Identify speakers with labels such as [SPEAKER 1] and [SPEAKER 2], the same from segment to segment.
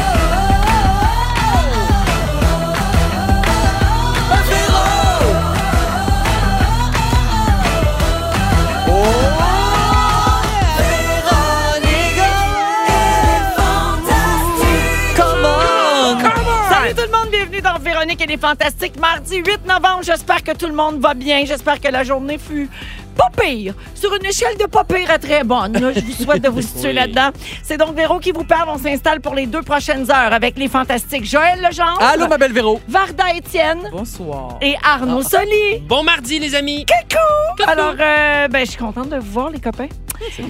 [SPEAKER 1] Oh,
[SPEAKER 2] Salut tout le monde, bienvenue dans Véronique et les Fantastiques. Mardi 8 novembre, j'espère que tout le monde va bien. J'espère que la journée fut pas pire. Sur une échelle de pas pire à très bonne. là. je vous souhaite de vous situer là-dedans. C'est donc Véro qui vous parle. On s'installe pour les deux prochaines heures avec les Fantastiques Joël Legendre,
[SPEAKER 1] Allô, ma Ah. belle Véro.
[SPEAKER 2] Varda Étienne
[SPEAKER 1] Bonsoir.
[SPEAKER 2] et Arnaud Soli.
[SPEAKER 3] Bon mardi, les amis!
[SPEAKER 2] Alors, euh, ben, je suis contente de vous voir, les copains.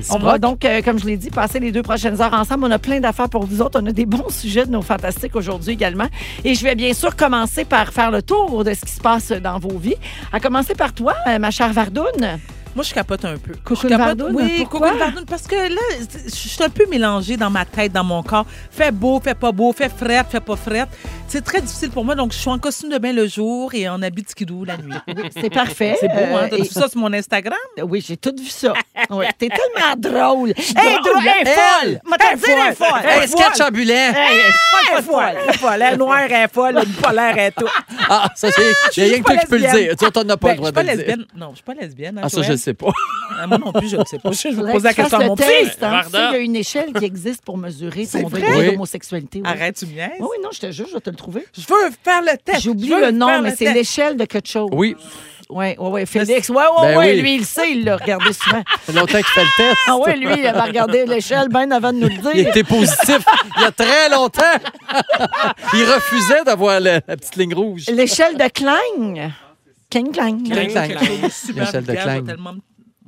[SPEAKER 2] On va donc, euh, comme je l'ai dit, passer les deux prochaines heures ensemble. On a plein d'affaires pour vous autres. On a des bons sujets de nos fantastiques aujourd'hui également. Et je vais bien sûr commencer par faire le tour de ce qui se passe dans vos vies. À commencer par toi, euh, ma chère Vardoune.
[SPEAKER 1] Moi, je capote un peu.
[SPEAKER 2] Cocoon
[SPEAKER 1] Je capote-
[SPEAKER 2] Vardoune,
[SPEAKER 1] Oui,
[SPEAKER 2] pourquoi?
[SPEAKER 1] Cocoon Vardoune, parce que là, je suis un peu mélangée dans ma tête, dans mon corps. Fait beau, fait pas beau, fait frette, fait pas frette. C'est très difficile pour moi, donc je suis en costume de bain le jour et en habit de skidoo la nuit.
[SPEAKER 2] C'est parfait.
[SPEAKER 1] C'est beau, hein?
[SPEAKER 2] Euh,
[SPEAKER 1] T'as
[SPEAKER 2] et-
[SPEAKER 1] vu ça sur mon Instagram?
[SPEAKER 2] Oui, j'ai tout vu ça. Oui, Euh, T'es tellement drôle. Hey,
[SPEAKER 1] drôle,
[SPEAKER 2] drôle,
[SPEAKER 1] elle est folle.
[SPEAKER 2] M'a t'en
[SPEAKER 1] Elle est
[SPEAKER 2] dit, elle est
[SPEAKER 1] folle.
[SPEAKER 2] folle.
[SPEAKER 1] Elle est sketch
[SPEAKER 4] ambulant.
[SPEAKER 2] Hey, elle est folle,
[SPEAKER 1] Elle est folle, elle est folle, elle est noire, elle est folle, elle est polaire, elle est tout.
[SPEAKER 4] Ah, ça, c'est. Il y a rien que toi qui peux le dire. Tu t'en as
[SPEAKER 1] Ben,
[SPEAKER 4] pas le
[SPEAKER 1] je suis
[SPEAKER 4] droit
[SPEAKER 1] pas
[SPEAKER 4] de le dire.
[SPEAKER 1] lesbienne. Non, je suis pas lesbienne. hein,
[SPEAKER 4] Ah, ça, je
[SPEAKER 1] Joël.
[SPEAKER 4] le sais pas.
[SPEAKER 1] Ah, Moi non plus, je ne sais pas. Je vais
[SPEAKER 2] Faudrait
[SPEAKER 1] poser la
[SPEAKER 2] que tu
[SPEAKER 1] question
[SPEAKER 2] fasses
[SPEAKER 1] à
[SPEAKER 2] le
[SPEAKER 1] mon petit.
[SPEAKER 2] test, hein. Tu sais,
[SPEAKER 3] Varda.
[SPEAKER 2] Il y a une échelle qui existe pour mesurer ton
[SPEAKER 1] vrai?
[SPEAKER 2] degré
[SPEAKER 4] Oui.
[SPEAKER 2] d'homosexualité. oui.
[SPEAKER 1] Arrête, tu me niaises.
[SPEAKER 2] Oui, non, je te jure, je vais te le trouver.
[SPEAKER 1] Je veux faire le test.
[SPEAKER 2] J'oublie
[SPEAKER 1] Je veux
[SPEAKER 2] le nom,
[SPEAKER 1] faire
[SPEAKER 2] mais c'est
[SPEAKER 1] test.
[SPEAKER 2] l'échelle de quelque chose.
[SPEAKER 4] Oui,
[SPEAKER 2] Oui, oui, oui. Félix, ouais, ouais,
[SPEAKER 4] Ben
[SPEAKER 2] ouais,
[SPEAKER 4] oui.
[SPEAKER 2] lui, il le sait, il l'a regardé souvent.
[SPEAKER 4] ça fait longtemps qu'il fait le test.
[SPEAKER 2] Ah ouais, lui, il avait regardé l'échelle bien avant de nous le
[SPEAKER 4] Il
[SPEAKER 2] dire.
[SPEAKER 4] était positif il y a très longtemps. Il refusait d'avoir le- la petite ligne rouge.
[SPEAKER 2] L'échelle de Klang. Klang, Klang.
[SPEAKER 3] Klang.
[SPEAKER 4] Clang,
[SPEAKER 1] Quelque chose
[SPEAKER 4] clang.
[SPEAKER 1] de super
[SPEAKER 4] L'échelle de
[SPEAKER 1] vulgaire,
[SPEAKER 4] Klein.
[SPEAKER 1] j'ai tellement-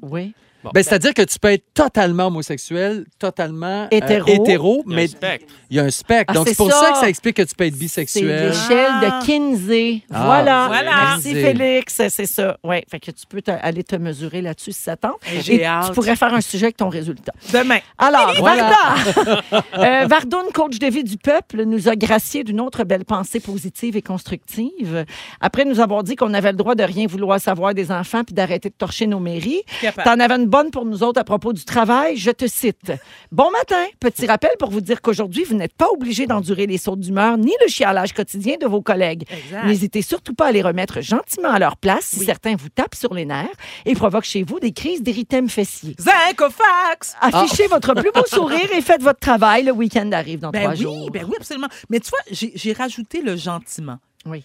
[SPEAKER 2] Oui.
[SPEAKER 4] Ben, C'est-à-dire que tu peux être totalement homosexuel, totalement euh,
[SPEAKER 2] Hétéro.
[SPEAKER 4] hétéro,
[SPEAKER 3] Mais...
[SPEAKER 4] mais il y a un spectre.
[SPEAKER 2] Ah,
[SPEAKER 4] Donc,
[SPEAKER 2] c'est
[SPEAKER 4] c'est pour
[SPEAKER 2] ça.
[SPEAKER 4] ça que ça explique que tu peux être
[SPEAKER 2] C'est
[SPEAKER 4] bisexuel.
[SPEAKER 2] l'échelle
[SPEAKER 1] Ah.
[SPEAKER 2] de Kinsey.
[SPEAKER 4] Ah,
[SPEAKER 2] voilà.
[SPEAKER 1] voilà.
[SPEAKER 2] Merci,
[SPEAKER 4] Kinsey.
[SPEAKER 2] Félix. C'est ça. Oui. Fait que tu peux te- aller te mesurer là-dessus si ça tente.
[SPEAKER 1] Hey,
[SPEAKER 2] Et
[SPEAKER 1] J'ai
[SPEAKER 2] tu
[SPEAKER 1] hâte.
[SPEAKER 2] pourrais faire un sujet avec ton résultat.
[SPEAKER 1] Demain.
[SPEAKER 2] Alors,
[SPEAKER 4] Voilà.
[SPEAKER 2] Varda, euh, Vardoune, coach de vie du peuple, nous a gracié d'une autre belle pensée positive et constructive. Après nous avoir dit qu'on avait le droit de rien vouloir savoir des enfants puis d'arrêter de torcher nos mairies,
[SPEAKER 1] Capable.
[SPEAKER 2] T'en avais une bonne pour nous autres à propos du travail. Je te cite. Bon matin. Petit rappel pour vous dire qu'aujourd'hui, vous n'êtes pas obligé d'endurer les sauts d'humeur ni le chialage quotidien de vos collègues.
[SPEAKER 1] Exact.
[SPEAKER 2] N'hésitez surtout pas à les remettre gentiment à leur place si certains vous tapent sur les nerfs et provoquent chez vous des crises d'érythème fessier.
[SPEAKER 1] Zincofax.
[SPEAKER 2] Affichez votre plus beau sourire et faites votre travail. Le week-end arrive dans
[SPEAKER 1] Ben
[SPEAKER 2] trois
[SPEAKER 1] oui,
[SPEAKER 2] jours.
[SPEAKER 1] ben oui, absolument. Mais tu vois, j'ai j'ai rajouté le gentiment.
[SPEAKER 2] Oui.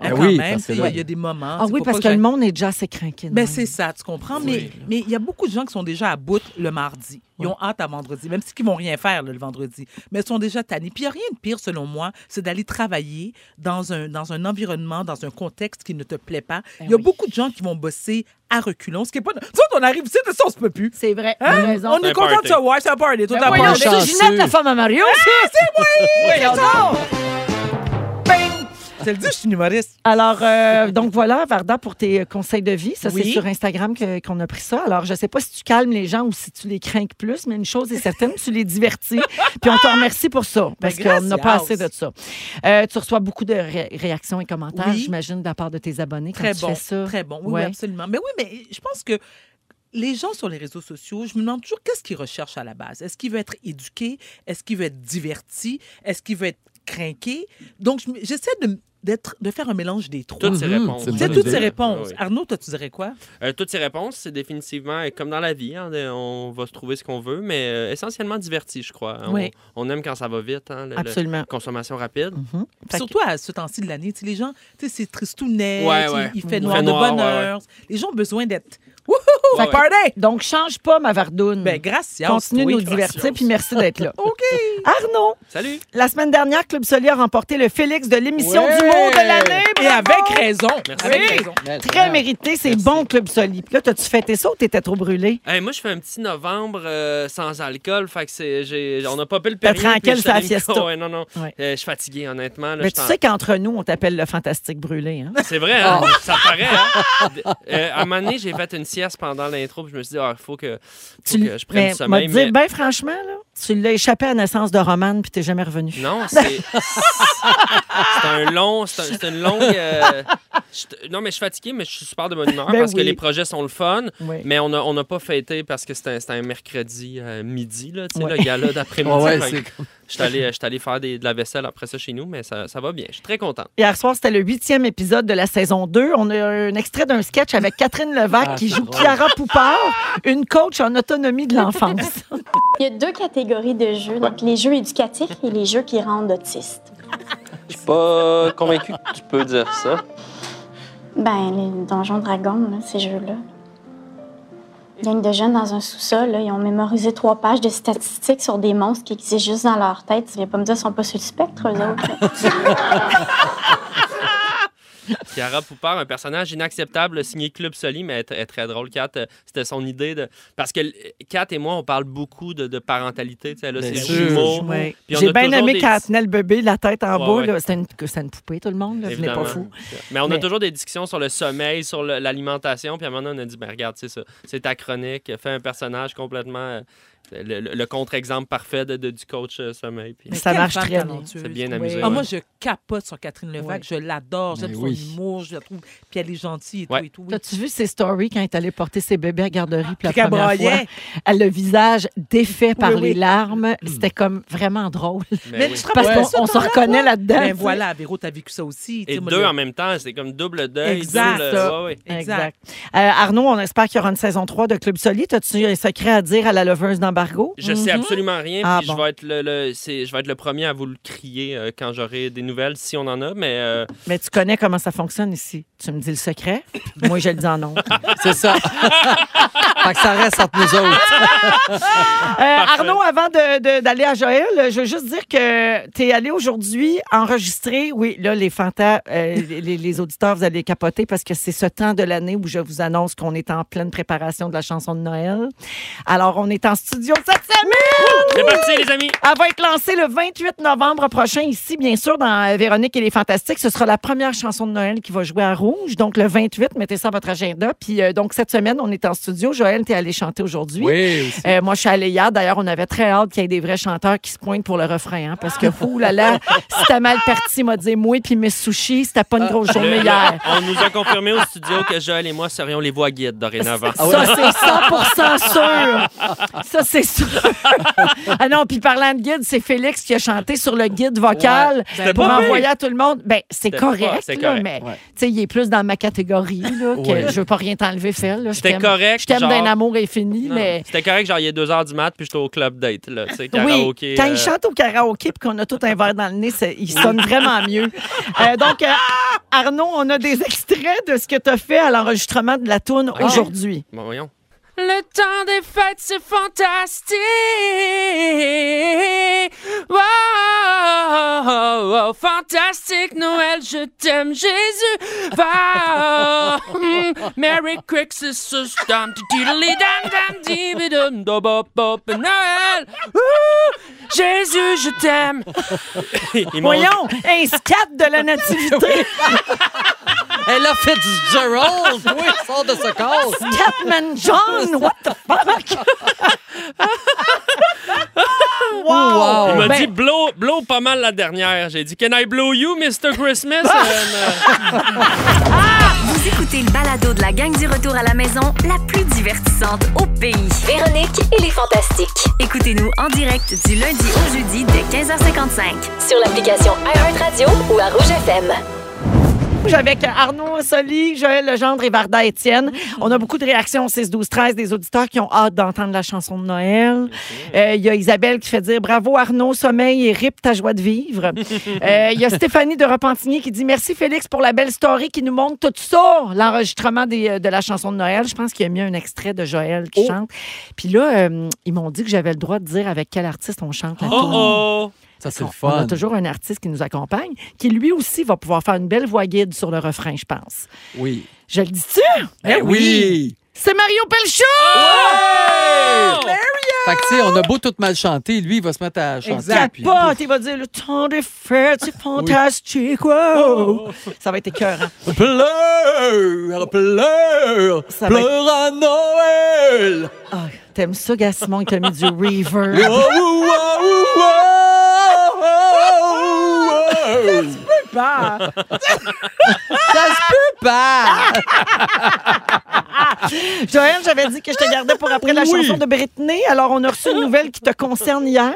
[SPEAKER 1] Hein,
[SPEAKER 4] Ben
[SPEAKER 1] quand même,
[SPEAKER 4] oui, parce que
[SPEAKER 1] tu sais,
[SPEAKER 4] là-
[SPEAKER 1] il y a des moments.
[SPEAKER 2] Ah
[SPEAKER 1] c'est
[SPEAKER 2] oui,
[SPEAKER 1] pour
[SPEAKER 2] parce
[SPEAKER 1] pas
[SPEAKER 2] que le
[SPEAKER 1] j'aille-
[SPEAKER 2] monde est déjà assez craqué.
[SPEAKER 1] Ben c'est ça, tu comprends. Mais mais il y a beaucoup de gens qui sont déjà à bout le mardi. Ils ont hâte à vendredi, même s'ils vont rien faire là, le vendredi. Mais ils sont déjà tannés. Puis il n'y a rien de pire, selon moi, c'est d'aller travailler dans un, dans un environnement, dans un contexte qui ne te plaît pas. Il y a
[SPEAKER 2] Ben oui.
[SPEAKER 1] beaucoup de gens qui vont bosser à reculons, ce qui est pas... Tu sais, on arrive ici, ça, on se peut plus.
[SPEAKER 2] C'est vrai.
[SPEAKER 1] Hein?
[SPEAKER 2] t'as raison.
[SPEAKER 1] On est
[SPEAKER 3] un
[SPEAKER 1] content de
[SPEAKER 3] party.
[SPEAKER 1] se voir, c'est un party. Tout
[SPEAKER 2] Ben
[SPEAKER 1] un
[SPEAKER 2] Ah, voyons,
[SPEAKER 4] pas
[SPEAKER 1] party.
[SPEAKER 2] c'est
[SPEAKER 4] chanceux.
[SPEAKER 2] Ginette, la femme à Mario. Voyons
[SPEAKER 1] Voyons
[SPEAKER 2] donc.
[SPEAKER 1] Bing! Je te le dis, je suis une humoriste.
[SPEAKER 2] Alors, euh, donc voilà, Varda, pour tes euh, conseils de vie. Ça, c'est
[SPEAKER 1] Oui.
[SPEAKER 2] sur Instagram que- qu'on a pris ça. Alors, je ne sais pas si tu calmes les gens ou si tu les crains plus, mais une chose est certaine, tu les divertis. Puis on te remercie pour ça, parce qu'on n'a pas assez
[SPEAKER 1] Ben, gracias.
[SPEAKER 2] de ça. Euh, tu reçois beaucoup de ré- réactions et commentaires,
[SPEAKER 1] Oui.
[SPEAKER 2] j'imagine, de la part de tes abonnés quand
[SPEAKER 1] Très
[SPEAKER 2] tu
[SPEAKER 1] bon.
[SPEAKER 2] fais ça.
[SPEAKER 1] Très bon. Oui, oui,
[SPEAKER 2] Ouais.
[SPEAKER 1] absolument. Mais oui, mais je pense que les gens sur les réseaux sociaux, je me demande toujours qu'est-ce qu'ils recherchent à la base. Est-ce qu'ils veulent être éduqués? Est-ce qu'ils veulent être divertis? Est-ce qu'ils veulent être craqués? Donc, je m- j'essaie de, d'être- de faire un mélange des trois.
[SPEAKER 3] Toutes ces
[SPEAKER 4] Mhm,
[SPEAKER 3] réponses.
[SPEAKER 4] c'est une
[SPEAKER 1] C'est
[SPEAKER 4] bonne
[SPEAKER 1] toutes
[SPEAKER 4] idée.
[SPEAKER 1] ces réponses.
[SPEAKER 3] Ah oui.
[SPEAKER 1] Arnaud, toi, tu dirais quoi?
[SPEAKER 3] Euh, toutes ces réponses, c'est définitivement euh, comme dans la vie. hein, de- on va se trouver ce qu'on veut, mais euh, essentiellement diverti, je crois. On,
[SPEAKER 2] Oui. Mhm.
[SPEAKER 3] on aime quand ça va vite, hein,
[SPEAKER 1] euh,
[SPEAKER 3] le- le-
[SPEAKER 2] Absolument.
[SPEAKER 3] consommation rapide.
[SPEAKER 1] Puis
[SPEAKER 2] Fait que-
[SPEAKER 1] Surtout à ce temps-ci de l'année, tu sais, les gens, tu sais, c'est tristounet,
[SPEAKER 3] Ouais,
[SPEAKER 1] tu-
[SPEAKER 3] ouais.
[SPEAKER 1] il fait
[SPEAKER 3] Il
[SPEAKER 1] noir
[SPEAKER 3] fait
[SPEAKER 1] de
[SPEAKER 3] noir,
[SPEAKER 1] bonne
[SPEAKER 3] ouais,
[SPEAKER 1] heure. Les gens ont besoin d'être wouhou,
[SPEAKER 3] Ouais, ouais.
[SPEAKER 1] party!
[SPEAKER 2] Donc, change pas ma Vardoune.
[SPEAKER 1] Ben, gracias.
[SPEAKER 2] Continue Mm. de
[SPEAKER 1] oui,
[SPEAKER 2] nous
[SPEAKER 1] gracias.
[SPEAKER 2] divertir, puis merci d'être là.
[SPEAKER 1] OK.
[SPEAKER 2] Arnaud,
[SPEAKER 3] Salut!
[SPEAKER 2] la semaine dernière, Club Soli a remporté le Félix de l'émission
[SPEAKER 4] Ouais.
[SPEAKER 2] du mot de l'année.
[SPEAKER 1] Et avec
[SPEAKER 2] Bravo!
[SPEAKER 1] raison.
[SPEAKER 3] Merci.
[SPEAKER 1] Avec
[SPEAKER 2] Oui.
[SPEAKER 1] raison.
[SPEAKER 3] Ah,
[SPEAKER 2] Très mérité, c'est bon, Club Soli. Puis là, t'as-tu fêté ça ou t'étais trop brûlé?
[SPEAKER 3] Hey, moi, je fais un petit novembre euh, sans alcool. Fait que c'est, j'ai, on n'a pas pu le
[SPEAKER 2] T'es
[SPEAKER 3] péril, puis
[SPEAKER 2] tranquille,
[SPEAKER 3] je suis
[SPEAKER 2] c'est la
[SPEAKER 3] allé me-
[SPEAKER 2] fiesta.
[SPEAKER 3] Ouais, non, non.
[SPEAKER 2] Ouais.
[SPEAKER 3] Euh, je suis fatigué, honnêtement. là,
[SPEAKER 2] Mais
[SPEAKER 3] je
[SPEAKER 2] Ben, tu
[SPEAKER 3] t'en-
[SPEAKER 2] sais qu'entre nous, on t'appelle le fantastique brûlé. Hein?
[SPEAKER 3] C'est vrai, hein? ça paraît. hein? D- euh, à un moment donné, j'ai fait une sieste pendant l'intro, puis je me suis dit, il faut, que, faut
[SPEAKER 2] Tu-
[SPEAKER 3] que je prenne
[SPEAKER 2] mais,
[SPEAKER 3] du sommeil.
[SPEAKER 2] m'a dit,
[SPEAKER 3] mais-
[SPEAKER 2] ben franchement, là, tu l'as échappé à naissance de Romane puis t'es jamais revenu.
[SPEAKER 3] Non, c'est. c'est un long. C'est un- c'est une longue. euh, je- non, mais je suis fatigué, mais je suis super de bonne humeur
[SPEAKER 2] Ben
[SPEAKER 3] parce que
[SPEAKER 2] oui. Ben.
[SPEAKER 3] les projets sont le fun.
[SPEAKER 2] Oui.
[SPEAKER 3] Mais on n'a on a pas fêté parce que c'était un- c'était un mercredi euh, midi, là, tu sais,
[SPEAKER 2] Ouais.
[SPEAKER 3] le gala d'après-midi.
[SPEAKER 4] Ah ouais,
[SPEAKER 3] Fait que
[SPEAKER 4] c'est
[SPEAKER 3] Je suis allé- je suis allé faire des- de la vaisselle après ça chez nous, mais ça, ça va bien. Je suis très content.
[SPEAKER 2] Hier soir, c'était le huitième épisode de la saison 2. On a un extrait d'un sketch avec Catherine Levac
[SPEAKER 4] Ah,
[SPEAKER 2] qui
[SPEAKER 4] c'est
[SPEAKER 2] joue
[SPEAKER 4] drôle.
[SPEAKER 2] Chiara Poupard, une coach en autonomie de l'enfance.
[SPEAKER 5] Il y a deux catégories de jeux, donc les jeux éducatifs et les jeux qui rendent autistes.
[SPEAKER 6] Je suis pas convaincu que tu peux dire ça.
[SPEAKER 5] Ben, les donjons dragons, là, ces jeux-là. Gang de jeunes dans un sous-sol, là, ils ont mémorisé trois pages de statistiques sur des monstres qui existent juste dans leur tête. Tu viens pas me dire qu'ils sont pas sur le spectre, eux autres. là.
[SPEAKER 3] Chiara Poupard, un personnage inacceptable signé Club Soli, mais elle est- elle est très drôle. Kat, euh, c'était son idée de. Parce que euh, Kat et moi, on parle beaucoup de, de parentalité. tu sais, Elle a
[SPEAKER 4] Bien
[SPEAKER 3] ses
[SPEAKER 4] sûr.
[SPEAKER 3] jumeaux.
[SPEAKER 2] Ouais.
[SPEAKER 3] Puis on
[SPEAKER 2] J'ai
[SPEAKER 3] a
[SPEAKER 2] bien
[SPEAKER 3] toujours
[SPEAKER 2] aimé
[SPEAKER 3] des-
[SPEAKER 2] quand elle tenait le bébé, la tête en
[SPEAKER 3] Ouais,
[SPEAKER 2] bas.
[SPEAKER 3] ouais.
[SPEAKER 2] là. C'était une, c'était une poupée, tout le monde. Là. Je l'ai pas
[SPEAKER 3] Évidemment.
[SPEAKER 2] fou.
[SPEAKER 3] Mais on
[SPEAKER 2] Mais-
[SPEAKER 3] a toujours des discussions sur le sommeil, sur le- l'alimentation. Puis à un moment donné, on a dit ben, regarde, c'est ça. C'est ta chronique. Fais un personnage complètement. euh, le, le- le contre-exemple parfait de, de- du coach euh, sommeil. Puis
[SPEAKER 2] Mais ça
[SPEAKER 1] quelle
[SPEAKER 2] marche
[SPEAKER 1] femme
[SPEAKER 2] très bien.
[SPEAKER 1] talentueuse.
[SPEAKER 3] c'est bien
[SPEAKER 2] oui.
[SPEAKER 3] amusé.
[SPEAKER 1] Ah,
[SPEAKER 3] ouais.
[SPEAKER 1] moi, je capote sur Catherine Levac.
[SPEAKER 2] Oui.
[SPEAKER 1] Je l'adore. J'aime
[SPEAKER 4] Mais
[SPEAKER 1] son
[SPEAKER 4] oui.
[SPEAKER 1] humour. Je la trouve. Puis elle est gentille et tout
[SPEAKER 3] Ouais.
[SPEAKER 1] et tout. oui.
[SPEAKER 2] T'as-tu vu ses stories quand elle est allée porter ses bébés à la garderie pour la
[SPEAKER 1] Puis qu'elle
[SPEAKER 2] première fois?
[SPEAKER 1] broyait.
[SPEAKER 2] Elle a le visage défait par
[SPEAKER 1] Oui, oui.
[SPEAKER 2] les larmes.
[SPEAKER 3] Hmm.
[SPEAKER 2] C'était comme vraiment drôle.
[SPEAKER 3] Mais
[SPEAKER 1] Mais
[SPEAKER 3] oui.
[SPEAKER 1] tu te
[SPEAKER 2] Parce
[SPEAKER 1] rappelles
[SPEAKER 2] qu'on
[SPEAKER 1] ce
[SPEAKER 2] on se
[SPEAKER 1] temps-là,
[SPEAKER 2] reconnaît là-dedans.
[SPEAKER 1] Ben
[SPEAKER 2] tu sais.
[SPEAKER 1] voilà, Véro, t'as vécu ça aussi. tu
[SPEAKER 3] Et
[SPEAKER 1] sais, moi,
[SPEAKER 3] deux
[SPEAKER 1] le-
[SPEAKER 3] en même temps, c'est comme double deuil.
[SPEAKER 1] Exact,
[SPEAKER 3] double-
[SPEAKER 1] ça.
[SPEAKER 3] ouais, ouais.
[SPEAKER 2] Exact. Euh, Arnaud, on espère qu'il y aura une saison 3 de Club Soli. As-tu un secret à dire à la leveuse d'embargo?
[SPEAKER 3] Je sais absolument rien,
[SPEAKER 2] Ah,
[SPEAKER 3] puis
[SPEAKER 2] bon.
[SPEAKER 3] je vais être le, le- c'est- je vais être le premier à vous le crier euh, quand j'aurai des nouvelles, si on en a. Mais euh,
[SPEAKER 2] Mais tu connais comment ça fonctionne ici. Tu me dis le secret, moi je le dis en nom.
[SPEAKER 4] C'est ça. fait que ça reste entre nous autres.
[SPEAKER 2] Euh, Arnaud, avant de- de- d'aller à Joël, je veux juste dire que tu es allé aujourd'hui enregistrer. Oui, là, les fantas, euh, les- les, les auditeurs, vous allez capoter parce que c'est ce temps de l'année où je vous annonce qu'on est en pleine préparation de la chanson de Noël. Alors, on est en studio cette semaine.
[SPEAKER 3] c'est parti, les amis!
[SPEAKER 2] Elle va être lancée le 28 novembre prochain ici, bien sûr, dans euh, Véronique et les Fantastiques. Ce sera la première chanson de Noël qui va jouer à Rouge. Donc, le 28, mettez ça à votre agenda. Puis, euh, donc, cette semaine, on est en studio. Joël, t'es allé chanter aujourd'hui.
[SPEAKER 4] Oui, aussi.
[SPEAKER 2] Euh, moi, je suis allée hier. D'ailleurs, on avait très hâte qu'il y ait des vrais chanteurs qui se pointent pour le refrain. hein, parce que, oulala, c'était mal parti, m'a dit moi, puis mes sushis, c'était pas une grosse journée
[SPEAKER 3] Le-
[SPEAKER 2] hier.
[SPEAKER 3] le- on nous a confirmé au studio que Joël et moi serions les voix guides dorénavant.
[SPEAKER 2] Ça, c'est 100 sûr. Ça, c'est sûr. ah non, puis parlant de guide, c'est Félix qui a chanté sur le guide vocal
[SPEAKER 3] C'était
[SPEAKER 2] pour
[SPEAKER 3] pas
[SPEAKER 2] envoyer à tout le monde. Ben, c'est
[SPEAKER 3] C'était pas-
[SPEAKER 2] correct,
[SPEAKER 3] c'est
[SPEAKER 2] là,
[SPEAKER 3] correct.
[SPEAKER 2] mais
[SPEAKER 4] Ouais.
[SPEAKER 2] tu sais, il est plus dans ma catégorie. Là, que
[SPEAKER 4] Ouais.
[SPEAKER 2] Je veux pas rien t'enlever, Phil. là. Je
[SPEAKER 3] C'était
[SPEAKER 2] t'aime.
[SPEAKER 3] correct,
[SPEAKER 2] Je t'aime
[SPEAKER 3] genre.
[SPEAKER 2] d'un amour infini,
[SPEAKER 3] Non,
[SPEAKER 2] mais...
[SPEAKER 3] C'était correct, genre il est 2 h du mat, puis j'étais au club date, là, tu sais, karaoké.
[SPEAKER 2] oui, quand
[SPEAKER 3] euh,
[SPEAKER 2] il chante au karaoké puis qu'on a tout un verre dans le nez, ça- il sonne vraiment mieux. Euh, donc, euh, Arnaud, on a des extraits de ce que tu as fait à l'enregistrement de la toune
[SPEAKER 3] Ah.
[SPEAKER 2] aujourd'hui.
[SPEAKER 3] Bon, voyons.
[SPEAKER 7] Le temps des fêtes, c'est fantastique. Wow, oh, oh, fantastique Noël, je t'aime, Jésus. Wow, mm, Merry Christmas, dum, tiddly, dum, dum, dibi, dum, dum, bop, bop, Noël. Ouh, Jésus, je t'aime.
[SPEAKER 3] Ils m'ont-
[SPEAKER 2] Voyons, un scat de la nativité,
[SPEAKER 4] Elle a fait du Gerald. Oui, sort de ce corps.
[SPEAKER 2] Catman John, what the fuck? wow!
[SPEAKER 3] Il m'a
[SPEAKER 2] Ben,
[SPEAKER 3] dit blow, blow pas mal la dernière. J'ai dit Can I blow you, Mr. Christmas? Euh,
[SPEAKER 8] Vous écoutez le balado de la gang du retour à la maison, la plus divertissante au pays.
[SPEAKER 9] Véronique et les Fantastiques.
[SPEAKER 8] Écoutez-nous en direct du lundi au jeudi dès 15h55.
[SPEAKER 9] Sur l'application iHeartRadio ou à Rouge FM.
[SPEAKER 2] Rouge avec Arnaud Soli, Joël Legendre et Varda Étienne. On a beaucoup de réactions au 6, 12, 13 des auditeurs qui ont hâte d'entendre la chanson de Noël. Euh, Il y a Isabelle qui fait dire bravo Arnaud, sommeil et rip ta joie de vivre. Euh, Il y a Stéphanie de Repentigny qui dit merci Félix pour la belle story qui nous montre tout ça, l'enregistrement des, euh, de la chanson de Noël. Je pense qu'il a mis un extrait de Joël
[SPEAKER 3] Oh.
[SPEAKER 2] qui chante. Puis là, euh, ils m'ont dit que j'avais le droit de dire avec quel artiste on chante. la
[SPEAKER 3] oh
[SPEAKER 2] tournée.
[SPEAKER 3] oh!
[SPEAKER 4] Ça, c'est le
[SPEAKER 2] On a
[SPEAKER 4] fun.
[SPEAKER 2] toujours un artiste qui nous accompagne, qui lui aussi va pouvoir faire une belle voix guide sur le refrain, je pense.
[SPEAKER 4] Oui.
[SPEAKER 2] Je le dis-tu? Eh
[SPEAKER 4] oui. Oh!
[SPEAKER 2] C'est Mario Pelchot!
[SPEAKER 3] Oh!
[SPEAKER 4] Fait que, tu sais, on a beau tout mal chanter, lui, il va se mettre à chanter.
[SPEAKER 1] Exact.
[SPEAKER 4] puis-
[SPEAKER 2] Capote, il va dire le temps des fêtes, c'est fantastique.
[SPEAKER 4] Oh!
[SPEAKER 2] wow. Ça va être écœurant.
[SPEAKER 4] Pleure, pleure,
[SPEAKER 2] Ça va
[SPEAKER 4] pleure à Noël.
[SPEAKER 2] Ah,
[SPEAKER 4] Oh,
[SPEAKER 2] T'aimes ça, Gassimond? Il t'a mis du reverb.
[SPEAKER 4] Wow, wow, wow, oh, wow, wow, wow.
[SPEAKER 2] Super.
[SPEAKER 4] Ça se peut pas!
[SPEAKER 2] Joël, j'avais dit que je te gardais pour après la chanson de Britney. Alors, on a reçu une nouvelle qui te concerne hier.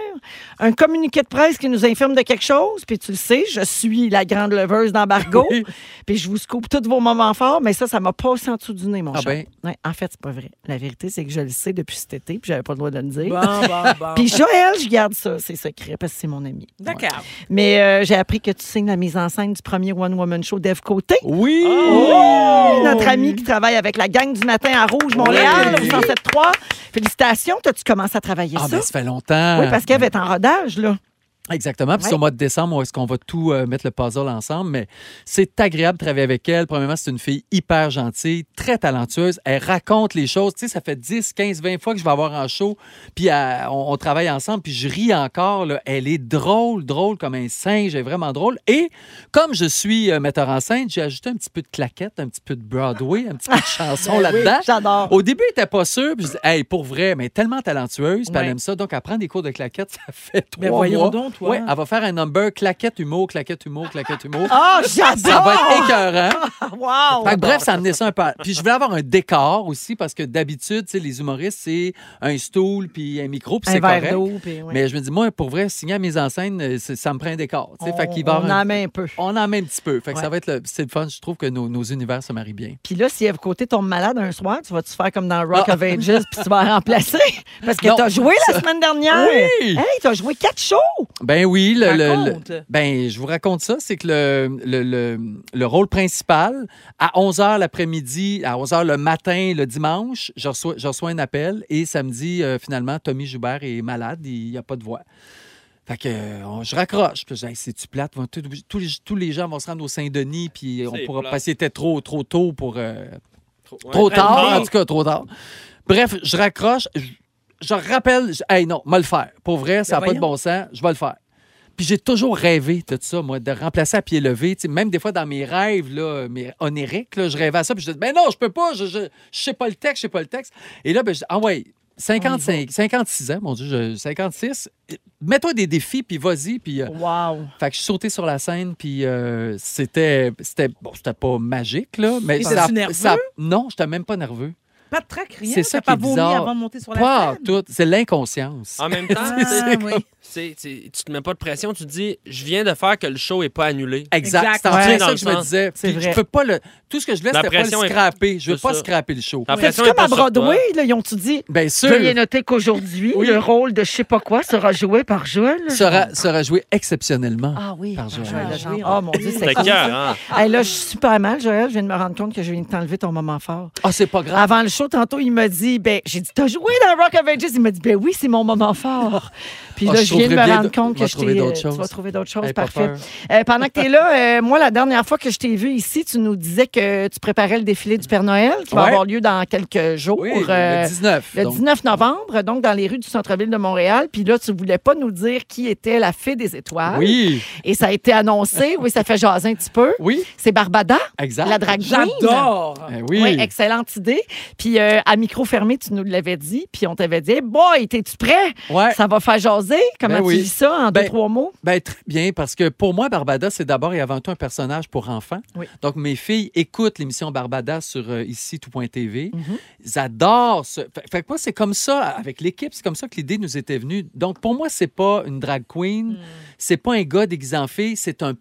[SPEAKER 2] Un communiqué de presse qui nous informe de quelque chose. Puis tu le sais, je suis la grande leveuse d'embargo.
[SPEAKER 4] Oui.
[SPEAKER 2] Puis je vous scoop tous vos moments forts. Mais ça, ça m'a passé en dessous du nez, mon
[SPEAKER 4] Ah
[SPEAKER 2] cher.
[SPEAKER 4] ben.
[SPEAKER 2] Ouais, en fait, c'est pas vrai. La vérité, c'est que je le sais depuis cet été. Puis j'avais pas le droit de le dire.
[SPEAKER 1] Bon, bon, bon.
[SPEAKER 2] Puis Joël, je garde ça, c'est secret, parce que c'est mon ami. Ouais.
[SPEAKER 1] D'accord.
[SPEAKER 2] Mais euh, j'ai appris que tu signes la mise en scène du premier One Woman Show d'Eve Côté.
[SPEAKER 4] Oui! Oh!
[SPEAKER 2] Oui, notre ami qui travaille avec la gang du matin à Rouge, Montréal,
[SPEAKER 4] Oui.
[SPEAKER 2] au 107.3. Félicitations, toi, tu commences à travailler
[SPEAKER 4] Ah,
[SPEAKER 2] ça.
[SPEAKER 4] ben, ça fait longtemps.
[SPEAKER 2] oui, parce qu'Eve est en rodage, là.
[SPEAKER 4] Exactement. Puis c'est au
[SPEAKER 2] Ouais.
[SPEAKER 4] mois de décembre où est-ce qu'on va tout euh, mettre le puzzle ensemble. Mais c'est agréable de travailler avec elle. Premièrement, c'est une fille hyper gentille, très talentueuse. Elle raconte les choses. Tu sais, ça fait 10, 15, 20 fois que je vais avoir en show. Puis euh, on, on travaille ensemble. Puis je ris encore. là. Elle est drôle, drôle comme un singe. Elle est vraiment drôle. Et comme je suis euh, metteur en scène, j'ai ajouté un petit peu de claquette, un petit peu de Broadway, un petit peu de chanson là-dedans.
[SPEAKER 2] Ben J'adore.
[SPEAKER 4] Au début, elle n'était pas sûre. Puis je dis, hey, pour vrai, mais tellement talentueuse. Puis
[SPEAKER 2] Ouais.
[SPEAKER 4] elle aime ça. Donc, elle prend des cours de claquette. Ça fait trois
[SPEAKER 1] Ben, voyons
[SPEAKER 4] mois.
[SPEAKER 1] donc, toi.
[SPEAKER 4] Ouais, elle va faire un number claquette humour, claquette humour, claquette humour.
[SPEAKER 2] Ah,
[SPEAKER 4] Ça va
[SPEAKER 2] j'adore!
[SPEAKER 4] être écœurant.
[SPEAKER 2] Wow!
[SPEAKER 4] Fait que bref, ça amenait ça un peu. à- Puis je voulais avoir un décor aussi parce que d'habitude, tu sais, les humoristes, c'est un stool puis un micro, puis
[SPEAKER 2] Un
[SPEAKER 4] c'est
[SPEAKER 2] verre
[SPEAKER 4] correct.
[SPEAKER 2] d'eau, puis ouais.
[SPEAKER 4] Mais je me dis, moi, pour vrai, signer à mise en scène, euh, c'est- ça me prend un décor. tu sais. Fait qu'il
[SPEAKER 2] on
[SPEAKER 4] va avoir
[SPEAKER 2] on
[SPEAKER 4] un-
[SPEAKER 2] en met un peu.
[SPEAKER 4] on en met un petit peu. Fait que
[SPEAKER 2] Ouais.
[SPEAKER 4] ça va être le... C'est le fun. Je trouve que nos, nos univers se marient bien.
[SPEAKER 2] Puis là, si Eve Côté tombe malade un soir, tu vas-tu faire comme dans Rock
[SPEAKER 4] Ah.
[SPEAKER 2] of Ages, puis tu vas la remplacer? Parce que
[SPEAKER 4] Non.
[SPEAKER 2] t'as joué la semaine dernière!
[SPEAKER 4] Oui.
[SPEAKER 2] Hey, t'as joué quatre shows!
[SPEAKER 4] Ben oui, le, le- le-
[SPEAKER 1] Raconte.
[SPEAKER 4] ben je vous raconte ça, c'est que le, le, le, le rôle principal à 11h l'après-midi, à 11h le matin le dimanche, je reçois, je reçois un appel et samedi euh, finalement Tommy Joubert est malade, il n'y a pas de voix. Fait que euh, on- je raccroche, puis je dis, Hey, c'est-tu plate? Ils vont tout- tous, les, tous les gens vont se rendre au Saint-Denis, puis on
[SPEAKER 3] C'est
[SPEAKER 4] pourra
[SPEAKER 3] plate.
[SPEAKER 4] pas, c'était trop, trop tôt pour, euh,
[SPEAKER 3] Ouais. Ben
[SPEAKER 4] Trop tard, en
[SPEAKER 3] Vraiment.
[SPEAKER 4] tout cas, trop tard. Bref, je raccroche, je, je rappelle, je- hey non, m'a le faire. Pour vrai, ça n'a
[SPEAKER 1] Ben
[SPEAKER 4] pas de
[SPEAKER 1] voyons.
[SPEAKER 4] bon sens, je vais le faire. Puis j'ai toujours rêvé de tout ça, moi, de remplacer à pied levé. Tu sais, même des fois dans mes rêves là, mes oniriques, là, je rêvais à ça, puis je dis, ben non, je peux pas, je, je, je sais pas le texte, je sais pas le texte. Et là, ben, je dis, ah ouais, 55, 56 ans, mon Dieu, je- 56, mets-toi des défis, puis vas-y, puis... euh,
[SPEAKER 2] Wow!
[SPEAKER 4] fait que je suis sauté sur la scène, puis euh, c'était, c'était, bon, c'était pas magique, là, mais
[SPEAKER 1] Et
[SPEAKER 4] ça,
[SPEAKER 1] t'es-tu nerveux?
[SPEAKER 4] ça- Non, j'étais même pas nerveux.
[SPEAKER 1] Pas de trac, rien.
[SPEAKER 4] C'est ça
[SPEAKER 1] T'as pas
[SPEAKER 4] qui est
[SPEAKER 1] vomi
[SPEAKER 4] bizarre.
[SPEAKER 1] avant de monter sur la
[SPEAKER 4] Pas en
[SPEAKER 1] scène.
[SPEAKER 4] tout. C'est l'inconscience.
[SPEAKER 3] En même temps,
[SPEAKER 1] Ah,
[SPEAKER 3] tu sais,
[SPEAKER 1] oui.
[SPEAKER 3] c'est- c'est- tu te mets pas de pression, tu te dis, je viens de faire que le show est pas annulé.
[SPEAKER 4] Exact.
[SPEAKER 1] Exact.
[SPEAKER 4] C'est en
[SPEAKER 3] Ouais.
[SPEAKER 4] plein
[SPEAKER 3] Dans
[SPEAKER 4] ça
[SPEAKER 3] le
[SPEAKER 4] que je me
[SPEAKER 3] sens.
[SPEAKER 4] disais.
[SPEAKER 2] C'est
[SPEAKER 4] Puis
[SPEAKER 2] vrai.
[SPEAKER 4] Je peux pas le... Tout ce que je voulais,
[SPEAKER 3] La
[SPEAKER 4] c'était pas le
[SPEAKER 3] pression est-
[SPEAKER 4] scraper. Je veux
[SPEAKER 3] C'est
[SPEAKER 4] pas
[SPEAKER 3] ça.
[SPEAKER 4] scraper le show.
[SPEAKER 3] La
[SPEAKER 2] C'est
[SPEAKER 3] pression est
[SPEAKER 2] comme
[SPEAKER 3] pas
[SPEAKER 2] à
[SPEAKER 3] sur toi.
[SPEAKER 2] Broadway, là, ils ont-tu dit
[SPEAKER 4] Bien
[SPEAKER 2] Veuillez
[SPEAKER 4] sûr,
[SPEAKER 2] noter qu'aujourd'hui,
[SPEAKER 4] Oui.
[SPEAKER 2] le rôle de je sais pas quoi sera joué par Joël.
[SPEAKER 4] sera, sera joué exceptionnellement.
[SPEAKER 2] Ah oui,
[SPEAKER 4] Par
[SPEAKER 2] par
[SPEAKER 4] Joël.
[SPEAKER 2] Joël Legendre. Oh mon Dieu, c'est
[SPEAKER 3] T'as
[SPEAKER 2] cool.
[SPEAKER 3] cœur, hein?
[SPEAKER 2] Ah. Hey, là, je suis super mal, Joël. Je viens de me rendre compte que je viens de t'enlever ton moment fort.
[SPEAKER 4] Ah, c'est pas grave.
[SPEAKER 2] Avant le show, tantôt, il m'a dit, ben, j'ai dit, t'as joué dans Rock of Ages? Il m'a dit, ben oui, c'est mon moment fort. Puis
[SPEAKER 4] Ah,
[SPEAKER 2] là,
[SPEAKER 4] je
[SPEAKER 2] je viens de
[SPEAKER 4] trouverais
[SPEAKER 2] me
[SPEAKER 4] bien
[SPEAKER 2] rendre
[SPEAKER 4] de-
[SPEAKER 2] compte
[SPEAKER 4] on
[SPEAKER 2] que
[SPEAKER 4] va
[SPEAKER 2] je
[SPEAKER 4] trouver
[SPEAKER 2] t'ai. euh,
[SPEAKER 4] d'autres
[SPEAKER 2] Tu
[SPEAKER 4] choses.
[SPEAKER 2] vas trouver d'autres choses,
[SPEAKER 4] Hey, pas
[SPEAKER 2] parfait.
[SPEAKER 4] peur.
[SPEAKER 2] Euh, pendant que t'es là, euh, moi, la dernière fois que je t'ai vu ici, tu nous disais que tu préparais le défilé du Père Noël qui va
[SPEAKER 4] Ouais.
[SPEAKER 2] avoir lieu dans quelques jours.
[SPEAKER 4] Oui,
[SPEAKER 2] Euh,
[SPEAKER 4] le 19.
[SPEAKER 2] le
[SPEAKER 4] donc.
[SPEAKER 2] 19 novembre, donc dans les rues du centre-ville de Montréal. Puis là, tu voulais pas nous dire qui était la fée des étoiles.
[SPEAKER 4] Oui,
[SPEAKER 2] Et ça a été annoncé. Oui, ça fait jaser un petit peu.
[SPEAKER 4] oui,
[SPEAKER 2] C'est Barbada,
[SPEAKER 4] exact.
[SPEAKER 2] la drague
[SPEAKER 1] J'adore.
[SPEAKER 4] Eh
[SPEAKER 2] Oui.
[SPEAKER 4] Ah, oui.
[SPEAKER 2] excellente idée. Puis euh, à micro fermé, tu nous l'avais dit. Puis on t'avait dit, Hey boy, t'es-tu prêt?
[SPEAKER 4] Ouais.
[SPEAKER 2] Ça va faire jaser. Comment
[SPEAKER 4] Ben
[SPEAKER 2] tu
[SPEAKER 4] oui.
[SPEAKER 2] vis ça en deux,
[SPEAKER 4] Ben,
[SPEAKER 2] trois mots?
[SPEAKER 4] Ben, très bien, parce que pour moi, Barbada, c'est d'abord et avant tout un personnage pour enfants.
[SPEAKER 2] Oui.
[SPEAKER 4] Donc, mes filles écoutent l'émission Barbada sur euh, ici tout.tv.
[SPEAKER 2] Mhm.
[SPEAKER 4] Ils adorent ce. Fait, fait que moi, c'est comme ça, avec l'équipe, c'est comme ça que l'idée nous était venue. Donc, pour moi, c'est pas une drag
[SPEAKER 2] Hmm.
[SPEAKER 4] queen, c'est pas un gars déguisé en fille, c'est un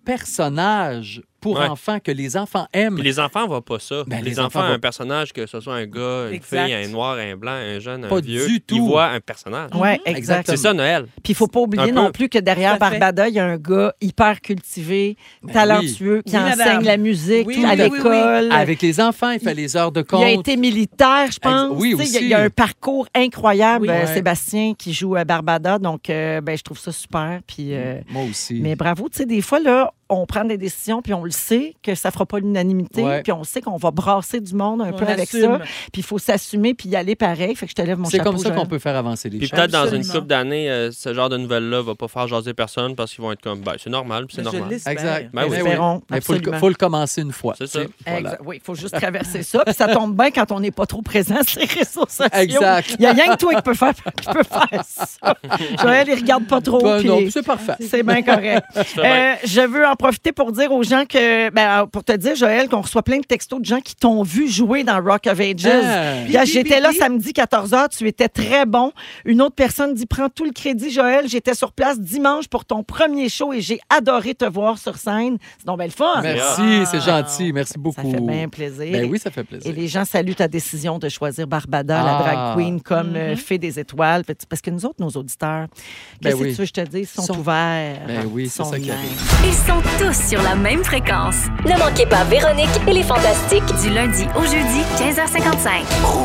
[SPEAKER 4] personnage pour
[SPEAKER 3] Ouais.
[SPEAKER 4] enfants que les enfants aiment.
[SPEAKER 3] Puis les enfants voient pas ça.
[SPEAKER 4] Ben,
[SPEAKER 3] les,
[SPEAKER 4] les
[SPEAKER 3] enfants,
[SPEAKER 4] enfants voient-
[SPEAKER 3] un personnage, que ce soit un gars, une
[SPEAKER 1] Exact.
[SPEAKER 3] fille, un noir, un blanc, un jeune, un
[SPEAKER 4] Pas
[SPEAKER 3] vieux,
[SPEAKER 4] du
[SPEAKER 3] ils
[SPEAKER 4] tout.
[SPEAKER 3] voient un personnage.
[SPEAKER 2] Oui,
[SPEAKER 4] exactement.
[SPEAKER 3] Mhm. C'est ça, Noël.
[SPEAKER 2] Puis il faut pas oublier
[SPEAKER 3] Un peu.
[SPEAKER 2] non plus que derrière
[SPEAKER 1] Tout à fait.
[SPEAKER 2] Barbada, il y a un gars hyper cultivé,
[SPEAKER 4] Ben
[SPEAKER 2] talentueux, qui
[SPEAKER 1] Oui,
[SPEAKER 2] enseigne
[SPEAKER 1] madame.
[SPEAKER 2] la musique
[SPEAKER 1] Oui,
[SPEAKER 2] à
[SPEAKER 1] oui, oui, oui.
[SPEAKER 2] l'école.
[SPEAKER 4] Avec les enfants, il fait les heures de compte.
[SPEAKER 2] Il a été militaire, je pense.
[SPEAKER 4] oui,
[SPEAKER 2] Tu sais, il y a- Il
[SPEAKER 4] aussi.
[SPEAKER 2] y a un parcours incroyable,
[SPEAKER 4] Oui.
[SPEAKER 2] euh,
[SPEAKER 4] Ouais.
[SPEAKER 2] Sébastien, qui joue à Barbada. Donc, euh, ben, je trouve ça super. Puis, euh,
[SPEAKER 4] Moi aussi.
[SPEAKER 2] Mais bravo, tu sais, des fois, là, on prend des décisions, puis on le sait que ça fera pas l'unanimité,
[SPEAKER 4] Ouais.
[SPEAKER 2] puis on sait qu'on va brasser du monde un
[SPEAKER 1] On
[SPEAKER 2] peu avec ça.
[SPEAKER 1] assume.
[SPEAKER 2] Puis il faut s'assumer, puis y aller pareil. Fait que je te lève mon
[SPEAKER 4] C'est
[SPEAKER 2] chapeau.
[SPEAKER 4] comme ça
[SPEAKER 2] Joël.
[SPEAKER 4] qu'on peut faire avancer les
[SPEAKER 3] Puis
[SPEAKER 4] choses.
[SPEAKER 3] peut-être dans une
[SPEAKER 1] Absolument.
[SPEAKER 3] couple d'années, euh, ce genre de nouvelles-là va pas faire jaser personne parce qu'ils vont être comme, ben, c'est normal, puis c'est
[SPEAKER 1] Mais je
[SPEAKER 3] normal.
[SPEAKER 1] l'espère.
[SPEAKER 4] Exact.
[SPEAKER 3] Ben oui.
[SPEAKER 4] Mais
[SPEAKER 2] Espérons,
[SPEAKER 4] Mais faut le,
[SPEAKER 2] absolument.
[SPEAKER 4] faut le commencer une fois.
[SPEAKER 3] C'est ça.
[SPEAKER 4] tu sais. Voilà.
[SPEAKER 2] Exact. Oui, il faut juste traverser ça. Puis ça tombe bien quand on n'est pas trop présent sur les réseaux sociaux.
[SPEAKER 4] Exact.
[SPEAKER 2] Il n'y a rien que toi qui peut faire, qui peut faire ça. Joël, il regarde pas trop.
[SPEAKER 4] Ben
[SPEAKER 2] puis
[SPEAKER 4] non, c'est parfait.
[SPEAKER 2] C'est bien correct.
[SPEAKER 3] bien.
[SPEAKER 2] Euh, je veux en profiter pour dire aux gens que, ben, pour te dire, Joël, qu'on reçoit plein de textos de gens qui t'ont vu jouer dans Rock of Ages.
[SPEAKER 4] Ah.
[SPEAKER 2] Puis, J'étais là samedi 14h, tu étais très bon. Une autre personne dit Prends tout le crédit, Joël. J'étais sur place dimanche pour ton premier show et j'ai adoré te voir sur scène. Ah, C'est donc belle fun.
[SPEAKER 4] Merci, c'est gentil. Merci beaucoup.
[SPEAKER 2] Ça fait bien plaisir.
[SPEAKER 4] Ben oui, ça fait
[SPEAKER 2] Et
[SPEAKER 4] plaisir.
[SPEAKER 2] les gens saluent ta décision de choisir Barbada, la
[SPEAKER 4] Ah.
[SPEAKER 2] drag queen, comme euh, fée des étoiles. Fait- Parce que nous autres, nos auditeurs,
[SPEAKER 4] Ben
[SPEAKER 2] qu'est-ce que
[SPEAKER 4] oui.
[SPEAKER 2] tu veux que je te dise, sont,
[SPEAKER 4] Sont-
[SPEAKER 2] ouverts.
[SPEAKER 4] Ben oui, c'est
[SPEAKER 2] sont
[SPEAKER 4] ça qui
[SPEAKER 2] ouverts.
[SPEAKER 4] arrive.
[SPEAKER 8] Ils sont tous sur la même fréquence.
[SPEAKER 10] Ne manquez pas Véronique et les Fantastiques.
[SPEAKER 8] Du lundi au jeudi, 15h55.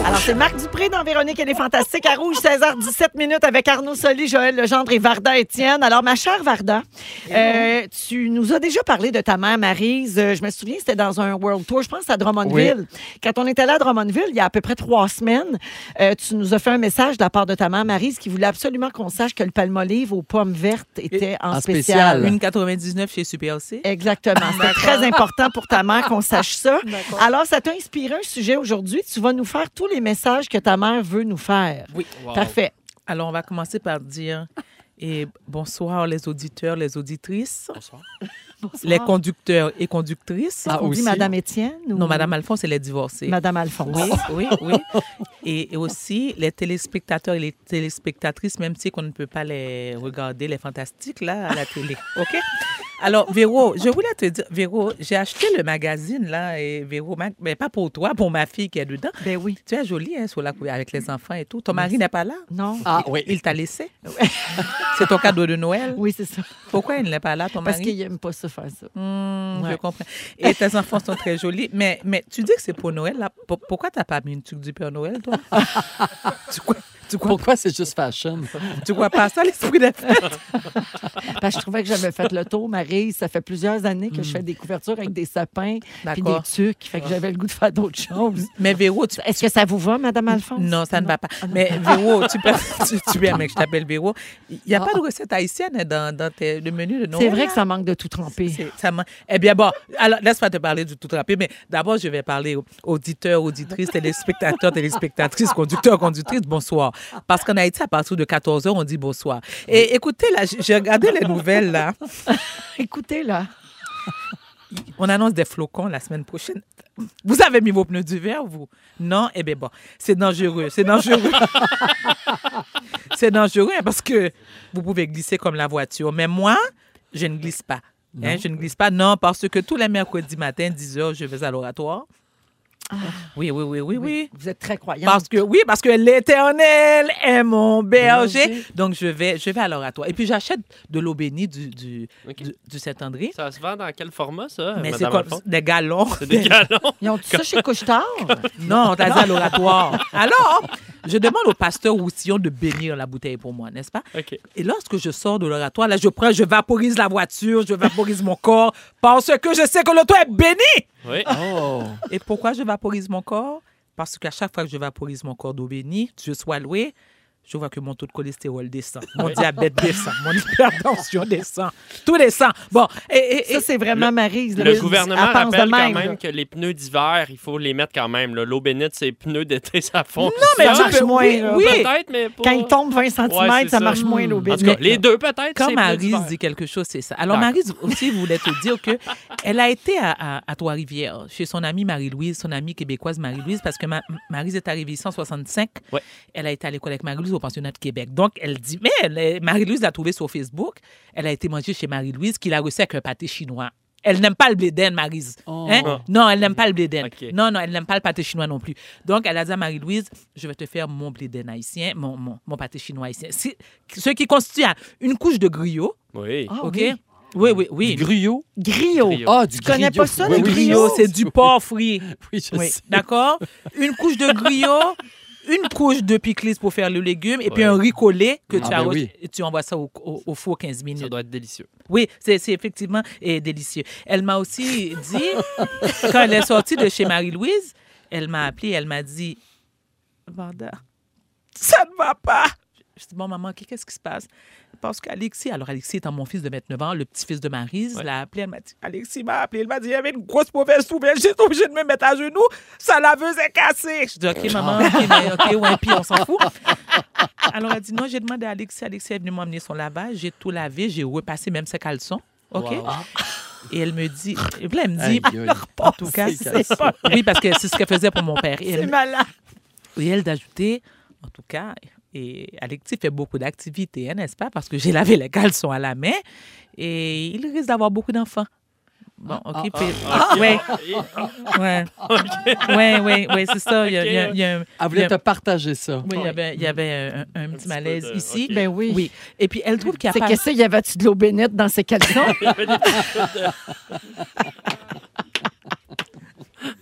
[SPEAKER 2] Alors, c'est Marc Dupré dans Véronique et les Fantastiques à Rouge, 16h17 minutes avec Arnaud Soli, Joël Legendre et Varda Étienne. Alors, ma chère Varda, euh, tu nous as déjà parlé de ta mère Marise. Euh, Je me souviens, c'était dans un World Tour, je pense à Drummondville. Quand on était là à Drummondville, il y a à peu près trois semaines, euh, tu nous as fait un message de la part de ta mère Marise qui voulait absolument qu'on sache que le palmolive aux pommes vertes était en,
[SPEAKER 4] en
[SPEAKER 2] spécial.
[SPEAKER 4] spécial.
[SPEAKER 1] Une 99 chez SuperLC.
[SPEAKER 2] Exactement. C'est très important pour ta mère qu'on sache ça. Alors, ça t'a inspiré un sujet aujourd'hui. Tu vas nous faire tous les messages que ta mère veut nous faire.
[SPEAKER 1] Oui.
[SPEAKER 2] Parfait.
[SPEAKER 1] Alors, on va commencer par dire et bonsoir les auditeurs, les auditrices, les conducteurs et conductrices.
[SPEAKER 4] Ah,
[SPEAKER 2] On dit
[SPEAKER 4] aussi.
[SPEAKER 2] Madame Étienne ou
[SPEAKER 1] Non, Madame Alphonse, elle est divorcée.
[SPEAKER 2] Madame Alphonse.
[SPEAKER 1] Oui, oui, oui. Et, et aussi, les téléspectateurs et les téléspectatrices, même si on ne peut pas les regarder, les fantastiques, là, à la télé. OK? Alors, Véro, je voulais te dire, Véro, j'ai acheté le magazine, là, et Véro, ma- mais pas pour toi, pour ma fille qui est dedans.
[SPEAKER 2] Ben oui.
[SPEAKER 1] Tu es jolie, hein, sur la cou- avec les enfants et tout. Ton mari n'est pas là?
[SPEAKER 2] Non.
[SPEAKER 4] Ah oui.
[SPEAKER 1] Il t'a laissé? C'est ton cadeau de Noël?
[SPEAKER 2] Oui, c'est ça.
[SPEAKER 1] Pourquoi il n'est pas là, ton
[SPEAKER 2] Parce
[SPEAKER 1] mari?
[SPEAKER 2] qu'il n'aime pas se faire ça.
[SPEAKER 1] Hmm, Je
[SPEAKER 2] Ouais.
[SPEAKER 1] comprends. Et tes enfants sont très jolis. Mais, mais tu dis que c'est pour Noël. Là. P- Pourquoi t'as pas mis une tuque du Père Noël, toi? tu, crois, tu, crois,
[SPEAKER 4] Pourquoi c'est juste fashion?
[SPEAKER 1] tu crois pas ça, l'esprit des fêtes?
[SPEAKER 2] Parce que je trouvais que j'avais fait le tour, Marie. Ça fait plusieurs années que je fais des couvertures avec des sapins puis des
[SPEAKER 1] D'accord.
[SPEAKER 2] tucs. Fait que j'avais le goût de faire d'autres choses.
[SPEAKER 1] Mais Véro, tu...
[SPEAKER 2] Est-ce que ça vous va, Madame Alphonse?
[SPEAKER 1] Non, ça ne va pas.
[SPEAKER 2] Ah,
[SPEAKER 1] Mais Véro, tu peux... Tu, tu aimes que je t'appelle Véro. Il n'y a pas de recette haïtienne hein, dans, dans tes- le menu de Noël.
[SPEAKER 2] Oh. C'est vrai
[SPEAKER 1] là.
[SPEAKER 2] que ça manque de tout tremper.
[SPEAKER 1] C'est- Ça m'a- eh bien, bon, alors, laisse-moi te parler du tout rapide, mais d'abord, je vais parler aux auditeurs, auditrices, téléspectateurs, téléspectatrices, conducteurs, conductrices, bonsoir. Parce qu'en Haïti, à partir de 14h, on dit bonsoir. Et écoutez, là, j- j'ai regardé les nouvelles, là.
[SPEAKER 2] Écoutez, là.
[SPEAKER 1] On annonce des flocons la semaine prochaine. Vous avez mis vos pneus d'hiver, vous? Non? Eh bien, bon, c'est dangereux, c'est dangereux. c'est dangereux hein, parce que vous pouvez glisser comme la voiture. Mais moi, je ne glisse pas. Hein, je ne glisse pas, non, parce que tous les mercredis matin, 10 h, je vais à l'oratoire. Oui, oui, oui, oui, oui.
[SPEAKER 2] Vous êtes très croyante.
[SPEAKER 1] Parce que, oui, parce que l'Éternel est mon berger.
[SPEAKER 2] Berger.
[SPEAKER 1] Donc, je vais, je vais à l'oratoire. Et puis, j'achète de l'eau bénie du, du,
[SPEAKER 3] Ok.
[SPEAKER 1] du- du Saint-André.
[SPEAKER 3] Ça se vend dans quel format, ça,
[SPEAKER 1] Mais c'est
[SPEAKER 3] Madame
[SPEAKER 1] comme
[SPEAKER 3] Alphonse?
[SPEAKER 1] des galons.
[SPEAKER 3] C'est des galons.
[SPEAKER 2] Ils ont dit ça chez Couchetard?
[SPEAKER 1] Non, on t'a dit à l'oratoire. Alors, je demande au pasteur Roussillon de bénir la bouteille pour moi, n'est-ce pas?
[SPEAKER 3] OK.
[SPEAKER 1] Et lorsque je sors de l'oratoire, là, je prends, je vaporise la voiture, je vaporise mon corps, parce que je sais que le toit est béni.
[SPEAKER 3] Oui.
[SPEAKER 4] Oh!
[SPEAKER 1] Et pourquoi je vaporise mon corps? Parce qu'à chaque fois que je vaporise mon corps d'eau bénie, Dieu soit loué, je vois que mon taux de cholestérol descend, mon diabète descend, mon hypertension descend, tout descend. Bon, et, et- et-
[SPEAKER 2] Ça, c'est vraiment Maryse. là.
[SPEAKER 3] Le
[SPEAKER 2] Elle
[SPEAKER 3] gouvernement
[SPEAKER 2] pense de
[SPEAKER 3] rappelle quand
[SPEAKER 2] là.
[SPEAKER 3] même que les pneus d'hiver, il faut les mettre quand même. là. L'eau bénite, c'est pneus d'été, ça fond. Non,
[SPEAKER 1] mais
[SPEAKER 2] Ça
[SPEAKER 1] tu
[SPEAKER 2] marche
[SPEAKER 1] peux-
[SPEAKER 2] moins,
[SPEAKER 1] oui,
[SPEAKER 2] là.
[SPEAKER 1] oui.
[SPEAKER 3] Peut-être, mais pas...
[SPEAKER 2] Quand il tombe 20 cm,
[SPEAKER 3] Ouais,
[SPEAKER 2] ça,
[SPEAKER 3] c'est ça.
[SPEAKER 2] marche moins l'eau
[SPEAKER 3] En tout
[SPEAKER 2] bénie.
[SPEAKER 3] cas, les deux, peut-être.
[SPEAKER 1] Quand
[SPEAKER 3] c'est pneus
[SPEAKER 1] Maryse
[SPEAKER 3] d'hiver.
[SPEAKER 1] dit quelque chose, c'est ça. Alors,
[SPEAKER 3] D'accord.
[SPEAKER 1] Maryse aussi voulait te dire que elle a été à, à- à Trois-Rivières chez son amie Marie-Louise, son amie québécoise Marie-Louise, parce que ma, Maryse est arrivée ici en 65.
[SPEAKER 3] Ouais.
[SPEAKER 1] Elle a été à l'école avec Marie-Louise au pensionnat de Québec. Donc, elle dit, mais elle est- Marie-Louise l'a trouvée sur Facebook. Elle a été mangée chez Marie-Louise, qui l'a reçue avec un pâté chinois. Elle n'aime pas le blé d'Inde, Maryse.
[SPEAKER 4] Oh.
[SPEAKER 1] Hein? Non, elle n'aime pas le blé d'Inde.
[SPEAKER 3] Ok.
[SPEAKER 1] Non, non, elle n'aime pas le pâté chinois non plus. Donc, elle a dit à Marie-Louise, je vais te faire mon blé d'Inde haïtien, mon, mon, mon pâté chinois haïtien. C'est- Ce qui constitue à une couche de griot,
[SPEAKER 3] Oui.
[SPEAKER 2] Ah,
[SPEAKER 1] OK?
[SPEAKER 2] oui.
[SPEAKER 1] Oui, oui, oui.
[SPEAKER 4] Griot?
[SPEAKER 2] Griot.
[SPEAKER 3] Griot.
[SPEAKER 4] Ah, du
[SPEAKER 2] Tu connais
[SPEAKER 4] griot.
[SPEAKER 2] pas ça,
[SPEAKER 4] Oui,
[SPEAKER 2] le
[SPEAKER 4] oui.
[SPEAKER 1] griot, c'est du porc frit.
[SPEAKER 4] Oui, je
[SPEAKER 1] Oui,
[SPEAKER 4] sais.
[SPEAKER 1] d'accord? Une couche de griot, une couche de pickles pour faire le légume et puis
[SPEAKER 3] Ouais.
[SPEAKER 1] un ricolet que
[SPEAKER 4] Ah,
[SPEAKER 1] tu
[SPEAKER 4] ben
[SPEAKER 1] arroses
[SPEAKER 4] oui.
[SPEAKER 1] et tu envoies ça au, au- au four 15 minutes.
[SPEAKER 3] Ça doit être délicieux.
[SPEAKER 1] Oui, c'est c'est effectivement eh, délicieux. Elle m'a aussi dit, quand elle est sortie de chez Marie-Louise, elle m'a appelée, elle m'a dit Vanda, ça ne va pas. Je dis Bon, maman, qu'est- qu'est-ce qui se passe Parce qu'Alexis, alors Alexis étant mon fils de 29 ans, le petit-fils de Marise,
[SPEAKER 3] Ouais.
[SPEAKER 1] l'a appelé, elle m'a dit Alexis m'a appelé, elle m'a dit Il y avait une grosse mauvaise nouvelle, j'étais obligée de me mettre à genoux, sa laveuse est cassée. Je dis OK, maman, OK, mais OK, ouais, puis on s'en fout. Alors, elle dit non, j'ai demandé à Alexis. Alexis est venu m'emmener son lavage. J'ai tout lavé. J'ai repassé même ses caleçons. OK?
[SPEAKER 4] Wow.
[SPEAKER 1] Et elle me dit, et là, elle me
[SPEAKER 4] Aïe,
[SPEAKER 1] dit,
[SPEAKER 4] aïe.
[SPEAKER 1] en tout cas, c'est pas. Oui, parce que c'est ce qu'elle faisait pour mon père. Et
[SPEAKER 2] C'est
[SPEAKER 1] elle,
[SPEAKER 2] malade.
[SPEAKER 1] et elle d'ajouter, en tout cas, et Alexis fait beaucoup d'activités, hein, n'est-ce pas? Parce que j'ai lavé les caleçons à la main et il risque d'avoir beaucoup d'enfants. Bon, OK. puis- ouais, ouais. Ouais, ouais, ouais, c'est ça. Il y a- il y a- il y a Ah, un-
[SPEAKER 4] Elle
[SPEAKER 1] il y
[SPEAKER 4] voulait
[SPEAKER 1] a-
[SPEAKER 4] te partager ça.
[SPEAKER 1] oui, il y avait, il y avait un, un- un petit
[SPEAKER 3] peu
[SPEAKER 1] malaise
[SPEAKER 3] de-
[SPEAKER 1] ici.
[SPEAKER 3] ok.
[SPEAKER 2] Ben oui.
[SPEAKER 1] Oui. Et puis, elle trouve qu'il n'y
[SPEAKER 2] C'est
[SPEAKER 1] a pas...
[SPEAKER 2] que ça, y avait-tu de l'eau bénite dans ses caleçons?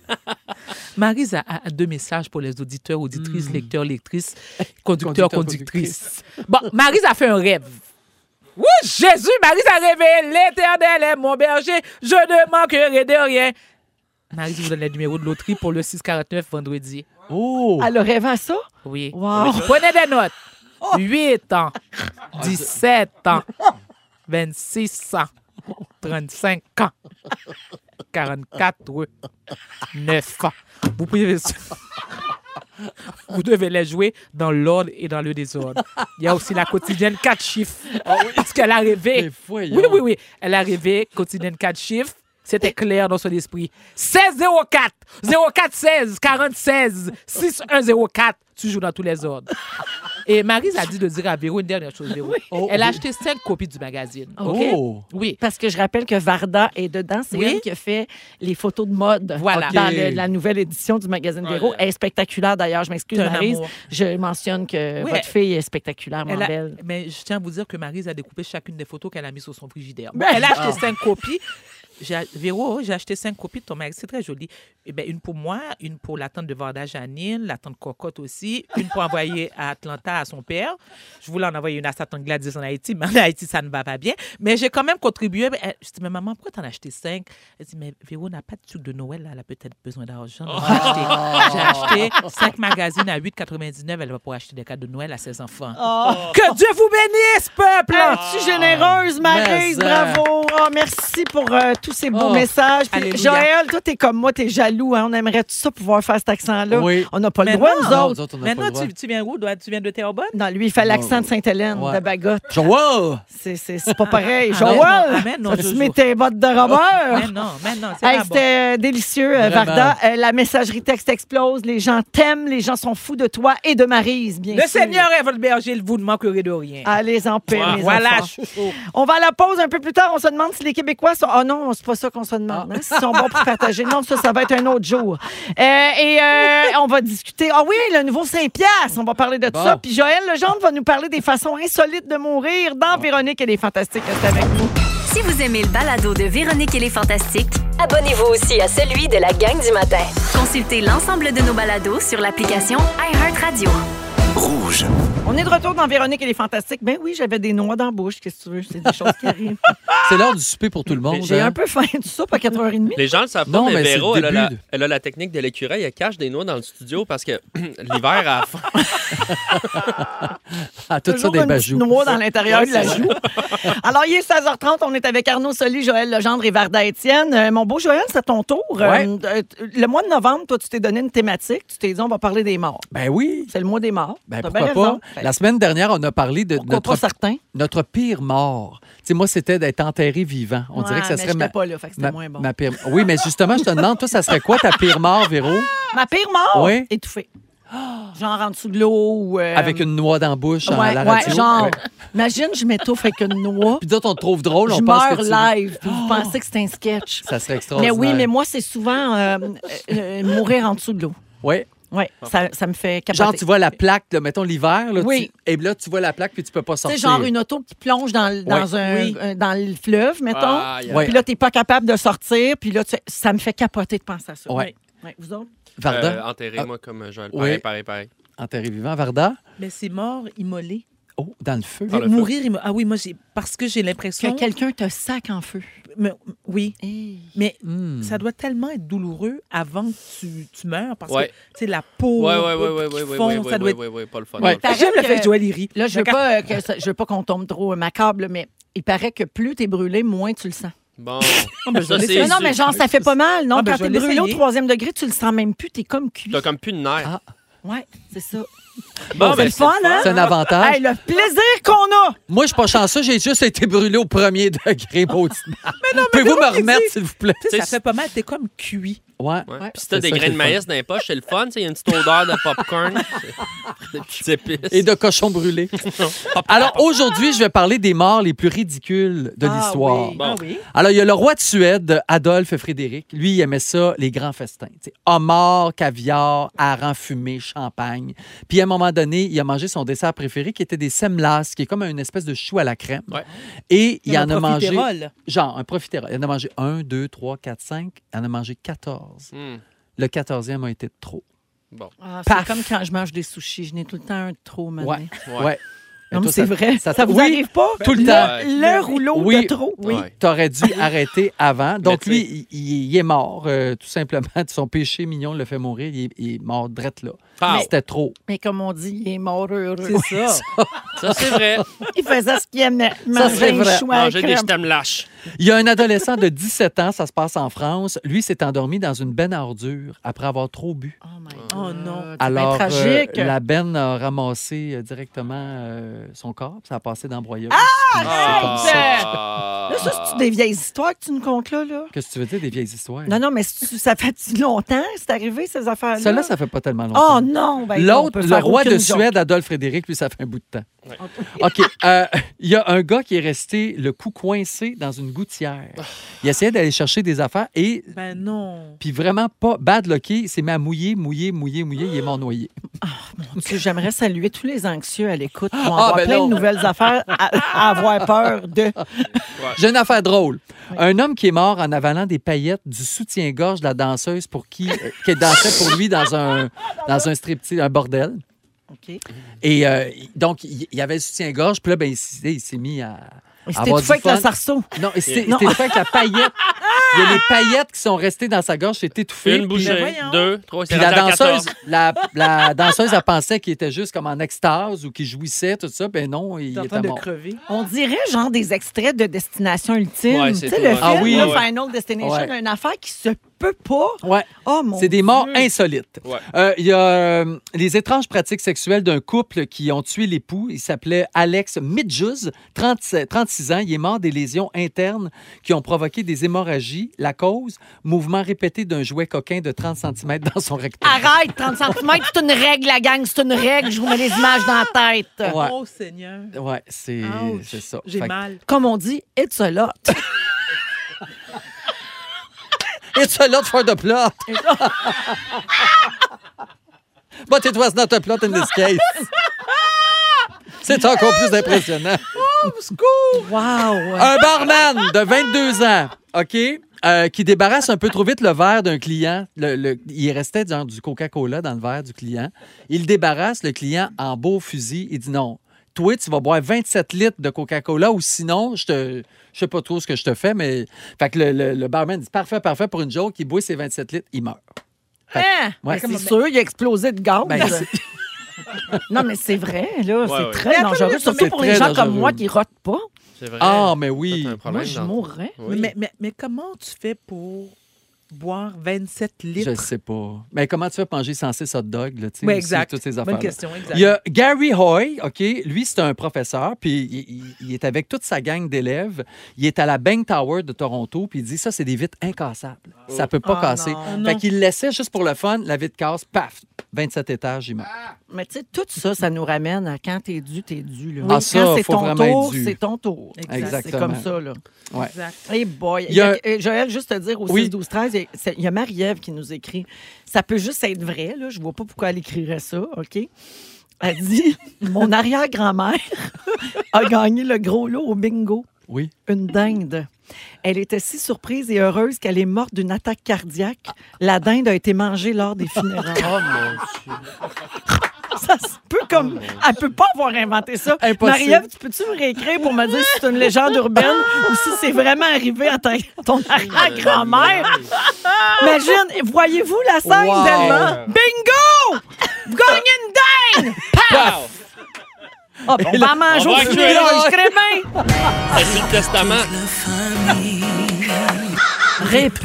[SPEAKER 1] Marise a, a- a deux messages pour les auditeurs, auditrices, lecteurs, lectrices, conducteurs,
[SPEAKER 4] Conducteurs,
[SPEAKER 1] conductrices. Bon, Marise a fait un rêve. Oui, Jésus, Marise a rêvé. L'éternel est mon berger. Je ne manquerai de rien. Marise vous donne le numéro de loterie pour le 649 vendredi.
[SPEAKER 4] Oh!
[SPEAKER 2] Elle a rêvé à ça?
[SPEAKER 1] Oui.
[SPEAKER 2] Wow!
[SPEAKER 1] Prenez des notes. 8 ans, 17 ans, 26 ans, 35 ans, 44 9 ans. Vous pouvez... Vous devez les jouer dans l'ordre et dans le désordre. Il y a aussi la quotidienne 4 chiffres. Parce qu'elle a
[SPEAKER 4] Mais
[SPEAKER 1] rêvé.
[SPEAKER 4] voyons.
[SPEAKER 1] Oui, oui, oui. Elle est arrivée, quotidienne 4 chiffres. C'était clair dans son esprit. 1604, 04 16, 46, 6104. Tu joues dans tous les ordres. Et Marise a dit de dire à Véro une dernière chose, Véro. Elle a acheté cinq copies du magazine. OK?
[SPEAKER 4] Oh!
[SPEAKER 1] Oui.
[SPEAKER 2] Parce que je rappelle que Varda est dedans. C'est
[SPEAKER 1] Oui.
[SPEAKER 2] elle qui a fait les photos de mode
[SPEAKER 1] Voilà.
[SPEAKER 2] dans
[SPEAKER 4] OK.
[SPEAKER 2] le- la nouvelle édition du magazine
[SPEAKER 3] Ouais.
[SPEAKER 2] Véro. Elle est spectaculaire d'ailleurs. Je m'excuse,
[SPEAKER 1] C'est un
[SPEAKER 2] Marise.
[SPEAKER 1] amour.
[SPEAKER 2] Je mentionne que
[SPEAKER 1] Oui,
[SPEAKER 2] votre
[SPEAKER 1] elle-
[SPEAKER 2] fille est spectaculairement
[SPEAKER 1] Elle a-
[SPEAKER 2] belle.
[SPEAKER 1] mais je tiens à vous dire que Marise a découpé chacune des photos qu'elle a mises sur son frigidaire. elle a acheté cinq copies. J'ai- Véro, oh, j'ai acheté cinq copies de ton magazine. C'est très joli. Eh ben, une pour moi, une pour la tante de Varda Janine, la tante Cocotte aussi, une pour envoyer à Atlanta à son père. Je voulais en envoyer une à sa tante Gladys en Haïti, mais en Haïti, ça ne va pas bien. Mais j'ai quand même contribué. Ben, elle- Je dis, mais maman, pourquoi t'en as acheté cinq? Elle dit, mais Véro n'a pas de sucre de Noël, là. elle a peut-être besoin d'argent. Donc,
[SPEAKER 2] Oh.
[SPEAKER 1] J'ai acheté, j'ai acheté cinq magazines à 8,99. Elle va pouvoir acheter des cadeaux de Noël à ses enfants. Que Dieu vous bénisse,
[SPEAKER 2] Oh.
[SPEAKER 1] peuple!
[SPEAKER 2] Ah, tu généreuse, Marise,
[SPEAKER 4] Mais, euh,
[SPEAKER 2] bravo. Oh, merci pour euh, tous ces beaux
[SPEAKER 4] Oh,
[SPEAKER 2] messages. Puis,
[SPEAKER 1] alléluia.
[SPEAKER 2] Joël, toi, t'es comme moi, t'es jaloux. hein. On aimerait tout ça pouvoir faire cet accent-là.
[SPEAKER 4] Oui.
[SPEAKER 2] On n'a pas le
[SPEAKER 1] Mais
[SPEAKER 2] droit,
[SPEAKER 1] non.
[SPEAKER 2] nous
[SPEAKER 4] Non,
[SPEAKER 2] autres.
[SPEAKER 4] Ah, nous autres, on n'a pas
[SPEAKER 1] Maintenant,
[SPEAKER 4] le droit.
[SPEAKER 1] tu, tu viens où? Doit- Tu viens de Terrebonne?
[SPEAKER 2] Non, lui, il fait l'accent de Sainte-Hélène, de
[SPEAKER 4] Ouais.
[SPEAKER 2] Bagotte.
[SPEAKER 4] Joël!
[SPEAKER 2] C'est- C'est c'est pas pareil.
[SPEAKER 1] Ah,
[SPEAKER 2] Joël,
[SPEAKER 1] mais non, mais non,
[SPEAKER 2] tu
[SPEAKER 1] Jojo.
[SPEAKER 2] mets tes bottes de Robert.
[SPEAKER 1] Maintenant, maintenant, c'est
[SPEAKER 2] Hey,
[SPEAKER 1] pas bon.
[SPEAKER 2] C'était euh, délicieux, euh,
[SPEAKER 4] Vraiment.
[SPEAKER 2] Varda. Euh, la messagerie texte explose. Les gens t'aiment. Les gens sont fous de toi et de Marise, bien
[SPEAKER 1] Le
[SPEAKER 2] sûr. Ah.
[SPEAKER 1] Seigneur est votre berger, il vous ne manquerez de rien.
[SPEAKER 2] Allez en paix,
[SPEAKER 1] Voilà,
[SPEAKER 2] mes
[SPEAKER 1] voilà,
[SPEAKER 2] enfants.
[SPEAKER 1] chouchou.
[SPEAKER 2] On va à la pause un peu plus tard. On se demande si les Québécois sont. Oh non, c'est pas ça qu'on se
[SPEAKER 4] Ah.
[SPEAKER 2] demande. hein, S'ils sont bons pour partager. Non, ça, ça va être un autre jour. Euh, et euh, on va discuter. Ah oui, le nouveau Saint-Piastre. On va parler de
[SPEAKER 4] Bon.
[SPEAKER 2] ça. Puis Joël Legendre va nous parler des façons insolites de mourir dans Véronique et les Fantastiques. Restez avec nous.
[SPEAKER 8] Si vous aimez le balado de Véronique et les Fantastiques,
[SPEAKER 11] Abonnez-vous aussi à celui de la gang du matin.
[SPEAKER 8] consultez l'ensemble de nos balados sur l'application iHeartRadio.
[SPEAKER 2] On est de retour dans Véronique et les Fantastiques. Ben oui, j'avais des noix dans la bouche. Qu'est-ce que tu veux? C'est des choses qui arrivent.
[SPEAKER 4] C'est l'heure du souper pour tout le monde.
[SPEAKER 2] J'ai
[SPEAKER 4] hein?
[SPEAKER 2] un peu faim du soupe à 4h30.
[SPEAKER 3] Les gens le savent
[SPEAKER 4] Non,
[SPEAKER 3] pas, mais
[SPEAKER 4] mais c'est
[SPEAKER 3] Véro,
[SPEAKER 4] le
[SPEAKER 3] elle a, la,
[SPEAKER 4] début de-
[SPEAKER 3] elle a la technique de l'écureuil. Elle cache des noix dans le studio parce que l'hiver, à la fin,
[SPEAKER 4] Ah, tout ça
[SPEAKER 2] Toujours
[SPEAKER 4] des
[SPEAKER 2] une petite
[SPEAKER 4] bajoux.
[SPEAKER 2] noix dans l'intérieur de la joue. Alors, il est 16h30. On est avec Arnaud Soli, Joël Legendre et Varda Étienne. Euh, mon beau Joël, c'est ton tour.
[SPEAKER 4] Ouais.
[SPEAKER 2] Euh, euh, le mois de novembre, toi, tu t'es donné une thématique. Tu t'es dit, on va parler des morts.
[SPEAKER 4] Ben oui.
[SPEAKER 2] C'est le mois des morts.
[SPEAKER 4] Ben
[SPEAKER 2] T'as
[SPEAKER 4] pourquoi
[SPEAKER 2] bien
[SPEAKER 4] pas?
[SPEAKER 2] raison. Fait-
[SPEAKER 4] La semaine dernière, on a parlé de
[SPEAKER 2] Pourquoi pas
[SPEAKER 4] notre,
[SPEAKER 2] certain?
[SPEAKER 4] notre pire mort. Tu sais, moi, c'était d'être enterré vivant. On dirait que ça
[SPEAKER 2] Ouais, mais
[SPEAKER 4] serait
[SPEAKER 2] j'étais
[SPEAKER 4] ma,
[SPEAKER 2] pas là, fait que c'était
[SPEAKER 4] ma-
[SPEAKER 2] moins bon.
[SPEAKER 4] ma pire. Oui, mais justement, je te demande, toi, ça serait quoi ta pire mort,
[SPEAKER 2] Euh,
[SPEAKER 4] Véro?
[SPEAKER 2] Ma pire mort,
[SPEAKER 4] Ouais.
[SPEAKER 2] étouffée. Genre en dessous de l'eau ou... euh,
[SPEAKER 4] Avec une noix dans la bouche
[SPEAKER 2] Ouais,
[SPEAKER 4] à la
[SPEAKER 2] ouais,
[SPEAKER 4] radio?
[SPEAKER 2] genre.
[SPEAKER 4] Ouais.
[SPEAKER 2] Imagine, je m'étouffe avec une noix.
[SPEAKER 4] Puis d'autres, on te trouve drôle,
[SPEAKER 2] je
[SPEAKER 4] on pense que
[SPEAKER 2] meurs
[SPEAKER 4] tu... Oh!
[SPEAKER 2] live. Puis vous pensez que c'est un sketch.
[SPEAKER 4] Ça serait
[SPEAKER 2] Mais
[SPEAKER 4] extraordinaire.
[SPEAKER 2] oui, mais moi, c'est souvent euh, euh, mourir en dessous de l'eau.
[SPEAKER 4] Ouais.
[SPEAKER 2] Oui, ça, ça me fait capoter.
[SPEAKER 4] Genre, tu vois la plaque, là, mettons l'hiver, là,
[SPEAKER 2] Oui.
[SPEAKER 4] tu- et là, tu vois la plaque, puis tu peux pas
[SPEAKER 2] Tu
[SPEAKER 4] sortir.
[SPEAKER 2] sais, genre une auto qui plonge dans, le- dans,
[SPEAKER 4] Oui.
[SPEAKER 2] un,
[SPEAKER 4] Oui.
[SPEAKER 2] un- dans le fleuve, mettons.
[SPEAKER 3] Ah, yeah.
[SPEAKER 4] Ouais.
[SPEAKER 2] Puis là, t'es pas capable de sortir. Puis là, tu- ça me fait capoter de penser à ça.
[SPEAKER 4] Ouais.
[SPEAKER 2] Oui. Oui. Vous autres?
[SPEAKER 4] Varda?
[SPEAKER 3] euh, enterré,
[SPEAKER 4] Ah.
[SPEAKER 3] moi, comme Joël.
[SPEAKER 4] Oui.
[SPEAKER 3] Pareil, pareil, pareil.
[SPEAKER 4] enterré vivant. Varda?
[SPEAKER 1] Mais c'est mort, immolé.
[SPEAKER 4] Oh, dans le feu.
[SPEAKER 3] Par le feu.
[SPEAKER 1] Mourir, immo- ah oui, moi, j'ai parce que j'ai l'impression.
[SPEAKER 2] Que quelqu'un te sac en feu.
[SPEAKER 1] Mais- Oui,
[SPEAKER 2] Hey.
[SPEAKER 1] mais
[SPEAKER 4] Hmm.
[SPEAKER 1] ça doit tellement être douloureux avant que tu, tu meurs parce
[SPEAKER 3] Ouais.
[SPEAKER 1] que, tu sais, la peau.
[SPEAKER 3] Ouais, ouais,
[SPEAKER 1] euh,
[SPEAKER 3] ouais, ouais,
[SPEAKER 1] qui
[SPEAKER 3] ouais, ouais,
[SPEAKER 1] fond,
[SPEAKER 3] ouais,
[SPEAKER 1] ça doit
[SPEAKER 3] ouais, ouais,
[SPEAKER 1] être-
[SPEAKER 3] ouais, ouais, pas le fun.
[SPEAKER 4] Ouais.
[SPEAKER 3] pas
[SPEAKER 2] Paraît
[SPEAKER 1] J'aime le fait
[SPEAKER 2] que-
[SPEAKER 1] que Joël y rit.
[SPEAKER 2] Là, je veux
[SPEAKER 1] D'accord.
[SPEAKER 2] pas, euh, que ça- je veux pas qu'on tombe trop euh, macabre, là, mais il paraît que plus t'es brûlé, moins tu le sens.
[SPEAKER 3] le fun. Bon.
[SPEAKER 1] Ah, ben, je
[SPEAKER 3] Ça,
[SPEAKER 1] l'ai
[SPEAKER 3] c'est-
[SPEAKER 1] fait.
[SPEAKER 2] Non, non, mais genre, ça fait pas mal. Non,
[SPEAKER 1] Ah, ben,
[SPEAKER 2] quand
[SPEAKER 1] je vais
[SPEAKER 2] t'es brûlé au
[SPEAKER 1] l'essayer.
[SPEAKER 2] troisième degré, tu le sens même plus. T'es comme cuit.
[SPEAKER 3] T'as comme plus de nerfs.
[SPEAKER 4] Ah.
[SPEAKER 2] Ouais, c'est ça.
[SPEAKER 3] Bon,
[SPEAKER 2] c'est
[SPEAKER 3] ben,
[SPEAKER 2] le fun, hein?
[SPEAKER 4] C'est un avantage.
[SPEAKER 2] Hey, le plaisir qu'on a!
[SPEAKER 4] Moi, je suis pas chanceux, j'ai juste été brûlé au premier degré, maudite merde. Pouvez-vous me remettre, s'il vous plaît?
[SPEAKER 1] Tu sais,
[SPEAKER 3] Tu
[SPEAKER 1] ça
[SPEAKER 3] sais,
[SPEAKER 1] fait pas mal, t'es comme cuit.
[SPEAKER 4] Ouais.
[SPEAKER 3] Ouais.
[SPEAKER 4] Ouais.
[SPEAKER 3] Puis si t'as
[SPEAKER 4] C'est
[SPEAKER 3] des
[SPEAKER 4] ça qui
[SPEAKER 3] grains
[SPEAKER 4] est
[SPEAKER 3] de
[SPEAKER 4] le fun.
[SPEAKER 3] maïs dans les poches, c'est le fun. tu sais, Il y a une petite odeur de popcorn. de petites épices.
[SPEAKER 4] Et de cochons brûlés. Alors aujourd'hui, je vais parler des morts les plus ridicules de
[SPEAKER 1] Ah
[SPEAKER 4] l'histoire.
[SPEAKER 1] oui.
[SPEAKER 3] Bon.
[SPEAKER 1] Ah oui.
[SPEAKER 4] Alors, il y a le roi de Suède, Adolphe Frédéric. Lui, il aimait ça, les grands festins. Tu sais, Homard, caviar, hareng fumé, champagne. Puis à un moment donné, il a mangé son dessert préféré qui était des semlas, qui est comme une espèce de chou à la crème.
[SPEAKER 3] Ouais.
[SPEAKER 4] Et il
[SPEAKER 1] Comme
[SPEAKER 4] en
[SPEAKER 1] un
[SPEAKER 4] a mangé.
[SPEAKER 1] profiterole.
[SPEAKER 4] Genre, un profiterole. Il en a mangé un, deux, trois, quatre, cinq. Il en a mangé 14.
[SPEAKER 3] Hmm.
[SPEAKER 4] Le 14e a été de trop.
[SPEAKER 2] Ah,
[SPEAKER 4] Paf.
[SPEAKER 2] c'est comme quand je mange des sushis. Je n'ai tout le temps un de trop, maintenant.
[SPEAKER 4] Ouais.
[SPEAKER 3] Ouais.
[SPEAKER 4] Mais
[SPEAKER 2] Non, mais
[SPEAKER 4] toi,
[SPEAKER 2] c'est
[SPEAKER 4] ça-
[SPEAKER 2] vrai.
[SPEAKER 4] ça-
[SPEAKER 2] Ça, vous
[SPEAKER 4] Oui.
[SPEAKER 2] arrive pas?
[SPEAKER 4] Tout le
[SPEAKER 2] Le,
[SPEAKER 4] temps.
[SPEAKER 2] le rouleau
[SPEAKER 4] Oui.
[SPEAKER 2] de trop.
[SPEAKER 4] Oui,
[SPEAKER 3] Ouais.
[SPEAKER 4] t'aurais dû arrêter avant. Donc,
[SPEAKER 3] Mais tu
[SPEAKER 4] lui, il, il est mort, euh, tout simplement. Son péché mignon le fait mourir. Il est, il est mort drette là.
[SPEAKER 3] Pow.
[SPEAKER 4] C'était trop.
[SPEAKER 2] Mais comme on dit, il est mort heureux.
[SPEAKER 1] C'est ça.
[SPEAKER 3] Ça, c'est vrai.
[SPEAKER 2] Il faisait ce qu'il aimait.
[SPEAKER 4] Ça,
[SPEAKER 2] Manger
[SPEAKER 4] c'est vrai.
[SPEAKER 2] un chou à la
[SPEAKER 3] Manger des
[SPEAKER 2] crème.
[SPEAKER 3] je lâches.
[SPEAKER 4] Il y a un adolescent de 17 ans, ça se passe en France. Lui s'est endormi dans une benne à ordures après avoir trop bu.
[SPEAKER 2] Oh, my
[SPEAKER 1] Oh non.
[SPEAKER 2] Ah, C'est bien
[SPEAKER 4] Alors,
[SPEAKER 2] tragique.
[SPEAKER 4] euh, la benne a ramassé euh, directement euh, son corps. Ça a passé dans broyeuse. Puis
[SPEAKER 3] Ah.
[SPEAKER 4] Ah, c'est comme ça.
[SPEAKER 2] Là, ça, c'est-tu des vieilles histoires que tu nous contes là, là?
[SPEAKER 4] Qu'est-ce que tu veux dire des vieilles histoires?
[SPEAKER 2] Non, non, mais c'est-tu- ça fait-tu longtemps? C'est arrivé, ces affaires-là?
[SPEAKER 4] Cela, ça fait pas tellement longtemps.
[SPEAKER 2] Oh non! ben, on
[SPEAKER 4] Ah. L'autre,
[SPEAKER 2] peut
[SPEAKER 4] le
[SPEAKER 2] faire
[SPEAKER 4] roi
[SPEAKER 2] aucune
[SPEAKER 4] de
[SPEAKER 2] joke.
[SPEAKER 4] Suède, Adolphe Frédéric, lui, ça fait un bout de temps. OK. euh, Il y a un gars qui est resté le cou coincé dans une gouttière. Il essayait d'aller chercher des affaires et,
[SPEAKER 1] Ben non.
[SPEAKER 4] puis vraiment pas bad lucky, il s'est mis à mouiller, mouiller, mouiller, mouiller. Il est mort noyé.
[SPEAKER 2] Monsieur, j'aimerais saluer tous les anxieux à l'écoute qui vont
[SPEAKER 4] Ah,
[SPEAKER 2] avoir
[SPEAKER 4] ben
[SPEAKER 2] plein
[SPEAKER 4] non. Ah.
[SPEAKER 2] de nouvelles affaires à, à avoir peur de.
[SPEAKER 4] J'ai une affaire drôle. Un homme qui est mort en avalant des paillettes du soutien-gorge de la danseuse pour qui, euh, qui dansait pour lui dans un, dans un striptease, un bordel.
[SPEAKER 2] OK.
[SPEAKER 4] Et euh, donc, il il y avait le soutien-gorge, puis là, ben, il s- il s'est mis à.
[SPEAKER 2] Et
[SPEAKER 4] Avoir
[SPEAKER 2] C'était
[SPEAKER 4] du
[SPEAKER 2] tout fait avec
[SPEAKER 4] fun.
[SPEAKER 2] le sarceau.
[SPEAKER 4] Non, c'est
[SPEAKER 2] Non.
[SPEAKER 4] c'est fait avec la paillette. Il y a les paillettes qui sont restées dans sa gorge, c'est étouffé. puis-
[SPEAKER 3] Une bouchée,
[SPEAKER 1] voyons.
[SPEAKER 3] deux, trois, c'est
[SPEAKER 4] Puis la
[SPEAKER 3] rendu à
[SPEAKER 4] danseuse,
[SPEAKER 3] 14.
[SPEAKER 4] la, la danseuse, elle pensait qu'il était juste comme en extase ou qu'il jouissait, tout ça. Ben non, il
[SPEAKER 1] T'es en
[SPEAKER 4] était
[SPEAKER 1] train de
[SPEAKER 4] mort.
[SPEAKER 1] crever.
[SPEAKER 2] On dirait genre des extraits de Destination Ultime.
[SPEAKER 3] Ouais,
[SPEAKER 2] tu
[SPEAKER 3] c'est
[SPEAKER 2] sais,
[SPEAKER 3] tout,
[SPEAKER 2] le
[SPEAKER 3] ouais.
[SPEAKER 2] film,
[SPEAKER 4] Ah oui.
[SPEAKER 2] là,
[SPEAKER 3] Ouais, ouais.
[SPEAKER 2] Final Destination,
[SPEAKER 4] Ouais.
[SPEAKER 2] une affaire qui se peut pas.
[SPEAKER 4] Ouais.
[SPEAKER 2] Oh mon
[SPEAKER 4] C'est des morts
[SPEAKER 2] Dieu.
[SPEAKER 4] insolites.
[SPEAKER 3] Ouais.
[SPEAKER 4] Euh, Il y a euh, les étranges pratiques sexuelles d'un couple qui ont tué l'époux. Il s'appelait Alex Midjus, 37 36 ans. Il est mort des lésions internes qui ont provoqué des hémorragies. La cause, mouvement répété d'un jouet coquin de 30 cm dans son rectum.
[SPEAKER 2] Arrête, 30 cm, c'est une règle, la gang, c'est une règle. Je vous mets les images dans la tête.
[SPEAKER 4] Ouais.
[SPEAKER 1] Oh Seigneur.
[SPEAKER 4] Ouais, c'est
[SPEAKER 1] Ouch.
[SPEAKER 4] c'est ça.
[SPEAKER 1] J'ai
[SPEAKER 4] Fait que-
[SPEAKER 1] mal.
[SPEAKER 2] Comme on dit, it's a lot.
[SPEAKER 4] Et ça, là, de faire de plot. But it was not a plot in this case. C'est encore plus impressionnant.
[SPEAKER 1] Oh,
[SPEAKER 2] Wow!
[SPEAKER 1] Ah,
[SPEAKER 2] Ah,
[SPEAKER 4] Un barman de 22 ans, OK, euh, qui débarrasse un peu trop vite le verre d'un client. Le- le- il restait genre, du Coca-Cola dans le verre du client. Il débarrasse le client en beau fusil. Il dit non. Toi, tu vas boire 27 litres de Coca-Cola ou sinon, je te je sais pas trop ce que je te fais, mais. Fait que le, le- le barman dit parfait, parfait pour une joke. Il boit ses 27 litres, il meurt.
[SPEAKER 2] Hein?
[SPEAKER 4] Ouais.
[SPEAKER 2] Ben, c'est sûr, il a explosé de gaz.
[SPEAKER 4] Ben,
[SPEAKER 2] non, mais c'est vrai, là.
[SPEAKER 3] Ouais,
[SPEAKER 2] c'est
[SPEAKER 3] ouais.
[SPEAKER 2] très dangereux, surtout
[SPEAKER 4] c'est
[SPEAKER 2] pour les
[SPEAKER 4] très
[SPEAKER 2] gens comme
[SPEAKER 4] dangereux.
[SPEAKER 2] moi qui rotent pas.
[SPEAKER 3] C'est vrai.
[SPEAKER 4] Ah, mais
[SPEAKER 3] Toi,
[SPEAKER 4] oui.
[SPEAKER 3] t'as un problème
[SPEAKER 2] Moi, je
[SPEAKER 3] dans-
[SPEAKER 2] mourrais.
[SPEAKER 3] Oui.
[SPEAKER 1] Mais, mais, mais comment tu fais pour boire 27
[SPEAKER 4] Je
[SPEAKER 1] litres?
[SPEAKER 4] sais pas. Mais comment tu vas manger 106 hot dogs, là, tu sais,
[SPEAKER 1] Oui,
[SPEAKER 4] aussi,
[SPEAKER 1] exact.
[SPEAKER 4] toutes ces
[SPEAKER 1] Bonne
[SPEAKER 4] affaires
[SPEAKER 1] question, exact.
[SPEAKER 4] Il y a Gary Hoy, OK? Lui, c'est un professeur, puis il, il- il est avec toute sa gang d'élèves. Il est à la Bank Tower de Toronto, puis il dit ça, c'est des vitres incassables. Ça peut pas
[SPEAKER 2] Ah,
[SPEAKER 4] casser.
[SPEAKER 2] non.
[SPEAKER 4] Fait qu'il laissait juste pour le fun, la vitre casse, paf, 27 étages, il meurt.
[SPEAKER 2] Mais tu sais, tout ça, ça nous ramène à quand t'es dû, t'es dû. Là.
[SPEAKER 4] Ah,
[SPEAKER 2] Oui,
[SPEAKER 4] ça,
[SPEAKER 2] quand c'est
[SPEAKER 4] faut
[SPEAKER 2] ton
[SPEAKER 4] vraiment être
[SPEAKER 2] tour,
[SPEAKER 4] dû.
[SPEAKER 2] c'est ton tour.
[SPEAKER 4] Exact.
[SPEAKER 2] C'est comme ça, là.
[SPEAKER 4] Ouais.
[SPEAKER 1] Exact.
[SPEAKER 2] Hey boy.
[SPEAKER 4] Il y a-
[SPEAKER 2] Et Joël, juste te dire, au
[SPEAKER 4] Oui.
[SPEAKER 2] 6-12-13, c'est- il y a Marie-Ève qui nous écrit. Ça peut juste être vrai, là. Je vois pas pourquoi elle écrirait ça, OK? Elle dit Mon arrière-grand-mère a gagné le gros lot au bingo.
[SPEAKER 4] Oui.
[SPEAKER 2] Une dinde. Elle était si surprise et heureuse qu'elle est morte d'une Oh, attaque cardiaque. La dinde a été mangée lors des funérailles.
[SPEAKER 3] Oh mon Dieu.
[SPEAKER 2] Ça se peut comme. Elle peut pas avoir inventé ça.
[SPEAKER 4] Impossible.
[SPEAKER 2] Marie-Ève, tu peux-tu me réécrire pour me dire si c'est une légende urbaine ou si c'est vraiment arrivé à ta- ton arrière-grand-mère? Imagine, voyez-vous la scène
[SPEAKER 4] Wow.
[SPEAKER 2] tellement? Bingo! Vous gagnez une dinde!
[SPEAKER 3] Wow!
[SPEAKER 2] Ah, ben, on va en manger
[SPEAKER 3] on
[SPEAKER 2] au
[SPEAKER 3] va
[SPEAKER 2] futur,
[SPEAKER 3] actualiser.
[SPEAKER 2] je crée bien!
[SPEAKER 3] Ça, C'est le testament.
[SPEAKER 2] RIP!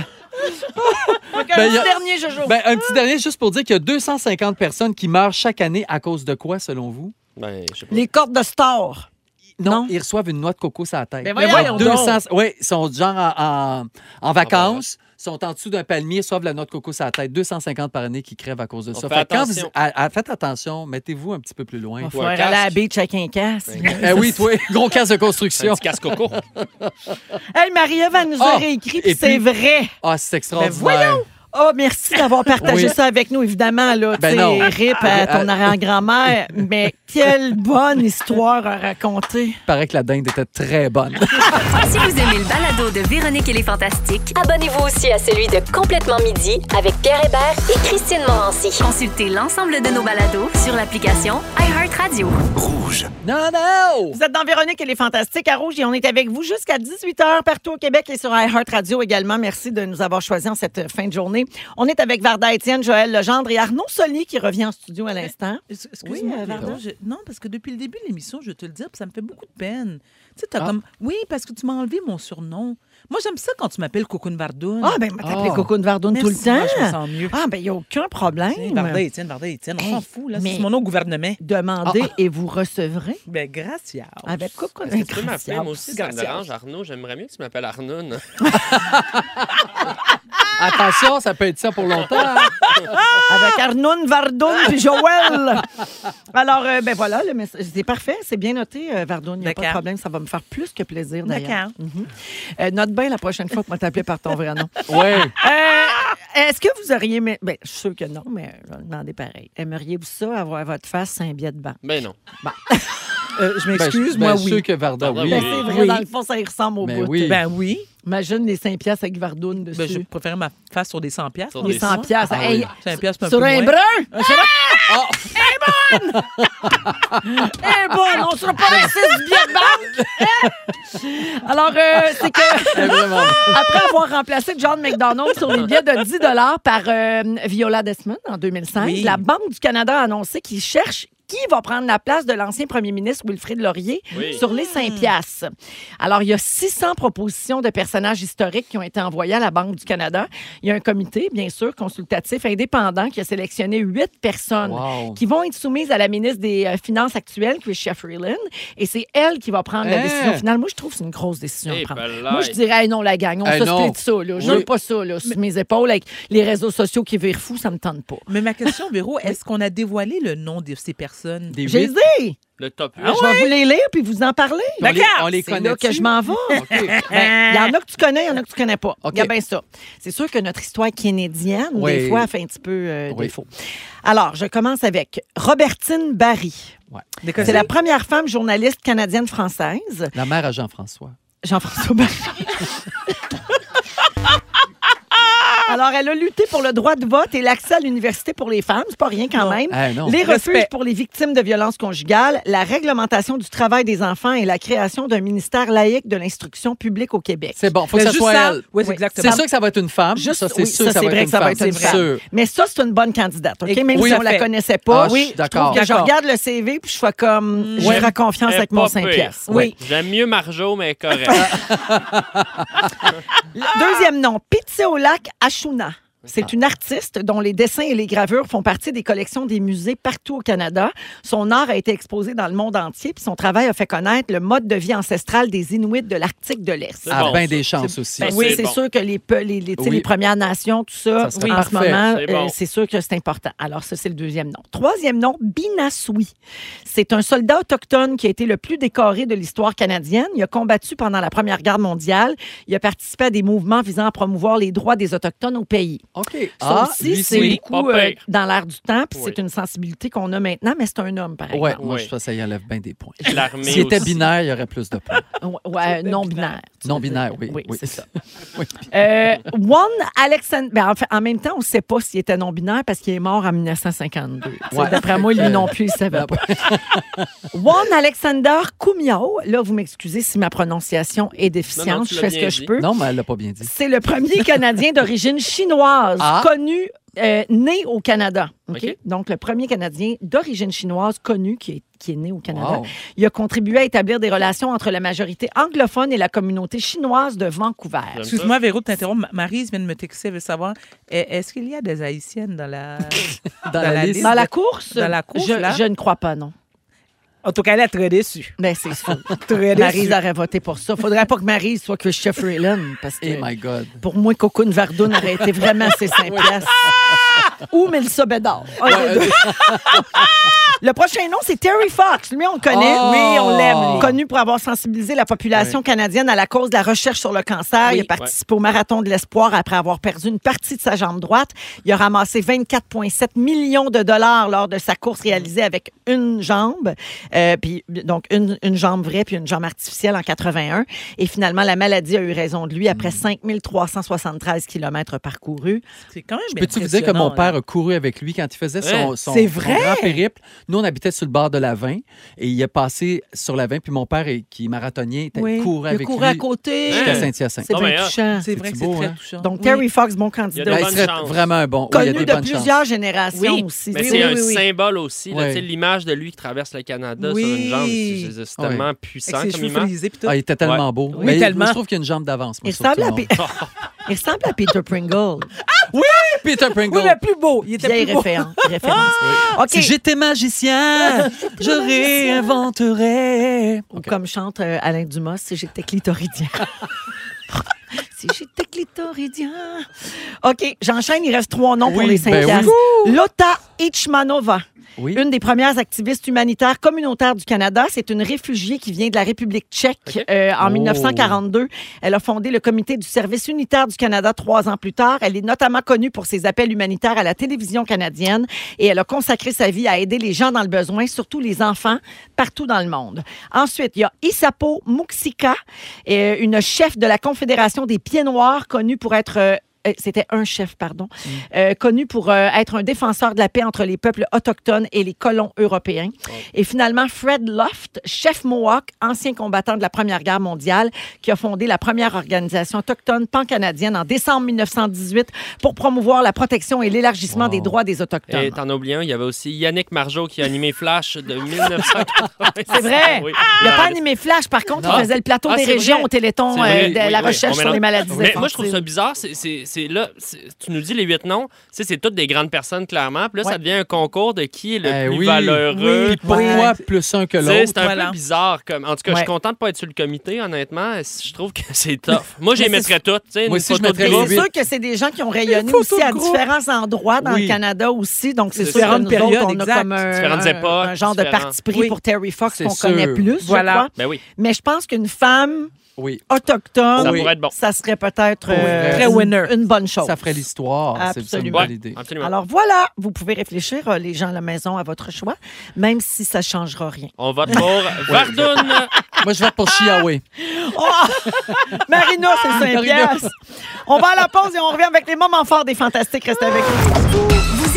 [SPEAKER 4] Ben,
[SPEAKER 12] le
[SPEAKER 4] y a-
[SPEAKER 12] dernier Jojo.
[SPEAKER 4] Ben, un petit dernier, juste pour dire qu'il y a 250 personnes qui meurent chaque année à cause de quoi, selon vous?
[SPEAKER 3] Ben, je sais pas.
[SPEAKER 2] Les cordes de star.
[SPEAKER 4] Non,
[SPEAKER 2] Non.
[SPEAKER 4] ils reçoivent une noix de coco sur la tête.
[SPEAKER 12] Ben voyons donc.
[SPEAKER 4] 200, oui, ils sont genre en, en- en vacances, sont en dessous d'un palmier, reçoivent la noix de coco sur la tête. 250 par année qui crèvent à cause de
[SPEAKER 3] On
[SPEAKER 4] ça.
[SPEAKER 3] fait
[SPEAKER 4] que quand
[SPEAKER 3] attention.
[SPEAKER 4] vous- à- à- faites attention, mettez-vous un petit peu plus loin.
[SPEAKER 2] On va
[SPEAKER 3] faut un
[SPEAKER 2] falloir aller à la
[SPEAKER 3] casque.
[SPEAKER 2] beach avec un casque.
[SPEAKER 4] Eh oui, toi, gros casse de
[SPEAKER 3] Un
[SPEAKER 4] construction.
[SPEAKER 3] petit casse-coco.
[SPEAKER 2] Hey, Marie-Ève, elle nous a
[SPEAKER 4] Ah!
[SPEAKER 2] réécrit, puis
[SPEAKER 4] Et
[SPEAKER 2] c'est
[SPEAKER 4] puis-
[SPEAKER 2] vrai.
[SPEAKER 4] Ah, c'est extraordinaire.
[SPEAKER 2] Oh, merci d'avoir partagé
[SPEAKER 4] Oui.
[SPEAKER 2] ça avec nous, évidemment. Là,
[SPEAKER 4] Ben
[SPEAKER 2] tu sais,
[SPEAKER 4] non.
[SPEAKER 2] RIP à ton arrière-grand-mère. Mais quelle bonne histoire à raconter.
[SPEAKER 4] Il paraît que la dinde était très bonne.
[SPEAKER 8] Si vous aimez le balado de Véronique et les Fantastiques,
[SPEAKER 13] Abonnez-vous aussi à celui de Complètement Midi avec Pierre Hébert et Christine Morancy.
[SPEAKER 8] consultez l'ensemble de nos balados sur l'application iHeartRadio.
[SPEAKER 4] non, non!
[SPEAKER 2] Vous êtes dans Véronique et les Fantastiques à Rouge et on est avec vous jusqu'à 18h partout au Québec et sur iHeartRadio également. Merci de nous avoir choisis en cette fin de journée. On est avec Varda Étienne, Joël Legendre et Arnaud Soli qui revient en studio à l'instant.
[SPEAKER 1] Ex- Excuse-moi,
[SPEAKER 2] euh,
[SPEAKER 1] Varda,
[SPEAKER 2] Varda.
[SPEAKER 1] je- Non, parce que depuis le début de l'émission, je vais te le dire, puis ça me fait beaucoup de peine. Tu sais, t'as
[SPEAKER 4] Ah.
[SPEAKER 1] comme. Oui, parce que tu m'as enlevé mon surnom. Moi, j'aime ça quand tu m'appelles Cocoon Vardoune.
[SPEAKER 2] Ah, ben, m'a t'appelé
[SPEAKER 4] Ah.
[SPEAKER 2] Cocoon Vardoune
[SPEAKER 1] Merci,
[SPEAKER 2] tout le temps.
[SPEAKER 1] moi, je me sens mieux.
[SPEAKER 2] Ah, ben, il n'y a aucun problème.
[SPEAKER 1] Tiens, Varda Étienne, Varda Étienne, on
[SPEAKER 2] Hey,
[SPEAKER 1] s'en fout, là.
[SPEAKER 2] mais-
[SPEAKER 1] C'est mon nom au gouvernement.
[SPEAKER 2] Demandez et vous recevrez
[SPEAKER 1] Ben, gracias.
[SPEAKER 2] avec Cocoon
[SPEAKER 3] Tu peux m'appeler, moi aussi, ça me dérange. Arnaud, j'aimerais mieux que tu m'appelles Arnoun.
[SPEAKER 4] Attention, ça peut être ça pour longtemps. hein.
[SPEAKER 2] Ah! Avec Arnoun Vardoun puis Joël. Alors, euh, ben voilà, le message- c'est parfait, c'est bien noté, euh, Vardoun. Il n'y a pas de
[SPEAKER 1] D'accord.
[SPEAKER 2] problème, ça va me faire plus que plaisir d'ailleurs.
[SPEAKER 1] D'accord.
[SPEAKER 2] Mhm. Euh, note bien la prochaine fois que moi t'appeler par ton vrai nom.
[SPEAKER 4] Oui.
[SPEAKER 2] Euh, Est-ce que vous auriez. aimé- Ben, je suis sûre que non, mais je vais le demander pareil. Aimeriez-vous ça, avoir à votre face un billet de banque?
[SPEAKER 3] Ben non.
[SPEAKER 1] Euh, je m'excuse,
[SPEAKER 4] ben,
[SPEAKER 1] moi,
[SPEAKER 4] Je suis
[SPEAKER 1] oui.
[SPEAKER 4] sûr que Varda,
[SPEAKER 3] Varda,
[SPEAKER 4] oui.
[SPEAKER 2] Ben,
[SPEAKER 3] oui.
[SPEAKER 2] c'est vrai,
[SPEAKER 1] Oui.
[SPEAKER 2] dans le fond, ça y ressemble au
[SPEAKER 4] Mais
[SPEAKER 2] bout.
[SPEAKER 4] oui.
[SPEAKER 1] Ben oui.
[SPEAKER 2] Imagine les 5 piastres avec Vardoune dessus.
[SPEAKER 1] Ben, je préfère ma face sur des 100 piastres.
[SPEAKER 3] Sur
[SPEAKER 1] moi,
[SPEAKER 2] les
[SPEAKER 3] des
[SPEAKER 1] tu vois.
[SPEAKER 2] 100 piastres.
[SPEAKER 4] Ah
[SPEAKER 2] Hey,
[SPEAKER 4] oui.
[SPEAKER 1] C'est un piastre un
[SPEAKER 2] sur
[SPEAKER 1] peu
[SPEAKER 2] un
[SPEAKER 1] moins.
[SPEAKER 2] brun!
[SPEAKER 1] Ah, c'est vrai? Ah!
[SPEAKER 2] Eh bon, on sera pas laissé du billet de banque! Hein? Alors, euh, c'est que
[SPEAKER 4] C'est vraiment bon.
[SPEAKER 2] après avoir remplacé John McDonald sur les billets de 10 par euh, Viola Desmond en 2005,
[SPEAKER 1] Oui.
[SPEAKER 2] la Banque du Canada a annoncé qu'il cherche qui va prendre la place de l'ancien premier ministre Wilfrid Laurier
[SPEAKER 3] Oui.
[SPEAKER 2] sur les 5 piastres. Alors, il y a 600 propositions de personnages historiques qui ont été envoyées à la Banque du Canada. Il y a un comité, bien sûr, consultatif indépendant qui a sélectionné 8 personnes
[SPEAKER 4] Wow.
[SPEAKER 2] qui vont être soumises à la ministre des euh, Finances actuelle, Chrystia Freeland, et c'est elle qui va prendre la
[SPEAKER 4] Hein?
[SPEAKER 2] décision finale. Moi, je trouve que c'est une grosse décision à
[SPEAKER 3] Eh,
[SPEAKER 2] prendre.
[SPEAKER 3] ben là.
[SPEAKER 2] Moi, je dirais, hey, non, la gang, on
[SPEAKER 4] Eh,
[SPEAKER 2] se
[SPEAKER 4] non.
[SPEAKER 2] split ça, là. Je
[SPEAKER 4] Oui.
[SPEAKER 2] veux pas ça, là, sur mes épaules, avec les réseaux sociaux qui virent fous, ça me tente pas.
[SPEAKER 1] Mais ma question, Véro, est-ce qu'on a dévoilé le nom de ces personnes?
[SPEAKER 4] Des
[SPEAKER 2] J'ai
[SPEAKER 4] huit.
[SPEAKER 2] dit, Ben,
[SPEAKER 3] Le top
[SPEAKER 4] Ah
[SPEAKER 3] 8.
[SPEAKER 2] je vais vous les lire puis vous en parler.
[SPEAKER 4] On les, on les
[SPEAKER 2] C'est
[SPEAKER 4] connaît.
[SPEAKER 2] là que je m'en vais. Ben, Il y en a que tu connais, il y en a que tu connais pas.
[SPEAKER 4] OK.
[SPEAKER 2] Regarde bien ça. C'est sûr que notre histoire kennedienne,
[SPEAKER 4] Oui.
[SPEAKER 2] des fois, elle fait un petit peu euh,
[SPEAKER 4] Oui.
[SPEAKER 2] défaut. Alors, je commence avec Robertine Barry.
[SPEAKER 1] Des
[SPEAKER 2] C'est la
[SPEAKER 1] connaissances?
[SPEAKER 2] première femme journaliste canadienne-française.
[SPEAKER 4] La mère à Jean-François.
[SPEAKER 2] Jean-François Barry. Alors, elle a lutté pour le droit de vote et l'accès à l'université pour les femmes. C'est pas rien quand
[SPEAKER 1] Non.
[SPEAKER 2] même.
[SPEAKER 4] Eh, non.
[SPEAKER 2] Les
[SPEAKER 1] Respect.
[SPEAKER 2] refuges pour les victimes de violences conjugales, la réglementation du travail des enfants et la création d'un ministère laïque de l'instruction publique au Québec.
[SPEAKER 4] C'est bon, faut que
[SPEAKER 1] Mais
[SPEAKER 4] ça
[SPEAKER 1] juste
[SPEAKER 4] soit
[SPEAKER 1] ça,
[SPEAKER 4] elle.
[SPEAKER 1] oui,
[SPEAKER 2] Oui.
[SPEAKER 1] exactement.
[SPEAKER 4] C'est sûr que ça va être une femme.
[SPEAKER 2] Juste-
[SPEAKER 4] ça, c'est
[SPEAKER 2] oui,
[SPEAKER 4] sûr
[SPEAKER 2] ça,
[SPEAKER 4] ça,
[SPEAKER 2] c'est
[SPEAKER 4] va
[SPEAKER 2] vrai
[SPEAKER 4] être
[SPEAKER 2] que
[SPEAKER 4] une
[SPEAKER 2] ça va
[SPEAKER 4] femme.
[SPEAKER 2] être une
[SPEAKER 4] c'est
[SPEAKER 2] femme.
[SPEAKER 4] sûr.
[SPEAKER 2] Mais ça, c'est une bonne candidate, OK?
[SPEAKER 1] Et-
[SPEAKER 2] Même
[SPEAKER 1] oui,
[SPEAKER 2] si
[SPEAKER 1] tout
[SPEAKER 2] on
[SPEAKER 1] à
[SPEAKER 2] la
[SPEAKER 1] fait.
[SPEAKER 2] connaissait pas,
[SPEAKER 4] Ah, je suis
[SPEAKER 2] je,
[SPEAKER 4] d'accord. Mm.
[SPEAKER 2] trouve que je
[SPEAKER 1] D'accord.
[SPEAKER 2] regarde le CV puis je fais comme... Je
[SPEAKER 3] Ouais.
[SPEAKER 2] ferai confiance avec mon 5 pièces. Oui.
[SPEAKER 3] J'aime mieux Marjo, mais correct.
[SPEAKER 2] Le Deuxième nom, Lac Ashuna. C'est une artiste dont les dessins et les gravures font partie des collections des musées partout au Canada. Son art a été exposé dans le monde entier, puis son travail a fait connaître le mode de vie ancestral des Inuits de l'Arctique de l'Est.
[SPEAKER 3] C'est
[SPEAKER 4] Ah,
[SPEAKER 3] bon,
[SPEAKER 4] ben
[SPEAKER 3] ça.
[SPEAKER 4] des chances aussi.
[SPEAKER 3] Ben,
[SPEAKER 2] oui,
[SPEAKER 3] c'est
[SPEAKER 2] c'est
[SPEAKER 3] bon.
[SPEAKER 2] sûr que les, pe- les, les, tu sais,
[SPEAKER 4] Oui.
[SPEAKER 2] les Premières Nations, tout ça,
[SPEAKER 4] Ça serait
[SPEAKER 2] oui, en ce
[SPEAKER 4] parfait.
[SPEAKER 2] moment,
[SPEAKER 3] C'est bon.
[SPEAKER 2] euh, c'est sûr que c'est important. Alors, ça, c'est le deuxième nom. Troisième nom, Binasui. C'est un soldat autochtone qui a été le plus décoré de l'histoire canadienne. Il a combattu pendant la Première Guerre mondiale. Il a participé à des mouvements visant à promouvoir les droits des Autochtones au pays.
[SPEAKER 4] OK.
[SPEAKER 2] Ça
[SPEAKER 4] Ah,
[SPEAKER 2] aussi,
[SPEAKER 4] lui,
[SPEAKER 2] c'est
[SPEAKER 4] oui.
[SPEAKER 2] beaucoup
[SPEAKER 3] pas
[SPEAKER 2] euh,
[SPEAKER 3] pire.
[SPEAKER 2] dans l'air du temps, puis
[SPEAKER 3] Oui.
[SPEAKER 2] c'est une sensibilité qu'on a maintenant, mais c'est un homme, par
[SPEAKER 4] Ouais,
[SPEAKER 2] exemple.
[SPEAKER 4] moi,
[SPEAKER 3] Oui.
[SPEAKER 4] je pense que ça y enlève bien des points.
[SPEAKER 3] L'armée
[SPEAKER 4] S'il était
[SPEAKER 3] aussi.
[SPEAKER 4] binaire, il y aurait plus de points.
[SPEAKER 2] Ouais, ouais, non-binaire. tu veux
[SPEAKER 4] Non-binaire,
[SPEAKER 2] dire.
[SPEAKER 4] oui.
[SPEAKER 2] Oui, c'est ça.
[SPEAKER 4] Oui.
[SPEAKER 2] Euh, One Alexander. ben, en, fait, en même temps, on ne sait pas s'il était non-binaire parce qu'il est mort en 1952. Tu sais,
[SPEAKER 4] Ouais.
[SPEAKER 2] D'après moi, lui
[SPEAKER 4] Euh,
[SPEAKER 2] non plus, il ne savait pas. One Alexander Cumiao. Là, vous m'excusez si ma prononciation est déficiente.
[SPEAKER 3] Non, non, tu
[SPEAKER 2] je
[SPEAKER 3] l'as
[SPEAKER 2] fais ce
[SPEAKER 3] bien
[SPEAKER 2] que
[SPEAKER 3] dit.
[SPEAKER 2] je peux.
[SPEAKER 4] Non, mais elle l'a pas bien dit.
[SPEAKER 2] C'est le premier Canadien d'origine chinoise
[SPEAKER 4] Ah.
[SPEAKER 2] connu, euh, né au Canada. OK?
[SPEAKER 3] OK.
[SPEAKER 2] Donc, le premier Canadien d'origine chinoise connu qui est, qui est né au Canada.
[SPEAKER 4] Wow.
[SPEAKER 2] Il a contribué à établir des relations entre la majorité anglophone et la communauté chinoise de Vancouver.
[SPEAKER 3] J'aime ça.
[SPEAKER 1] Excuse-moi, Véro, de t'interrompre. Ma- Maryse vient de me texter, elle veut savoir euh, est-ce qu'il y a des Haïtiennes dans la.
[SPEAKER 4] Dans,
[SPEAKER 1] la
[SPEAKER 4] la, liste.
[SPEAKER 1] liste.
[SPEAKER 2] Dans la course?
[SPEAKER 1] Dans la course,
[SPEAKER 2] je,
[SPEAKER 1] là?
[SPEAKER 2] je ne crois pas, non.
[SPEAKER 1] En tout cas, elle est très déçue.
[SPEAKER 2] Mais c'est sûr.
[SPEAKER 1] Très
[SPEAKER 2] Maryse aurait voté pour ça. Faudrait pas que Maryse soit Christopher Freeland parce que
[SPEAKER 4] Oh my God.
[SPEAKER 2] pour moi, Cocoon Vardoun aurait été vraiment ses cinq places. Ou Melissa Bédard. Un
[SPEAKER 3] euh,
[SPEAKER 2] des deux. Le prochain nom, c'est Terry Fox. Lui, on le connaît.
[SPEAKER 4] Oh!
[SPEAKER 2] Oui, on l'aime. lui. Connu pour avoir sensibilisé la population canadienne à la cause de la recherche sur le cancer. Il a participé au Marathon de l'espoir après avoir perdu une partie de sa jambe droite. Il a ramassé 24,7 millions de dollars lors de sa course réalisée avec une jambe. Euh, puis, donc, une, une jambe vraie puis une jambe artificielle en 81. Et finalement, la maladie a eu raison de lui après
[SPEAKER 4] Hmm.
[SPEAKER 2] 5373 kilomètres parcourus.
[SPEAKER 1] C'est quand même
[SPEAKER 4] Peux-tu vous dire que mon
[SPEAKER 1] impressionnant,
[SPEAKER 4] père a couru avec lui quand il faisait son, son-
[SPEAKER 1] C'est
[SPEAKER 4] son
[SPEAKER 1] vrai?
[SPEAKER 4] grand périple? Nous, on habitait sur le bord de la 20 et il est passé sur la 20, puis mon père, est- qui est marathonien, était
[SPEAKER 1] Oui.
[SPEAKER 4] courait
[SPEAKER 1] Le
[SPEAKER 4] avec
[SPEAKER 1] cours
[SPEAKER 4] lui
[SPEAKER 1] à côté.
[SPEAKER 4] jusqu'à
[SPEAKER 3] Hein?
[SPEAKER 4] Saint-Hyacinthe.
[SPEAKER 2] C'est
[SPEAKER 3] Non,
[SPEAKER 2] bien
[SPEAKER 3] mais, ah,
[SPEAKER 2] touchant.
[SPEAKER 1] C'est vrai
[SPEAKER 4] C'est
[SPEAKER 1] que c'est
[SPEAKER 4] beau,
[SPEAKER 1] très
[SPEAKER 4] hein?
[SPEAKER 1] touchant.
[SPEAKER 2] Donc,
[SPEAKER 1] Oui.
[SPEAKER 2] Terry Fox, bon
[SPEAKER 3] Il y
[SPEAKER 2] candidat.
[SPEAKER 3] a des
[SPEAKER 4] Ben,
[SPEAKER 3] bonnes
[SPEAKER 4] il serait
[SPEAKER 3] chances.
[SPEAKER 4] vraiment un bon. Oui, il y a
[SPEAKER 2] Connu
[SPEAKER 4] des
[SPEAKER 2] de
[SPEAKER 4] bonnes chances.
[SPEAKER 2] plusieurs générations
[SPEAKER 1] Oui.
[SPEAKER 2] aussi.
[SPEAKER 3] Mais
[SPEAKER 2] Oui,
[SPEAKER 3] c'est
[SPEAKER 2] oui,
[SPEAKER 3] un
[SPEAKER 2] oui, oui.
[SPEAKER 3] symbole aussi. là,
[SPEAKER 4] Ouais.
[SPEAKER 3] tu sais, L'image de lui qui traverse le Canada sur
[SPEAKER 1] Oui.
[SPEAKER 3] une jambe, c'est- c'est c'est
[SPEAKER 4] Ouais.
[SPEAKER 3] tellement
[SPEAKER 1] Avec
[SPEAKER 3] puissant
[SPEAKER 1] ses
[SPEAKER 3] comme
[SPEAKER 1] cheveux
[SPEAKER 3] image.
[SPEAKER 1] frisés puis tout.
[SPEAKER 4] Ah, il était tellement beau.
[SPEAKER 1] Oui,
[SPEAKER 4] Mais il-
[SPEAKER 1] tellement.
[SPEAKER 4] Je trouve qu'il y a une jambe d'avance. moi,
[SPEAKER 2] Il
[SPEAKER 4] sur tout
[SPEAKER 2] ressemble,
[SPEAKER 4] le
[SPEAKER 2] à
[SPEAKER 4] monde.
[SPEAKER 2] Pe- Il ressemble à Peter Pringle.
[SPEAKER 4] Peter Pringle.
[SPEAKER 1] Oui, le plus beau. Il était
[SPEAKER 2] Vieille
[SPEAKER 1] plus beau.
[SPEAKER 2] référence. référence. OK.
[SPEAKER 4] Si j'étais magicien, je réinventerais.
[SPEAKER 2] Ou comme chante euh, Alain Dumas, si j'étais clitoridien. si j'étais clitoridien. OK, j'enchaîne. Il reste trois noms pour
[SPEAKER 4] Oui,
[SPEAKER 2] les cinq
[SPEAKER 4] ben oui.
[SPEAKER 2] piastres. Lotta Ichmanova,
[SPEAKER 4] Oui.
[SPEAKER 2] une des premières activistes humanitaires communautaires du Canada. C'est une réfugiée qui vient de la République tchèque euh, en
[SPEAKER 4] Oh.
[SPEAKER 2] 1942. Elle a fondé le comité du service unitaire du Canada trois ans plus tard. Elle est notamment connue pour ses appels humanitaires à la télévision canadienne et elle a consacré sa vie à aider les gens dans le besoin, surtout les enfants, partout dans le monde. Ensuite, il y a Isapo Muxika, euh, une chef de la Confédération des Pieds Noirs, connue pour être... euh, euh, c'était un chef, pardon, euh, connu pour euh, être un défenseur de la paix entre les peuples autochtones et les colons européens. Et finalement, Fred Loft, chef Mohawk, ancien combattant de la Première Guerre mondiale, qui a fondé la première organisation autochtone pan-canadienne en décembre 1918 pour promouvoir la protection et l'élargissement
[SPEAKER 4] Wow.
[SPEAKER 2] des droits des
[SPEAKER 3] Et
[SPEAKER 2] Autochtones.
[SPEAKER 3] t'en as oublié un, il y avait aussi Yannick Margeau qui a animé Flash de 1980.
[SPEAKER 2] C'est vrai.
[SPEAKER 3] Oui.
[SPEAKER 2] Il n'a pas animé Flash, par contre,
[SPEAKER 3] Ah, Non.
[SPEAKER 2] il faisait le plateau
[SPEAKER 3] Ah,
[SPEAKER 2] des
[SPEAKER 3] c'est
[SPEAKER 2] régions
[SPEAKER 3] vrai.
[SPEAKER 2] au Téléthon,
[SPEAKER 3] C'est vrai.
[SPEAKER 2] euh, de
[SPEAKER 3] Oui,
[SPEAKER 2] la
[SPEAKER 3] oui, on
[SPEAKER 2] recherche sur
[SPEAKER 3] mélange-
[SPEAKER 2] les maladies
[SPEAKER 3] Mais moi, je trouve ça
[SPEAKER 2] infantiles.
[SPEAKER 3] bizarre. C'est- C'est c'est là, c'est- tu nous dis les huit noms, tu sais, c'est toutes des grandes personnes, clairement. Puis là,
[SPEAKER 2] Ouais.
[SPEAKER 3] ça devient un concours de qui est le
[SPEAKER 4] Eh
[SPEAKER 3] plus
[SPEAKER 4] oui.
[SPEAKER 3] valeureux.
[SPEAKER 4] Puis pourquoi plus un que
[SPEAKER 3] Tu sais,
[SPEAKER 4] l'autre?
[SPEAKER 3] C'est un
[SPEAKER 1] voilà.
[SPEAKER 3] peu bizarre. Comme... En tout cas, je
[SPEAKER 2] Ouais.
[SPEAKER 3] suis content de pas être sur le comité, honnêtement. Je trouve que c'est tough. Moi, j'y mettrais toutes. tu
[SPEAKER 4] Moi
[SPEAKER 3] sais, une
[SPEAKER 4] aussi, je
[SPEAKER 3] photo de
[SPEAKER 4] mettrais
[SPEAKER 2] Mais
[SPEAKER 3] groupe.
[SPEAKER 4] les
[SPEAKER 2] c'est sûr que c'est des gens qui ont rayonné
[SPEAKER 1] photo
[SPEAKER 2] aussi
[SPEAKER 1] de
[SPEAKER 2] à
[SPEAKER 1] groupe.
[SPEAKER 2] différents endroits dans
[SPEAKER 4] Oui.
[SPEAKER 2] le Canada aussi. Donc, c'est
[SPEAKER 3] C'est
[SPEAKER 2] sûr que
[SPEAKER 1] différentes
[SPEAKER 2] nous autres,
[SPEAKER 1] périodes,
[SPEAKER 2] on a
[SPEAKER 1] exact.
[SPEAKER 2] comme un,
[SPEAKER 3] Différentes
[SPEAKER 2] un-
[SPEAKER 3] époques,
[SPEAKER 2] un genre de
[SPEAKER 3] différents-
[SPEAKER 2] parti pris
[SPEAKER 1] Oui.
[SPEAKER 2] pour Terry Fox
[SPEAKER 4] C'est
[SPEAKER 2] qu'on
[SPEAKER 4] sûr.
[SPEAKER 2] connaît plus,
[SPEAKER 1] Voilà.
[SPEAKER 2] je crois.
[SPEAKER 3] Ben oui.
[SPEAKER 2] Mais je pense qu'une femme
[SPEAKER 4] Oui.
[SPEAKER 2] autochtone,
[SPEAKER 3] Ça
[SPEAKER 4] Oui.
[SPEAKER 3] pourrait être bon.
[SPEAKER 2] ça serait peut-être euh,
[SPEAKER 4] Très
[SPEAKER 2] une-
[SPEAKER 1] winner.
[SPEAKER 2] une bonne chose.
[SPEAKER 4] Ça ferait l'histoire. C'est- C'est une
[SPEAKER 2] Absolument.
[SPEAKER 4] bonne
[SPEAKER 3] Ouais,
[SPEAKER 4] idée.
[SPEAKER 3] absolument.
[SPEAKER 2] Alors voilà, vous pouvez réfléchir, euh, les gens à la maison, à votre choix, même si ça ne changera rien.
[SPEAKER 3] On vote pour Vardoun.
[SPEAKER 4] Moi, je vais pour Chiaoui.
[SPEAKER 2] Marina, c'est 5
[SPEAKER 4] Marina.
[SPEAKER 2] piastres. On va à la pause et on revient avec les moments forts des Fantastiques. Restez avec nous.
[SPEAKER 8] Vous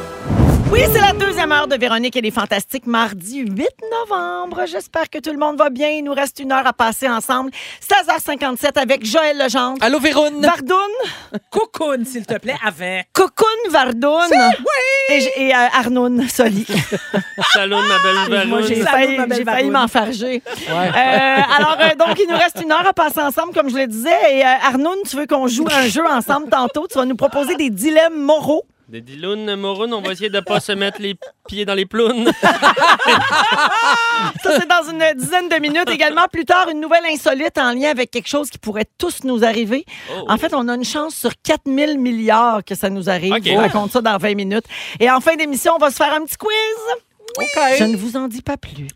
[SPEAKER 2] Oui, c'est la deuxième heure de Véronique et les Fantastiques, mardi 8 novembre. J'espère que tout le monde va bien. Il nous reste une heure à passer ensemble. 16h57 avec Joël Legendre.
[SPEAKER 4] Allô, Véroune?
[SPEAKER 2] Vardoun,
[SPEAKER 1] Cocoon, s'il te plaît, avec.
[SPEAKER 2] Cocoon Vardoun. Et, j- et, euh, Arnoun Soli.
[SPEAKER 3] Salut, ma belle
[SPEAKER 2] Moi, j'ai
[SPEAKER 3] Vardoun.
[SPEAKER 2] failli,
[SPEAKER 1] Salut, ma belle
[SPEAKER 2] j'ai failli
[SPEAKER 1] Vardoun.
[SPEAKER 2] m'enfarger.
[SPEAKER 4] Ouais.
[SPEAKER 2] Euh, alors, euh, donc, il nous reste une heure à passer ensemble, comme je le disais. Et euh, Arnoun, tu veux qu'on joue à un jeu ensemble tantôt? Tu vas nous proposer des dilemmes moraux.
[SPEAKER 3] Des dilounes morounes, on va essayer de pas se mettre les pieds dans les plounes.
[SPEAKER 2] Ça, c'est dans une dizaine de minutes. Également, plus tard, une nouvelle insolite en lien avec quelque chose qui pourrait tous nous arriver.
[SPEAKER 3] Oh.
[SPEAKER 2] En fait, on a une chance sur 4000 milliards que ça nous arrive.
[SPEAKER 3] Ok. Oh.
[SPEAKER 2] Je vous raconte ça dans 20 minutes. Et en fin d'émission, on va se faire un petit quiz. Je ne vous en dis pas plus.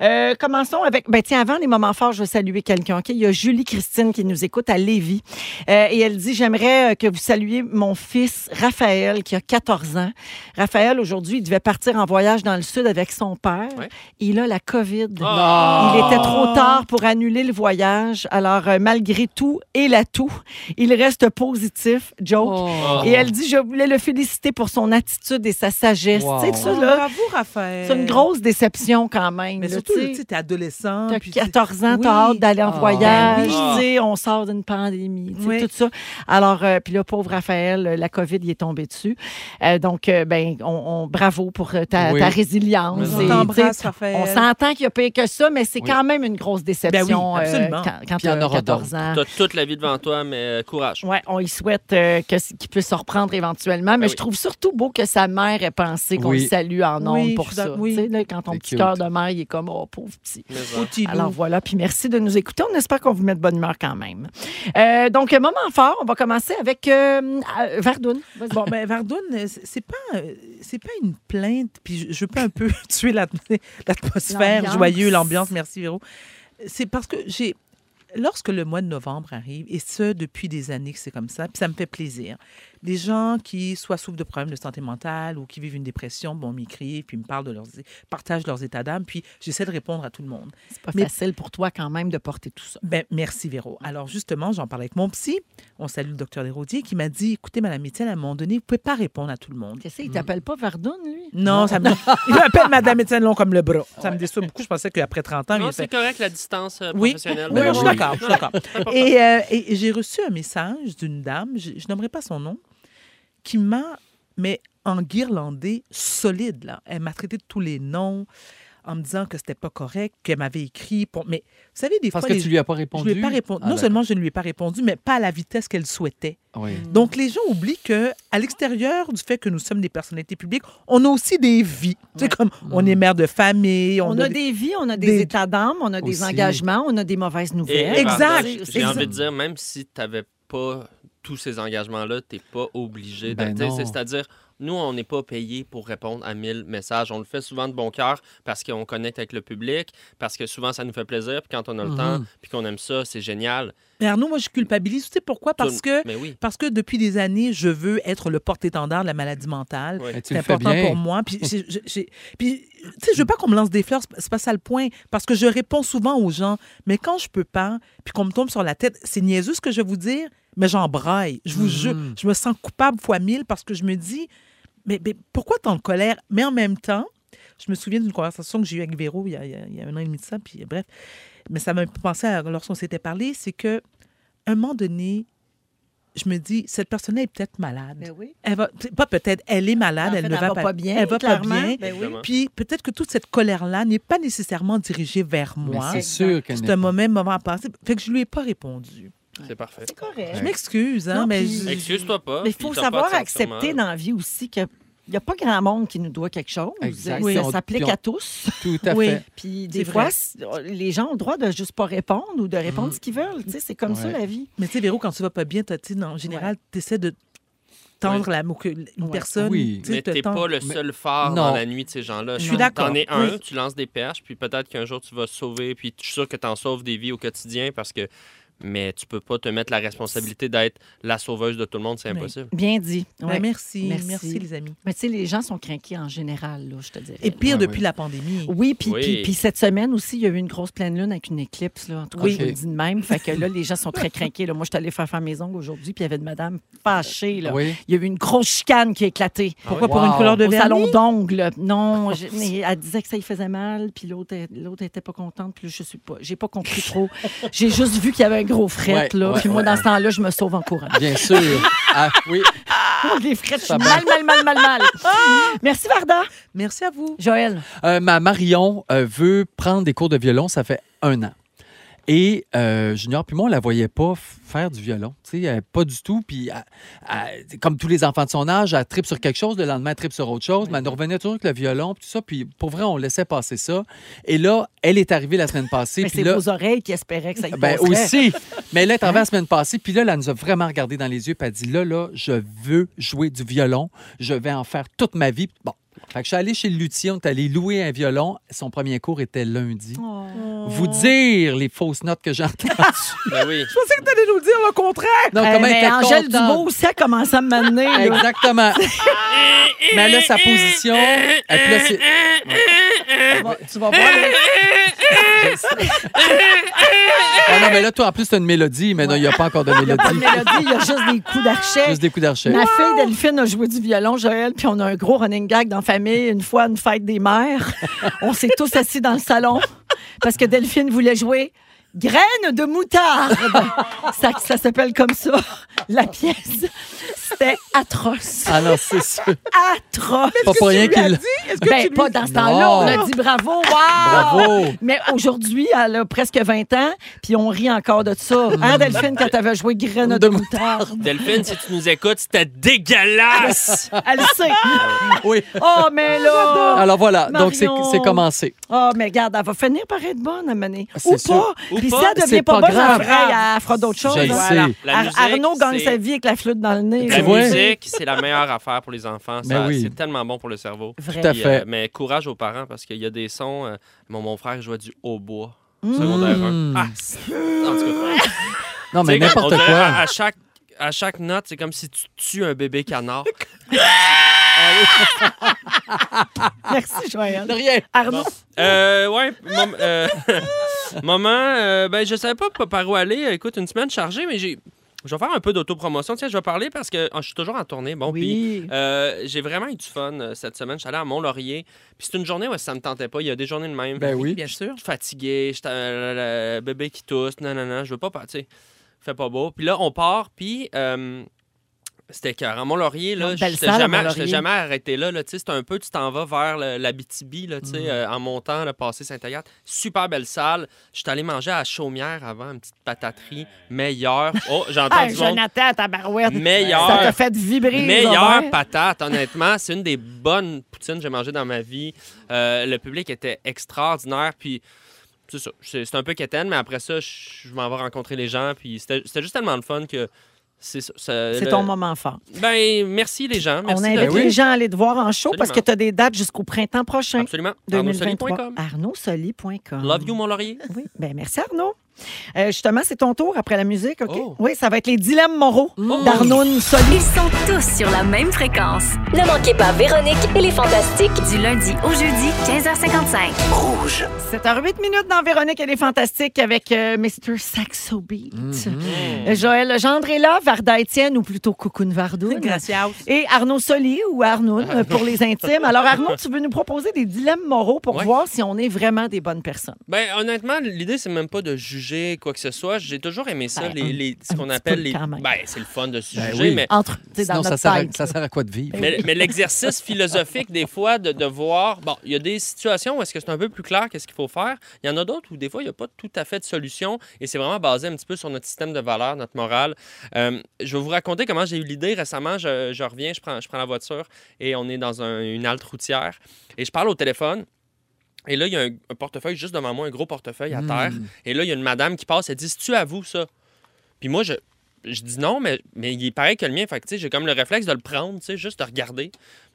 [SPEAKER 2] Euh, commençons avec. Ben, tiens, avant les moments forts, je veux saluer quelqu'un. OK? Il y a Julie Christine qui nous écoute à Lévis. Euh, et elle dit J'aimerais euh, que vous saluiez mon fils Raphaël, qui a 14 ans. Raphaël, aujourd'hui, il devait partir en voyage dans le Sud avec son père.
[SPEAKER 3] Ouais.
[SPEAKER 2] Il a la COVID.
[SPEAKER 3] Ah.
[SPEAKER 2] Il était trop tard pour annuler le voyage. Alors, euh, malgré tout et la toux, il reste positif, joke.
[SPEAKER 4] Oh.
[SPEAKER 2] Et elle dit Je voulais le féliciter pour son attitude et sa sagesse.
[SPEAKER 4] Wow.
[SPEAKER 2] Tu sais, ça,
[SPEAKER 1] Oh,
[SPEAKER 2] là,
[SPEAKER 1] Bravo, Raphaël.
[SPEAKER 2] c'est une grosse déception quand même.
[SPEAKER 1] Mais
[SPEAKER 2] là,
[SPEAKER 1] surtout,
[SPEAKER 2] tu sais.
[SPEAKER 1] tu sais, t'es adolescent.
[SPEAKER 2] T'as
[SPEAKER 1] Ah, puis tu-
[SPEAKER 2] 14 ans,
[SPEAKER 1] Oui.
[SPEAKER 2] t'as hâte d'aller en
[SPEAKER 4] Ah,
[SPEAKER 2] voyage,
[SPEAKER 3] ben oui.
[SPEAKER 2] tu sais, on sort d'une pandémie, tu sais,
[SPEAKER 1] Oui.
[SPEAKER 2] tout ça. Alors, euh, puis là, pauvre Raphaël, euh, la COVID, il est tombé dessus. Euh, donc, euh, ben, on, on- bravo pour euh, ta,
[SPEAKER 4] Oui.
[SPEAKER 2] ta résilience.
[SPEAKER 4] Mais
[SPEAKER 2] et,
[SPEAKER 4] on
[SPEAKER 2] tu sais,
[SPEAKER 1] t'embrasse, Raphaël.
[SPEAKER 2] On s'entend qu'il y a pire que ça, mais c'est
[SPEAKER 4] Oui.
[SPEAKER 2] quand même une grosse déception euh,
[SPEAKER 1] Ben oui, absolument.
[SPEAKER 2] quand, quand
[SPEAKER 4] Puis il y en
[SPEAKER 2] t'as
[SPEAKER 4] aura
[SPEAKER 2] 14 ans.
[SPEAKER 3] T'as toute la vie devant toi, mais euh, courage.
[SPEAKER 2] Ouais, on y souhaite euh, que- qu'il puisse se reprendre éventuellement, mais
[SPEAKER 3] Ben
[SPEAKER 2] je
[SPEAKER 3] oui.
[SPEAKER 2] trouve surtout beau que sa mère ait pensé qu'on
[SPEAKER 4] Oui.
[SPEAKER 2] le salue en
[SPEAKER 1] Oui,
[SPEAKER 2] ondes
[SPEAKER 1] je
[SPEAKER 2] pour
[SPEAKER 1] suis
[SPEAKER 2] ça.
[SPEAKER 1] d'accord, oui.
[SPEAKER 2] Tu sais, là, quand ton
[SPEAKER 4] C'est
[SPEAKER 2] petit
[SPEAKER 4] cute.
[SPEAKER 2] cœur de mère, il est comme, oh, pauvre petit.
[SPEAKER 3] Mais, euh,
[SPEAKER 1] Au petit
[SPEAKER 2] Alors
[SPEAKER 1] loup.
[SPEAKER 2] voilà, puis merci de nous écouter. On espère qu'on vous met de bonne humeur quand même. Euh, donc, moment fort, on va commencer avec euh, euh, Vardoun. Vas-y.
[SPEAKER 1] Bon, ben, Vardoun, euh, c'est c'est pas, euh, c'est pas une plainte, puis je, je peux un peu tuer l'at- l'atmosphère
[SPEAKER 2] L'ambiance.
[SPEAKER 1] joyeuse, l'ambiance, merci Véro. C'est parce que j'ai. Lorsque le mois de novembre arrive, et ce, depuis des années que c'est comme ça, puis ça me fait plaisir. Les gens qui soit souffrent de problèmes de santé mentale ou qui vivent une dépression, bon, m'écrivent, puis me parlent de leurs, partagent leurs états d'âme, puis j'essaie de répondre à tout le monde.
[SPEAKER 2] C'est pas
[SPEAKER 1] mais-
[SPEAKER 2] facile pour toi quand même de porter tout ça.
[SPEAKER 1] Ben, merci, Véro. Alors, justement, j'en parlais avec mon psy. On salue le docteur Héraudier qui m'a dit écoutez, Madame Étienne, à un moment donné, vous ne pouvez pas répondre à tout le monde.
[SPEAKER 2] Qu'est-ce qu'il t'appelle pas Vardoun, lui?
[SPEAKER 1] Non, ça me. Il m'appelle Madame Étienne Long comme le bras. Ça me déçoit beaucoup. Je pensais qu'après 30 ans, il
[SPEAKER 3] non,
[SPEAKER 1] Ah, fait-
[SPEAKER 3] c'est correct, la distance euh,
[SPEAKER 1] Oui.
[SPEAKER 3] professionnelle.
[SPEAKER 1] Oui,
[SPEAKER 3] Ben,
[SPEAKER 1] non, je suis
[SPEAKER 3] oui.
[SPEAKER 1] d'accord, je suis d'accord. Et, euh, et- et j'ai reçu un message d'une dame, je, je nommerai pas son nom, qui m'a, mais en guirlandais solide, là. Elle m'a traité de tous les noms en me disant que c'était pas correct, qu'elle m'avait écrit. Pour... Mais vous savez, des
[SPEAKER 4] Parce
[SPEAKER 1] fois.
[SPEAKER 4] que
[SPEAKER 1] les-
[SPEAKER 4] tu lui as pas répondu.
[SPEAKER 1] Je lui ai pas répondu.
[SPEAKER 4] Ah,
[SPEAKER 1] non seulement je ne lui ai pas répondu, mais pas à la vitesse qu'elle souhaitait.
[SPEAKER 4] d'accord. Oui.
[SPEAKER 1] Donc, les gens oublient que à l'extérieur du fait que nous sommes des personnalités publiques, on a aussi des vies. C'est comme on est mère de famille, on,
[SPEAKER 2] On a des vies, on a des,
[SPEAKER 1] des-
[SPEAKER 2] états d'âme, on a des
[SPEAKER 4] Aussi. Eh, ben,
[SPEAKER 2] engagements, on a des mauvaises
[SPEAKER 3] Et,
[SPEAKER 2] nouvelles.
[SPEAKER 1] Exact.
[SPEAKER 3] Varda,
[SPEAKER 1] exact.
[SPEAKER 3] J'ai envie de dire, même si tu n'avais pas tous ces engagements-là, tu n'es pas obligé de
[SPEAKER 4] Ben
[SPEAKER 3] le dire.
[SPEAKER 4] non.
[SPEAKER 3] C'est- C'est-à-dire, nous, on n'est pas payé pour répondre à 1000 messages. On le fait souvent de bon cœur parce qu'on connecte avec le public, parce que souvent, ça nous fait plaisir. Puis quand on a le
[SPEAKER 4] Mhm.
[SPEAKER 1] Mm-hmm.
[SPEAKER 3] temps, puis qu'on aime ça, c'est génial.
[SPEAKER 1] Mais Arnaud, moi, je culpabilise. Tu sais pourquoi? Parce
[SPEAKER 3] Tout-
[SPEAKER 1] que,
[SPEAKER 3] Mais oui.
[SPEAKER 1] parce que depuis des années, je veux être le porte-étendard de la maladie mentale.
[SPEAKER 3] Oui.
[SPEAKER 4] Mais tu
[SPEAKER 1] C'est
[SPEAKER 4] le fais
[SPEAKER 1] important
[SPEAKER 4] bien. Mm.
[SPEAKER 1] pour moi. Puis, j'ai- j'ai- j'ai- puis, tu sais, je veux pas qu'on me lance des fleurs, c'est pas ça le point. Parce que je réponds souvent aux gens, mais quand je peux pas, puis qu'on me tombe sur la tête, c'est niaiseux ce que je vais vous dire, mais j'en braille. Je vous jure,
[SPEAKER 4] Mm.
[SPEAKER 1] je me sens coupable fois mille parce que je me dis, mais, mais pourquoi tant de colère? Mais en même temps, je me souviens d'une conversation que j'ai eue avec Véro il y, a, il y a- il y a un an et demi de ça, puis bref. Mais ça m'a pensé à- lorsqu'on s'était parlé, c'est que à un moment donné, je me dis, cette personne-là est peut-être malade.
[SPEAKER 2] Ben oui.
[SPEAKER 1] Elle va, c'est pas peut-être, elle est malade,
[SPEAKER 2] En
[SPEAKER 1] elle
[SPEAKER 2] fait,
[SPEAKER 1] ne
[SPEAKER 2] elle
[SPEAKER 1] va,
[SPEAKER 2] va pas bien,
[SPEAKER 1] Elle va pas
[SPEAKER 2] clairement.
[SPEAKER 1] bien.
[SPEAKER 2] Ben oui.
[SPEAKER 3] Exactement.
[SPEAKER 1] Puis peut-être que toute cette colère-là n'est pas nécessairement dirigée vers
[SPEAKER 4] Mais
[SPEAKER 1] moi.
[SPEAKER 4] c'est sûr qu'elle
[SPEAKER 1] C'est
[SPEAKER 4] n'est
[SPEAKER 1] un
[SPEAKER 4] pas-
[SPEAKER 1] mauvais moment à passer. Fait que je lui ai pas répondu.
[SPEAKER 3] C'est parfait.
[SPEAKER 2] C'est correct.
[SPEAKER 1] Je m'excuse, hein,
[SPEAKER 2] Non,
[SPEAKER 1] mais.
[SPEAKER 2] puis-
[SPEAKER 1] je-
[SPEAKER 3] Excuse-toi pas.
[SPEAKER 2] Mais il
[SPEAKER 3] puis
[SPEAKER 2] faut
[SPEAKER 3] t'as pas à te
[SPEAKER 2] savoir
[SPEAKER 3] sentir
[SPEAKER 2] accepter
[SPEAKER 3] mal.
[SPEAKER 2] dans la vie aussi que. Il n'y a pas grand monde qui nous doit quelque chose.
[SPEAKER 4] Exact.
[SPEAKER 2] Ça
[SPEAKER 4] Oui.
[SPEAKER 2] s'applique
[SPEAKER 4] Puis on-
[SPEAKER 2] à tous.
[SPEAKER 4] Tout à
[SPEAKER 1] Oui.
[SPEAKER 4] fait.
[SPEAKER 2] Puis des
[SPEAKER 1] C'est
[SPEAKER 2] fois,
[SPEAKER 1] vrai.
[SPEAKER 2] c'est- oh, les gens ont le droit de juste pas répondre ou de répondre ce qu'ils veulent. Tu sais, C'est comme ça
[SPEAKER 4] Mm. Ouais.
[SPEAKER 2] la vie.
[SPEAKER 1] Mais tu sais, Véro, quand tu vas pas bien, t'as- tu sais, en général, tu essaies de tendre la mou- que une
[SPEAKER 2] Ouais.
[SPEAKER 1] personne.
[SPEAKER 4] Oui.
[SPEAKER 1] tu sais,
[SPEAKER 3] Mais
[SPEAKER 1] te
[SPEAKER 3] t'es
[SPEAKER 1] tendre.
[SPEAKER 3] pas le
[SPEAKER 4] Mais-
[SPEAKER 3] seul phare
[SPEAKER 4] Non.
[SPEAKER 3] dans la nuit de ces gens-là.
[SPEAKER 1] Je suis d'accord.
[SPEAKER 3] T'en es un,
[SPEAKER 1] Oui.
[SPEAKER 3] tu lances des perches, puis peut-être qu'un jour tu vas sauver, puis je suis sûr que t'en sauves des vies au quotidien parce que. Mais tu peux pas te mettre la responsabilité d'être la sauveuse de tout le monde, c'est
[SPEAKER 1] Mais-
[SPEAKER 3] impossible.
[SPEAKER 2] Bien dit.
[SPEAKER 1] Ben,
[SPEAKER 2] Ouais.
[SPEAKER 1] merci,
[SPEAKER 2] Merci.
[SPEAKER 1] merci, les amis.
[SPEAKER 2] Mais tu sais, les gens sont craqués en général, là, je te dirais.
[SPEAKER 1] Et pire
[SPEAKER 4] Ouais, ouais.
[SPEAKER 1] depuis la pandémie.
[SPEAKER 2] oui, puis
[SPEAKER 3] Oui.
[SPEAKER 2] puis- puis cette semaine aussi, il y a eu une grosse pleine lune avec une éclipse. Là. En tout cas,
[SPEAKER 4] Oui.
[SPEAKER 2] je vous le dis de même. Fait que là, les gens sont très craqués. Là. Moi, je suis allée faire faire mes ongles aujourd'hui, puis il y avait une madame fâchée. Là.
[SPEAKER 4] Oui.
[SPEAKER 2] Il y a eu une grosse chicane qui a éclaté.
[SPEAKER 1] Pourquoi
[SPEAKER 4] oui.
[SPEAKER 1] pour une
[SPEAKER 4] Wow.
[SPEAKER 1] couleur de
[SPEAKER 2] Ah Au
[SPEAKER 1] vernis?
[SPEAKER 2] salon d'ongles. Non, je- mais elle disait que ça lui faisait mal, puis l'autre l'autre était pas contente, puis là, je suis pas, j'ai pas compris trop. J'ai juste vu qu'il y avait un gros fret,
[SPEAKER 4] Ouais,
[SPEAKER 2] là,
[SPEAKER 4] ouais,
[SPEAKER 2] puis moi,
[SPEAKER 4] ouais.
[SPEAKER 2] dans ce temps-là, je me sauve en courant.
[SPEAKER 4] Bien sûr. Ah oui.
[SPEAKER 2] Oh, les frettes, je suis
[SPEAKER 4] Ça va.
[SPEAKER 2] mal, mal, mal, mal, mal. Ah! Merci, Varda.
[SPEAKER 1] Merci à vous.
[SPEAKER 2] Joël.
[SPEAKER 4] Euh, ma Marion euh, veut prendre des cours de violon, ça fait un an. Et euh, Junior Pimon, on la voyait pas f- faire du violon, tu sais, euh, pas du tout. Puis, elle- elle- comme tous les enfants de son âge, elle tripe sur quelque chose, le lendemain, elle tripe sur autre chose, mais elle nous revenait toujours avec le violon, puis tout ça. Puis, pour vrai, on laissait passer ça. Et là, elle est arrivée la semaine passée.
[SPEAKER 2] Mais
[SPEAKER 4] puis
[SPEAKER 2] c'est
[SPEAKER 4] là,
[SPEAKER 2] vos oreilles qui espéraient que ça y
[SPEAKER 4] ben
[SPEAKER 2] passerait.
[SPEAKER 4] aussi. Mais là, elle est arrivée la semaine passée, puis là, elle nous a vraiment regardé dans les yeux, puis elle dit là, là, je veux jouer du violon, je vais en faire toute ma vie. Bon. Fait que je suis allée chez le luthier, on est allé louer un violon. Son premier cours était lundi.
[SPEAKER 2] Oh.
[SPEAKER 4] Vous dire les fausses notes que j'ai entendues.
[SPEAKER 3] Ben oui.
[SPEAKER 1] Je pensais que t'allais nous dire le contraire.
[SPEAKER 4] Non,
[SPEAKER 2] Euh,
[SPEAKER 4] comment elle
[SPEAKER 2] mais
[SPEAKER 4] était
[SPEAKER 2] Angèle
[SPEAKER 4] contente.
[SPEAKER 2] Dubois aussi, elle commence à m'amener. là.
[SPEAKER 4] Exactement. mais là, sa position. elle- puis là, c'est-
[SPEAKER 1] Tu vas- Tu vas voir. là.
[SPEAKER 4] Ah non, mais là, toi, en plus, t'as une mélodie, mais non, il n'y a pas encore de
[SPEAKER 2] Pas de
[SPEAKER 4] mélodie.
[SPEAKER 2] mélodie, il y a juste des coups d'archet.
[SPEAKER 4] Juste des coups d'archet.
[SPEAKER 2] Ma fille Delphine a joué du violon, Joël, puis on a un gros running gag dans la famille. Une fois, à une fête des mères, on s'est tous assis dans le salon parce que Delphine voulait jouer Graines de moutarde. Ça, ça s'appelle comme ça, la pièce. C'était atroce.
[SPEAKER 4] Ah non, c'est sûr.
[SPEAKER 2] Atroce.
[SPEAKER 4] Pas pour rien
[SPEAKER 1] Tu l'as
[SPEAKER 4] qu'il.
[SPEAKER 1] dit? Est-ce que tu
[SPEAKER 2] Ben,
[SPEAKER 1] lui-
[SPEAKER 2] pas dans ce
[SPEAKER 4] Non.
[SPEAKER 2] temps-là. On a dit bravo. Wow! Ah.
[SPEAKER 4] Bravo.
[SPEAKER 2] Mais aujourd'hui, elle a presque 20 ans, puis on rit encore de ça. Hein, Delphine, quand t'avais joué Graines de
[SPEAKER 4] De
[SPEAKER 2] moutarde?
[SPEAKER 3] Delphine, si tu nous écoutes, c'était dégueulasse!
[SPEAKER 2] Elle le sait.
[SPEAKER 4] Oui.
[SPEAKER 2] Oh, mais là.
[SPEAKER 4] Alors voilà, donc c'est
[SPEAKER 2] Marion.
[SPEAKER 4] c'est commencé.
[SPEAKER 2] Oh, mais regarde, elle va finir par être bonne à mener.
[SPEAKER 4] Ah, c'est
[SPEAKER 2] Ou pas.
[SPEAKER 4] sûr.
[SPEAKER 3] Ou
[SPEAKER 2] Puis si
[SPEAKER 3] pas,
[SPEAKER 2] elle
[SPEAKER 4] c'est
[SPEAKER 2] devient pas,
[SPEAKER 4] pas
[SPEAKER 2] bonne,
[SPEAKER 4] grave.
[SPEAKER 2] elle fera, elle fera d'autres choses.
[SPEAKER 4] Je le
[SPEAKER 2] hein.
[SPEAKER 4] sais.
[SPEAKER 3] La
[SPEAKER 2] Ar-
[SPEAKER 3] musique,
[SPEAKER 2] Arnaud gagne
[SPEAKER 3] c'est-
[SPEAKER 2] sa vie avec la flûte dans le nez.
[SPEAKER 3] La
[SPEAKER 4] Ben oui.
[SPEAKER 3] musique, c'est la meilleure affaire pour les enfants.
[SPEAKER 4] Ben
[SPEAKER 3] Ça,
[SPEAKER 4] oui.
[SPEAKER 3] C'est tellement bon pour le cerveau.
[SPEAKER 2] Vrai.
[SPEAKER 4] Tout à
[SPEAKER 3] Puis,
[SPEAKER 4] fait.
[SPEAKER 3] euh, mais courage aux parents parce qu'il y a des sons. euh, mon, mon frère jouait du hautbois. Secondaire
[SPEAKER 4] Mm.
[SPEAKER 3] 1. Ah, c'est- en tout cas.
[SPEAKER 4] Non,
[SPEAKER 3] Tu sais,
[SPEAKER 4] mais
[SPEAKER 3] on
[SPEAKER 4] n'importe
[SPEAKER 3] dirait À,
[SPEAKER 4] quoi.
[SPEAKER 3] à chaque, à chaque note, c'est comme si tu tues un bébé canard.
[SPEAKER 2] Merci, Joël.
[SPEAKER 4] De rien.
[SPEAKER 2] Arnaud,
[SPEAKER 3] Euh, ouais. mom- euh, maman, euh, ben, je savais pas p- par où aller. Écoute, une semaine chargée, mais j'ai. Je vais faire un peu d'autopromotion. Tiens, je vais parler parce que oh, je suis toujours en tournée. Bon, puis euh, j'ai vraiment eu du fun euh, cette semaine. Je suis allé à Mont-Laurier. Puis c'est une journée où ça me tentait pas. Il y a des journées de même.
[SPEAKER 4] Ben oui.
[SPEAKER 1] Bien sûr.
[SPEAKER 3] Je suis fatigué, j'étais euh, le- le bébé qui tousse, non, non, non, je veux pas partir. Fait pas beau. Puis là, on part, puis euh, c'était cœur. En Mont-Laurier, là,
[SPEAKER 2] Une belle
[SPEAKER 3] j'étais
[SPEAKER 2] salle à
[SPEAKER 3] jamais,
[SPEAKER 2] Mont-Laurier.
[SPEAKER 3] j'étais jamais arrêté là. là tu sais, c'est un peu, tu t'en vas vers le- l'Abitibi, là, tu
[SPEAKER 2] Mm.
[SPEAKER 3] sais, euh, en montant, le passé Saint-Agathe. Super belle salle. J'étais allé manger à Chaumière avant, une petite pataterie meilleure. Oh, j'entends
[SPEAKER 2] Hey,
[SPEAKER 3] du monde.
[SPEAKER 2] Ah, Jonathan, ta barouette.
[SPEAKER 3] Meilleur.
[SPEAKER 2] Ça t'a fait vibrer. les
[SPEAKER 3] Meilleure
[SPEAKER 2] ovaires.
[SPEAKER 3] patate, honnêtement. C'est une des bonnes poutines que j'ai mangées dans ma vie. Euh, le public était extraordinaire. Puis, c'est ça. C'est c'est un peu quétaine, mais après ça, je je m'en vais rencontrer les gens. Puis, c'était c'était juste tellement le fun que. C'est ça, ça-
[SPEAKER 2] C'est
[SPEAKER 3] le-
[SPEAKER 2] ton moment fort.
[SPEAKER 3] Ben, merci les gens. Merci
[SPEAKER 2] on
[SPEAKER 3] de-
[SPEAKER 2] invite
[SPEAKER 4] oui.
[SPEAKER 2] les gens à aller te voir en show parce que
[SPEAKER 3] Absolument.
[SPEAKER 2] tu as des dates jusqu'au printemps prochain.
[SPEAKER 3] Absolument.
[SPEAKER 2] 2023.
[SPEAKER 3] ArnaudSoli.com.
[SPEAKER 2] ArnaudSoli.com.
[SPEAKER 3] Love you, mon laurier.
[SPEAKER 2] Oui, ben merci Arnaud. Euh, justement, c'est ton tour après la musique, OK?
[SPEAKER 4] Oh.
[SPEAKER 2] Oui, ça va être les dilemmes moraux
[SPEAKER 3] Oh.
[SPEAKER 2] d'Arnaud Soli.
[SPEAKER 8] Ils sont tous sur la même fréquence.
[SPEAKER 13] Ne manquez pas Véronique et les Fantastiques.
[SPEAKER 8] Du lundi au jeudi, 15h55.
[SPEAKER 2] 7h08 minutes dans Véronique, elle est fantastique avec euh, Mr. Saxo Beat.
[SPEAKER 3] Mm-hmm.
[SPEAKER 2] Euh, Joël Legendre est là, Varda Étienne ou plutôt Coucoune Vardoune.
[SPEAKER 1] Gracias.
[SPEAKER 2] Et Arnaud Soli ou Arnaud euh, pour les intimes. Alors Arnaud, tu veux nous proposer des dilemmes moraux pour
[SPEAKER 3] Ouais.
[SPEAKER 2] voir si on est vraiment des bonnes personnes.
[SPEAKER 3] Ben, honnêtement, l'idée, c'est même pas de juger quoi que ce soit. J'ai toujours aimé ça,
[SPEAKER 2] Ben,
[SPEAKER 3] les,
[SPEAKER 2] un-
[SPEAKER 3] les- ce
[SPEAKER 2] un
[SPEAKER 3] qu'on
[SPEAKER 2] petit
[SPEAKER 3] appelle
[SPEAKER 2] peu
[SPEAKER 3] les.
[SPEAKER 2] quand même.
[SPEAKER 3] Ben, c'est le fun de se
[SPEAKER 4] Ben
[SPEAKER 3] juger,
[SPEAKER 4] oui.
[SPEAKER 3] mais
[SPEAKER 2] Entre, tu sais, dans
[SPEAKER 4] Sinon, ça
[SPEAKER 2] notre
[SPEAKER 4] sert, à,
[SPEAKER 2] tête.
[SPEAKER 4] ça sert à quoi de vivre?
[SPEAKER 3] Mais, mais l'exercice philosophique, des fois, de, de voir. Bon, il y a des situations où est-ce que c'est un peu plus clair qu'est-ce qu'il faut faire. Il y en a d'autres où, des fois, il n'y a pas tout à fait de solution et c'est vraiment basé un petit peu sur notre système de valeurs, notre morale. Euh, je vais vous raconter comment j'ai eu l'idée récemment. Je, je reviens, je prends, je prends la voiture et on est dans un- une halte routière et je parle au téléphone. Et là, il y a un, un portefeuille juste devant moi, un gros portefeuille
[SPEAKER 4] Hmm.
[SPEAKER 3] à terre. Et là, il y a une madame qui passe, elle dit C'est-tu à vous, ça Puis moi, je, je dis non, mais, mais il est pareil que le mien. Fait que, tu sais, j'ai comme le réflexe de le prendre, tu sais, juste de regarder.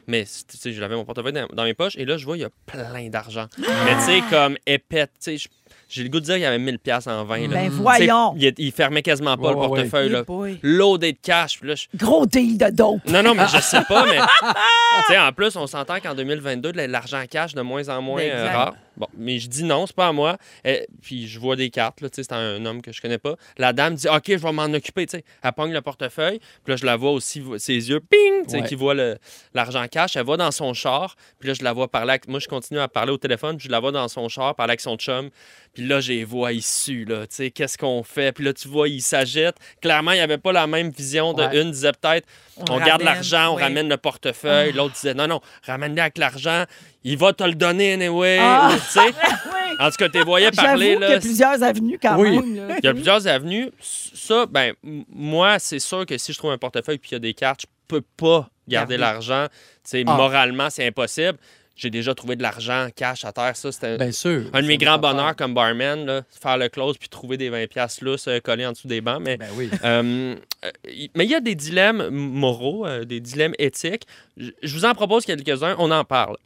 [SPEAKER 3] Mais, tu sais, j'avais mon portefeuille dans, dans mes poches et là, je vois, il y a plein d'argent. Mais, tu sais, comme épette, tu sais, je- j'ai le goût de dire qu'il y avait 1000 pièces en vin. là.
[SPEAKER 2] Ben
[SPEAKER 3] Tu sais,
[SPEAKER 2] voyons.
[SPEAKER 3] Il, il fermait quasiment pas
[SPEAKER 4] Ouais,
[SPEAKER 3] le
[SPEAKER 4] ouais, ouais.
[SPEAKER 3] portefeuille, là.
[SPEAKER 1] Eh boy.
[SPEAKER 3] Loadé de cash. Puis là, je-
[SPEAKER 2] Gros deal de dope.
[SPEAKER 3] non, non, mais je sais pas, mais. tu sais, en plus, on s'entend qu'en 2022, de l'argent cash de moins en moins euh,
[SPEAKER 1] Exact.
[SPEAKER 3] rare. Bon, mais je dis non, c'est pas à moi. Eh, puis je vois des cartes, là, tu sais, c'est un homme que je connais pas. La dame dit OK, je vais m'en occuper, tu sais. Elle pogne le portefeuille, puis là, je la vois aussi, vo- ses yeux, ping, tu sais,
[SPEAKER 4] Ouais.
[SPEAKER 3] qui voit le- l'argent cash. Elle va dans son char, puis là, je la vois parler. avec- Moi, je continue à parler au téléphone, puis je la vois dans son char, parler avec son chum. Puis là, j'ai vois issus, là, tu sais, qu'est-ce qu'on fait? Puis là, tu vois, il s'agite. Clairement, il n'y avait pas la même vision de
[SPEAKER 4] Ouais.
[SPEAKER 3] une disait peut-être on,
[SPEAKER 1] ramène,
[SPEAKER 3] garde l'argent, on
[SPEAKER 1] oui.
[SPEAKER 3] ramène le portefeuille. L'autre disait non, non, ramène-le avec l'argent, il va te le donner anyway.
[SPEAKER 2] Ah.
[SPEAKER 3] Ou, tu sais,
[SPEAKER 2] Oui.
[SPEAKER 3] En tout cas, t'es voyais
[SPEAKER 2] J'avoue
[SPEAKER 3] parler,
[SPEAKER 2] qu'il y a
[SPEAKER 3] là.
[SPEAKER 2] plusieurs avenues quand
[SPEAKER 4] Oui.
[SPEAKER 2] même. là.
[SPEAKER 3] Il y a plusieurs avenues. Ça, ben, m- moi, c'est sûr que si je trouve un portefeuille puis il y a des cartes, je peux pas
[SPEAKER 4] Garder.
[SPEAKER 3] garder l'argent. Tu sais,
[SPEAKER 4] Ah.
[SPEAKER 3] moralement, c'est impossible. J'ai déjà trouvé de l'argent cash à terre. Ça, c'était
[SPEAKER 4] Bien sûr.
[SPEAKER 3] un de mes
[SPEAKER 4] Ça me
[SPEAKER 3] grands
[SPEAKER 4] fait
[SPEAKER 3] bonheurs comme barman, là, faire le close puis trouver des 20 pièces là, se coller euh, en dessous des bancs. Mais
[SPEAKER 4] peur. Ben oui.
[SPEAKER 3] euh, euh, y- mais il y a des dilemmes moraux, euh, des dilemmes éthiques. J- Je vous en propose quelques-uns, on en parle.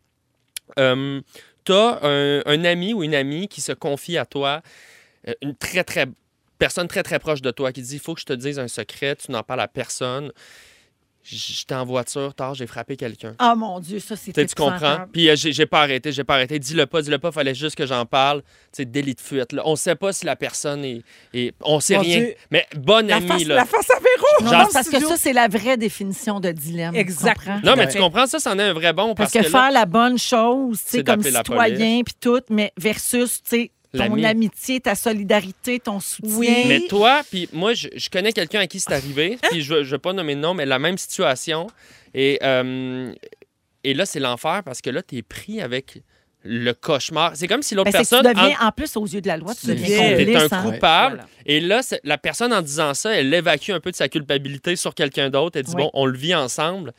[SPEAKER 3] Euh, T'as un, un ami ou une amie qui se confie à toi, euh, une très, très personne très, très proche de toi qui dit, il faut que je te dise un secret, tu n'en parles à personne. J- J'étais en voiture tard, j'ai frappé quelqu'un.
[SPEAKER 2] Ah mon Dieu, ça, c'est
[SPEAKER 3] Tu sais, tu comprends?
[SPEAKER 2] épouvantable.
[SPEAKER 3] Puis euh, j'ai j'ai pas arrêté, j'ai pas arrêté. Dis-le pas, dis-le pas, fallait juste que j'en parle. Tu sais, délit de fuite. là. On sait pas si la personne est. est- on sait
[SPEAKER 1] Mon
[SPEAKER 3] rien.
[SPEAKER 1] Dieu.
[SPEAKER 3] Mais bonne
[SPEAKER 1] La
[SPEAKER 3] amie,
[SPEAKER 1] face,
[SPEAKER 3] là.
[SPEAKER 1] la face à Véro!
[SPEAKER 2] Non,
[SPEAKER 3] Genre-
[SPEAKER 2] non, parce que ça, c'est la vraie définition de dilemme. tu
[SPEAKER 1] Exact.
[SPEAKER 2] comprends?
[SPEAKER 3] Non, mais
[SPEAKER 1] Ouais.
[SPEAKER 3] tu comprends, ça, c'en est un vrai bon.
[SPEAKER 2] Parce
[SPEAKER 3] Parce,
[SPEAKER 2] que,
[SPEAKER 3] là,
[SPEAKER 2] faire la bonne chose, tu sais,
[SPEAKER 3] c'est
[SPEAKER 2] comme
[SPEAKER 3] d'appeler la
[SPEAKER 2] citoyen, puis tout, mais versus, tu sais, ton
[SPEAKER 3] L'ami.
[SPEAKER 2] amitié, ta solidarité, ton soutien.
[SPEAKER 1] Oui.
[SPEAKER 3] Mais toi, puis moi, je, je connais quelqu'un à qui c'est arrivé, puis je ne vais pas nommer de nom, mais la même situation. Et, euh, et là, c'est l'enfer parce que là, tu es pris avec le cauchemar. C'est comme si l'autre
[SPEAKER 2] Ben, c'est que
[SPEAKER 3] personne.
[SPEAKER 2] tu deviens, en... plus, aux yeux de la loi, tu
[SPEAKER 1] Tu
[SPEAKER 2] deviens
[SPEAKER 1] deviens-
[SPEAKER 3] T'es
[SPEAKER 2] complice.
[SPEAKER 3] un
[SPEAKER 2] hein.
[SPEAKER 3] coupable.
[SPEAKER 1] Voilà.
[SPEAKER 3] Et là, c'est- la personne, en disant ça, elle évacue un peu de sa culpabilité sur quelqu'un d'autre. Elle dit,
[SPEAKER 2] Oui.
[SPEAKER 3] bon, on le vit ensemble.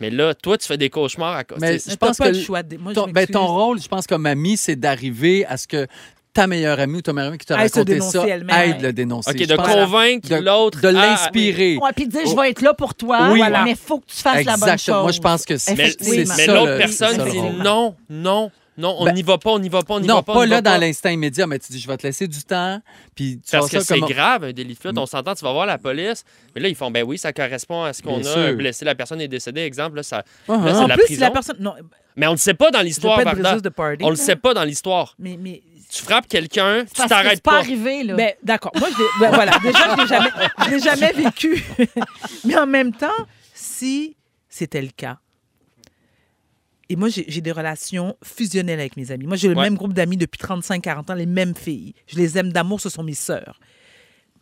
[SPEAKER 3] Mais là, toi, tu fais des cauchemars à cause.
[SPEAKER 4] Mais
[SPEAKER 3] t'sais,
[SPEAKER 1] Je
[SPEAKER 4] Je
[SPEAKER 1] pense
[SPEAKER 4] pense
[SPEAKER 1] pas
[SPEAKER 4] que
[SPEAKER 1] le choix. de- Moi, je
[SPEAKER 4] Ton, ben,
[SPEAKER 1] m'excuse.
[SPEAKER 4] ton rôle, je pense, comme ami, c'est d'arriver à ce que ta meilleure amie ou ton meilleur ami qui t'a
[SPEAKER 1] Aille se
[SPEAKER 4] raconté
[SPEAKER 1] dénoncer
[SPEAKER 4] ça
[SPEAKER 1] elle-même.
[SPEAKER 4] aide le dénoncer.
[SPEAKER 3] OK,
[SPEAKER 4] Je
[SPEAKER 3] de
[SPEAKER 4] pense à-
[SPEAKER 3] convaincre
[SPEAKER 4] de-
[SPEAKER 3] l'autre.
[SPEAKER 4] de
[SPEAKER 3] à-
[SPEAKER 4] l'inspirer.
[SPEAKER 2] Ouais, puis dire, je vais être là pour toi,
[SPEAKER 4] Oui.
[SPEAKER 2] voilà, mais il faut que tu fasses la bonne chose.
[SPEAKER 4] Exactement. Moi, je pense que c'est
[SPEAKER 3] Mais,
[SPEAKER 4] c'est
[SPEAKER 2] Effectivement.
[SPEAKER 4] ça.
[SPEAKER 3] mais l'autre
[SPEAKER 4] le-
[SPEAKER 3] personne
[SPEAKER 4] c'est ça le
[SPEAKER 3] dit
[SPEAKER 4] rôle.
[SPEAKER 3] non, non, non, on
[SPEAKER 4] Ben,
[SPEAKER 3] n'y va pas, on n'y va pas, on n'y
[SPEAKER 4] Non,
[SPEAKER 3] va
[SPEAKER 4] pas,
[SPEAKER 3] pas. on n'y
[SPEAKER 4] là
[SPEAKER 3] va
[SPEAKER 4] dans
[SPEAKER 3] pas.
[SPEAKER 4] l'instinct immédiat, mais tu dis, je vais te laisser du temps. Puis tu
[SPEAKER 3] Parce
[SPEAKER 4] vas
[SPEAKER 3] que
[SPEAKER 4] ça Mm.
[SPEAKER 3] c'est
[SPEAKER 4] comme...
[SPEAKER 3] grave, un délit de fuite. On s'entend, tu vas voir la police. Mais là, ils font, ben oui, ça correspond à ce qu'on
[SPEAKER 4] Bien
[SPEAKER 3] a
[SPEAKER 4] sûr.
[SPEAKER 3] blessé. La personne est décédée, exemple. Là, ça...
[SPEAKER 4] Ah,
[SPEAKER 3] Là,
[SPEAKER 4] ah.
[SPEAKER 3] c'est
[SPEAKER 1] En
[SPEAKER 3] la
[SPEAKER 1] plus, si la
[SPEAKER 3] prison.
[SPEAKER 1] personne. Non,
[SPEAKER 3] Mais on ne sait pas dans
[SPEAKER 1] je veux
[SPEAKER 3] l'histoire,
[SPEAKER 1] pas être
[SPEAKER 3] Varda.
[SPEAKER 1] briseuse de party.
[SPEAKER 3] On ne le
[SPEAKER 1] là.
[SPEAKER 3] sait pas dans l'histoire.
[SPEAKER 1] Mais, mais
[SPEAKER 3] Tu frappes quelqu'un, tu
[SPEAKER 2] Parce que
[SPEAKER 3] t'arrêtes
[SPEAKER 2] c'est pas
[SPEAKER 3] pas.
[SPEAKER 2] arrivé, là.
[SPEAKER 1] Ben, d'accord. Moi, je l'ai- ben, voilà. Déjà, je l'ai jamais, je l'ai jamais vécu. Mais en même temps, si c'était le cas, et moi, j'ai j'ai des relations fusionnelles avec mes amis. Moi, j'ai le
[SPEAKER 3] Ouais.
[SPEAKER 1] même groupe d'amis depuis 35-40 ans, les mêmes filles. Je les aime d'amour, ce sont mes sœurs.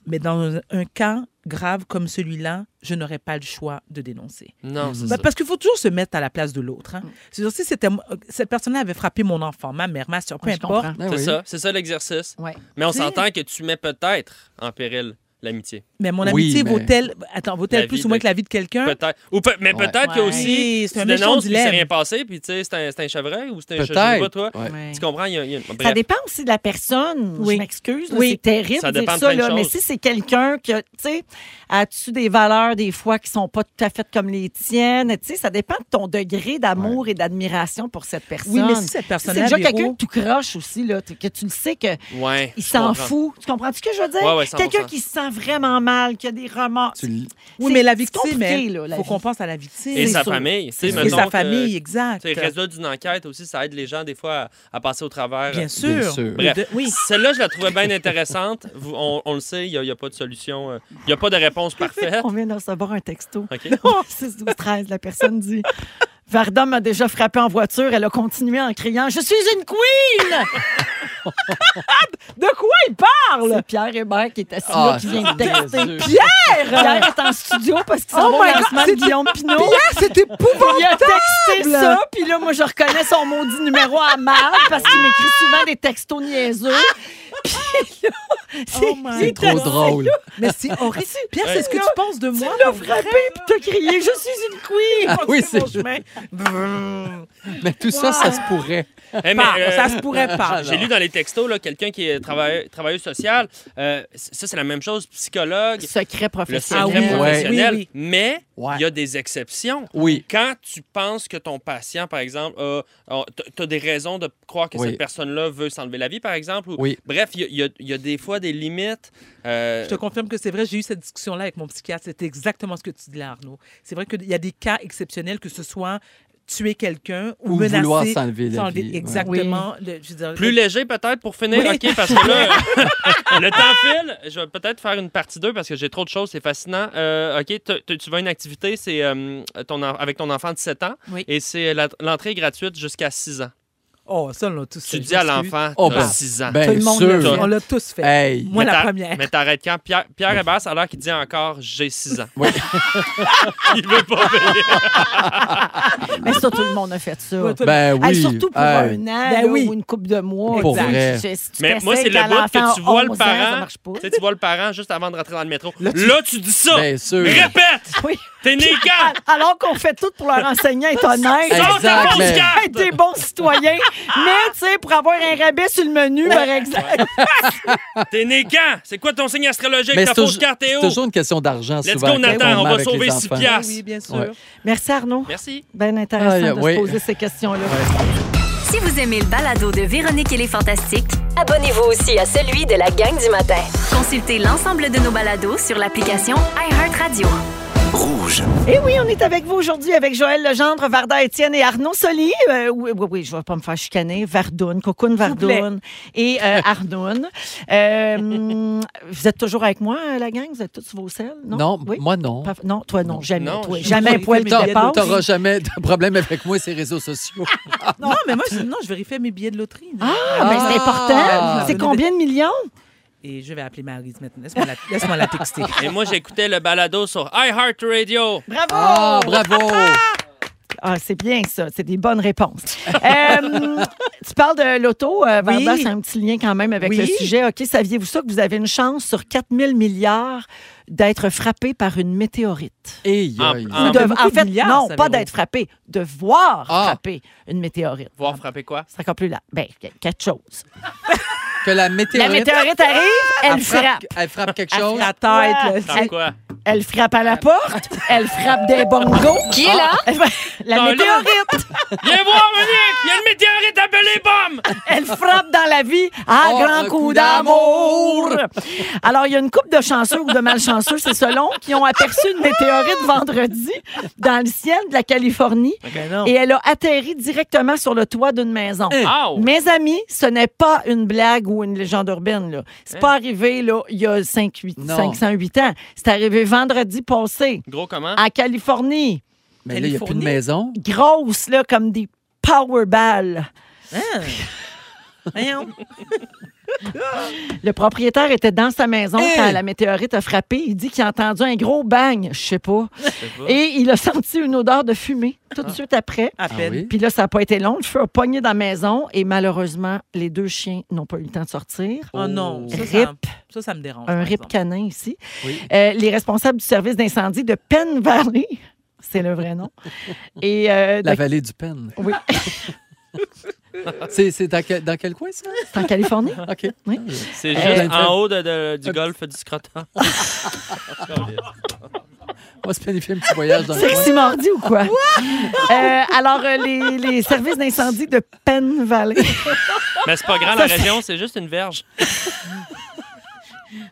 [SPEAKER 1] Mais dans un, un cas grave comme celui-là, je n'aurais pas le choix de dénoncer.
[SPEAKER 3] Non, c'est
[SPEAKER 1] Ben,
[SPEAKER 3] ça.
[SPEAKER 1] parce qu'il faut toujours se mettre à la place de l'autre. hein.
[SPEAKER 2] Mm.
[SPEAKER 1] C'est-à-dire, si c'était moi- cette personne-là avait frappé mon enfant, ma mère, ma soeur, peu
[SPEAKER 2] Ouais, je
[SPEAKER 1] importe,
[SPEAKER 2] comprends.
[SPEAKER 4] Ah
[SPEAKER 3] C'est
[SPEAKER 4] oui.
[SPEAKER 3] ça, c'est ça l'exercice.
[SPEAKER 2] Ouais.
[SPEAKER 3] Mais on
[SPEAKER 1] Tu sais-
[SPEAKER 3] s'entend que tu mets peut-être en péril l'amitié.
[SPEAKER 1] mais mon
[SPEAKER 4] Oui,
[SPEAKER 1] amitié
[SPEAKER 4] mais-
[SPEAKER 1] vaut-elle attends, vaut-elle
[SPEAKER 3] La
[SPEAKER 1] plus
[SPEAKER 3] vie
[SPEAKER 1] ou moins
[SPEAKER 3] de-
[SPEAKER 1] que la vie de quelqu'un
[SPEAKER 3] Peut-être. Ou peut- mais
[SPEAKER 4] Ouais.
[SPEAKER 3] peut-être qu'il y a
[SPEAKER 2] Ouais.
[SPEAKER 1] Hein?
[SPEAKER 3] aussi.
[SPEAKER 1] Oui,
[SPEAKER 3] tu
[SPEAKER 1] c'est un méchant
[SPEAKER 3] dénonces, puis c'est rien
[SPEAKER 1] dilemme.
[SPEAKER 3] passé, puis tu sais, c'est un, c'est un chevreuil ou c'est un chevreuil, pas
[SPEAKER 4] Peut-être.
[SPEAKER 3] toi.
[SPEAKER 4] Ouais.
[SPEAKER 2] Ouais.
[SPEAKER 3] Tu comprends, il y a, il y a-
[SPEAKER 2] Ça
[SPEAKER 3] bref.
[SPEAKER 2] dépend aussi de la personne.
[SPEAKER 1] Oui.
[SPEAKER 2] Je m'excuse. là,
[SPEAKER 1] Oui.
[SPEAKER 2] C'est terrible
[SPEAKER 3] Ça
[SPEAKER 2] de dire
[SPEAKER 3] dépend de
[SPEAKER 2] ça.
[SPEAKER 3] plein de
[SPEAKER 2] là, mais
[SPEAKER 3] choses.
[SPEAKER 2] si c'est quelqu'un qui a, tu sais, as-tu des valeurs des fois qui sont pas tout à fait comme les tiennes? Tu sais, ça dépend de ton degré d'amour et d'admiration pour cette personne.
[SPEAKER 1] Oui, mais si cette
[SPEAKER 2] Si
[SPEAKER 1] personne
[SPEAKER 2] c'est déjà quelqu'un que tu croches aussi, là, t- que tu le sais que
[SPEAKER 3] Ouais.
[SPEAKER 2] il
[SPEAKER 3] je
[SPEAKER 2] s'en
[SPEAKER 3] comprends.
[SPEAKER 2] fout. Tu comprends ce que je veux dire?
[SPEAKER 3] Ouais, ouais, 100%.
[SPEAKER 2] quelqu'un qui se sent vraiment mal, qui a des remords.
[SPEAKER 4] Tu l-
[SPEAKER 1] Oui,
[SPEAKER 2] C'est-
[SPEAKER 1] mais la
[SPEAKER 2] c'est
[SPEAKER 1] victime,
[SPEAKER 2] compliqué,
[SPEAKER 1] il
[SPEAKER 2] là, la
[SPEAKER 1] faut
[SPEAKER 2] vie.
[SPEAKER 1] qu'on pense à la victime.
[SPEAKER 3] Et sa
[SPEAKER 1] sûr.
[SPEAKER 3] famille. tu sais,
[SPEAKER 1] Et
[SPEAKER 3] mettons
[SPEAKER 1] sa
[SPEAKER 3] que-
[SPEAKER 1] famille,
[SPEAKER 3] C'est
[SPEAKER 1] exact.
[SPEAKER 3] le résultat d'une enquête aussi, ça aide les gens des fois à, à passer au travers.
[SPEAKER 1] Bien
[SPEAKER 4] Bien
[SPEAKER 1] sûr.
[SPEAKER 4] sûr.
[SPEAKER 3] Bref.
[SPEAKER 1] De- oui.
[SPEAKER 3] Celle-là, je la trouvais bien intéressante. Vous- on, on le sait, il n'y a, il y a pas de solution, euh, il n'y a pas de réponse parfaite.
[SPEAKER 2] On vient de recevoir un texto.
[SPEAKER 3] OK?
[SPEAKER 2] 6, 12, 13, la personne dit Varda m'a déjà frappé en voiture. Elle a continué en criant Je suis une queen
[SPEAKER 1] De quoi il parle?
[SPEAKER 2] C'est Pierre Hébert qui est assis là,
[SPEAKER 4] Ah,
[SPEAKER 2] qui vient de texter.
[SPEAKER 4] Dieu.
[SPEAKER 2] Pierre est en studio parce qu'il
[SPEAKER 1] Oh
[SPEAKER 2] s'en va au
[SPEAKER 1] my God,
[SPEAKER 2] lancement de
[SPEAKER 1] c'est-
[SPEAKER 2] Guillaume Pinot.
[SPEAKER 1] Pierre, c'est épouvantable!
[SPEAKER 2] Il a texté ça, puis là, moi, je reconnais son maudit numéro à mal parce qu'il m'écrit souvent des textos niaiseux. Puis là,
[SPEAKER 1] Oh my
[SPEAKER 2] il
[SPEAKER 4] C'est
[SPEAKER 2] est
[SPEAKER 4] trop
[SPEAKER 2] assis
[SPEAKER 4] drôle.
[SPEAKER 1] Mais c'est horrible. Pierre, c'est ce que tu penses de moi?
[SPEAKER 2] Tu l'as
[SPEAKER 1] mon
[SPEAKER 2] frappé,
[SPEAKER 1] frère?
[SPEAKER 2] puis t'as crié « Je suis une queen
[SPEAKER 4] Ah oui,
[SPEAKER 1] C'est mon
[SPEAKER 4] c'est-
[SPEAKER 1] chemin. Brrr.
[SPEAKER 4] Mais tout ça, ça se pourrait.
[SPEAKER 3] Eh, mais,
[SPEAKER 1] Pas,
[SPEAKER 3] euh,
[SPEAKER 1] Ça se pourrait pas.
[SPEAKER 3] J'ai lu dans les textos, là, quelqu'un qui est travaille- travailleuse sociale, euh, c- ça c'est la même chose, » psychologue,
[SPEAKER 2] Secret
[SPEAKER 3] le
[SPEAKER 2] professionnel. Ah
[SPEAKER 3] secret
[SPEAKER 4] oui, ouais.
[SPEAKER 3] professionnel,
[SPEAKER 1] oui,
[SPEAKER 3] mais il
[SPEAKER 4] Ouais.
[SPEAKER 3] y a des exceptions.
[SPEAKER 4] Oui.
[SPEAKER 3] Quand tu penses que ton patient, par exemple, tu as des raisons de croire que
[SPEAKER 4] Oui.
[SPEAKER 3] cette personne-là veut s'enlever la vie, par exemple, ou-
[SPEAKER 4] Oui.
[SPEAKER 3] bref, il y a- il y, a- il y a des fois des limites. euh,
[SPEAKER 1] Je te confirme que c'est vrai, j'ai eu cette discussion-là avec mon psychiatre. C'était exactement ce que tu dis là, Arnaud. C'est vrai qu'il y a des cas exceptionnels, que ce soit tuer quelqu'un ou,
[SPEAKER 4] Ou
[SPEAKER 1] menacer.
[SPEAKER 4] vouloir s'enlever la vie, ouais.
[SPEAKER 1] Exactement. Le- je veux dire,
[SPEAKER 3] Plus
[SPEAKER 1] le-
[SPEAKER 3] léger peut-être pour finir,
[SPEAKER 1] Oui.
[SPEAKER 3] OK, parce que là, euh, le temps file. Je vais peut-être faire une partie 2 parce que j'ai trop de choses, c'est fascinant. Euh, OK, t- t- tu vas à une activité, c'est euh, ton en- avec ton enfant de 7 ans
[SPEAKER 1] Oui.
[SPEAKER 3] et c'est la- l'entrée est gratuite jusqu'à 6 ans.
[SPEAKER 1] Oh, ça, on l'a tous
[SPEAKER 3] Tu
[SPEAKER 1] fait.
[SPEAKER 3] dis à
[SPEAKER 1] Je m'excuse.
[SPEAKER 3] l'enfant,
[SPEAKER 4] Oh,
[SPEAKER 3] t'as
[SPEAKER 4] ben,
[SPEAKER 3] 6 ans.
[SPEAKER 1] Tout
[SPEAKER 4] Bien
[SPEAKER 1] le monde l'a
[SPEAKER 4] sûr. Ben,
[SPEAKER 1] fait. On l'a tous fait.
[SPEAKER 4] Hey.
[SPEAKER 1] Moi,
[SPEAKER 3] Mais
[SPEAKER 1] la
[SPEAKER 3] t'ar-
[SPEAKER 1] première.
[SPEAKER 3] Mais t'arrêtes quand? Pierre,
[SPEAKER 4] Ben.
[SPEAKER 3] Pierre Hébert, ça a l'air qu'il dit encore j'ai 6 ans.
[SPEAKER 4] Oui.
[SPEAKER 3] Il veut pas payer.
[SPEAKER 2] Mais ça, tout le monde a fait ça.
[SPEAKER 1] Ouais, tout le
[SPEAKER 4] Ben oui.
[SPEAKER 2] Hey, surtout pour un
[SPEAKER 4] Hey.
[SPEAKER 2] an là,
[SPEAKER 1] Ben oui.
[SPEAKER 2] ou une couple de mois.
[SPEAKER 4] Pour
[SPEAKER 2] Exact.
[SPEAKER 4] vrai.
[SPEAKER 2] Je- si tu
[SPEAKER 3] Mais moi, c'est
[SPEAKER 2] t'essayes qu'à
[SPEAKER 3] le bout
[SPEAKER 2] l'enfant
[SPEAKER 3] que tu vois le
[SPEAKER 2] 11 ans, ça
[SPEAKER 3] parent.
[SPEAKER 2] marche pas.
[SPEAKER 3] Tu sais, tu vois le parent juste avant de rentrer dans le métro. Là,
[SPEAKER 4] Là,
[SPEAKER 3] tu,
[SPEAKER 4] tu-
[SPEAKER 3] dis ça.
[SPEAKER 4] Bien sûr.
[SPEAKER 3] Répète.
[SPEAKER 2] Oui.
[SPEAKER 3] T'es né
[SPEAKER 2] ah,
[SPEAKER 3] quand?
[SPEAKER 2] Alors qu'on fait tout pour leur enseignant est honnête.
[SPEAKER 3] Sors ta
[SPEAKER 4] Exact,
[SPEAKER 3] fausse
[SPEAKER 4] mais-
[SPEAKER 3] carte.
[SPEAKER 2] être des bons citoyens, mais tu sais, pour avoir un rabais sur le menu, par exemple.
[SPEAKER 3] T'es né quand? C'est quoi ton signe astrologique?
[SPEAKER 4] Mais
[SPEAKER 3] Ta
[SPEAKER 4] c'est
[SPEAKER 3] fausse
[SPEAKER 4] toujours-
[SPEAKER 3] carte est
[SPEAKER 4] c'est
[SPEAKER 3] où?
[SPEAKER 4] toujours une question d'argent,
[SPEAKER 3] Let's
[SPEAKER 4] souvent.
[SPEAKER 3] go, Nathan,
[SPEAKER 4] quand
[SPEAKER 3] on va
[SPEAKER 4] avec les
[SPEAKER 3] sauver six
[SPEAKER 4] enfants.
[SPEAKER 3] piastres.
[SPEAKER 1] Oui, bien sûr.
[SPEAKER 4] Ouais.
[SPEAKER 2] Merci Arnaud.
[SPEAKER 3] Merci.
[SPEAKER 2] Bien intéressant
[SPEAKER 4] Ah,
[SPEAKER 2] de
[SPEAKER 4] oui.
[SPEAKER 2] se poser ces questions-là.
[SPEAKER 8] Si vous aimez le balado de Véronique et les Fantastiques,
[SPEAKER 13] Abonnez-vous aussi à celui de la gang du matin.
[SPEAKER 8] consultez l'ensemble de nos balados sur l'application iHeartRadio.
[SPEAKER 2] Et Eh oui, on est avec vous aujourd'hui avec Joël Legendre, Varda Étienne et Arnaud Soli. Euh, oui, oui, oui, je vais pas me faire chicaner. Vardoun, Cocoon Vardoun et euh, Arnoun. Euh, hum, vous êtes toujours avec moi, euh, la gang? Vous êtes tous sur vos selles? Non,
[SPEAKER 4] Non,
[SPEAKER 2] Oui?
[SPEAKER 4] moi, non.
[SPEAKER 2] Parf- Non, toi, non, jamais.
[SPEAKER 3] Non,
[SPEAKER 2] toi.
[SPEAKER 3] je-
[SPEAKER 2] Jamais un
[SPEAKER 1] je-
[SPEAKER 2] poil qui
[SPEAKER 1] T'as-
[SPEAKER 2] dépasse.
[SPEAKER 4] T'auras jamais de problème avec moi et ces réseaux sociaux.
[SPEAKER 1] Non, mais moi, je, non, je vérifiais mes billets de loterie. là.
[SPEAKER 2] Ah, ben, c'est
[SPEAKER 4] Ah!
[SPEAKER 2] important. C'est combien de millions?
[SPEAKER 1] Et je vais appeler Maryse maintenant. Laisse-moi la, laisse-moi la texter.
[SPEAKER 3] Et moi, j'écoutais le balado sur iHeartRadio.
[SPEAKER 2] Bravo!
[SPEAKER 4] Ah, bravo!
[SPEAKER 2] Ah, c'est bien ça. C'est des bonnes réponses. Euh, tu parles de l'auto, euh,
[SPEAKER 1] Oui.
[SPEAKER 2] Varda, c'est un petit lien quand même avec
[SPEAKER 1] Oui.
[SPEAKER 2] le sujet. OK, saviez-vous ça que vous avez une chance sur 4 000 milliards d'être frappé par une météorite?
[SPEAKER 4] Et
[SPEAKER 3] En- en-
[SPEAKER 2] Ou
[SPEAKER 1] mais
[SPEAKER 2] de-
[SPEAKER 1] beaucoup
[SPEAKER 2] en
[SPEAKER 1] de
[SPEAKER 2] fait,
[SPEAKER 1] milliards,
[SPEAKER 2] non,
[SPEAKER 1] savez-vous.
[SPEAKER 2] pas d'être frappé, de voir
[SPEAKER 4] Ah.
[SPEAKER 2] frapper une météorite.
[SPEAKER 3] Voir frapper quoi?
[SPEAKER 2] C'est encore plus là. Ben, qu- quatre choses.
[SPEAKER 4] Que
[SPEAKER 2] La
[SPEAKER 4] la météorite.
[SPEAKER 2] météorite arrive, elle frappe.
[SPEAKER 4] Elle frappe quelque
[SPEAKER 2] Elle
[SPEAKER 4] chose.
[SPEAKER 1] La tête,
[SPEAKER 2] Ouais.
[SPEAKER 1] là,
[SPEAKER 3] Frappe
[SPEAKER 1] c'est-
[SPEAKER 3] quoi?
[SPEAKER 2] Elle frappe à la porte, elle frappe des bongos. Ah.
[SPEAKER 13] Qui est là?
[SPEAKER 2] La
[SPEAKER 3] Colin.
[SPEAKER 2] météorite,
[SPEAKER 3] Viens voir, Monique! Il y a une météorite appelée bombe!
[SPEAKER 2] elle frappe dans la vie à
[SPEAKER 4] Oh,
[SPEAKER 2] grands
[SPEAKER 4] un
[SPEAKER 2] coups
[SPEAKER 4] coup
[SPEAKER 2] d'amour.
[SPEAKER 4] d'amour.
[SPEAKER 2] Alors, il y a une couple de chanceux ou de malchanceux, c'est selon, qui ont aperçu une météorite vendredi dans le ciel de la Californie
[SPEAKER 1] Ben non.
[SPEAKER 2] et elle a atterri directement sur le toit d'une maison.
[SPEAKER 3] Au.
[SPEAKER 2] Mes amis, ce n'est pas une blague ou une légende urbaine. là. C'est pas arrivé là, il y a 5, 8,
[SPEAKER 4] Hein? Non.
[SPEAKER 2] 508 ans. C'est arrivé vendredi passé
[SPEAKER 3] Gros comment?
[SPEAKER 2] à Californie.
[SPEAKER 4] Mais là, il n'y a plus de
[SPEAKER 1] Californie.
[SPEAKER 4] maison.
[SPEAKER 2] Grosse, là, comme des powerballs.
[SPEAKER 1] Hein? Voyons.
[SPEAKER 2] Le propriétaire était dans sa maison
[SPEAKER 4] Hey!
[SPEAKER 2] quand la météorite a frappé. Il dit qu'il a entendu un gros bang, je sais pas. Et il a senti une odeur de fumée tout de suite après.
[SPEAKER 1] À
[SPEAKER 4] Ah
[SPEAKER 1] peine.
[SPEAKER 4] oui?
[SPEAKER 2] Puis là, ça n'a pas été long. Le feu a pogné dans la maison et malheureusement, les deux chiens n'ont pas eu le temps de sortir.
[SPEAKER 1] Oh non. Ça, ça-
[SPEAKER 2] Rip.
[SPEAKER 1] Ça, ça me dérange.
[SPEAKER 2] un
[SPEAKER 1] par
[SPEAKER 2] rip
[SPEAKER 1] exemple.
[SPEAKER 2] canin ici.
[SPEAKER 4] Oui.
[SPEAKER 2] Euh, les responsables du service d'incendie de Penn Valley, c'est le vrai nom, et euh, de-
[SPEAKER 4] La vallée du Pen.
[SPEAKER 2] Oui.
[SPEAKER 3] Ah.
[SPEAKER 4] C'est c'est dans, quel- dans quel coin, ça?
[SPEAKER 2] c'est en Californie.
[SPEAKER 4] OK.
[SPEAKER 2] Oui.
[SPEAKER 3] C'est
[SPEAKER 4] Euh,
[SPEAKER 3] juste en haut de- de- du golfe du Scrotin.
[SPEAKER 4] On va se planifier un petit voyage dans le coin.
[SPEAKER 2] C'est mardi ou quoi? Euh, alors, euh, les, les services d'incendie de Penn Valley.
[SPEAKER 3] Mais c'est pas grand, la région, c'est juste une verge.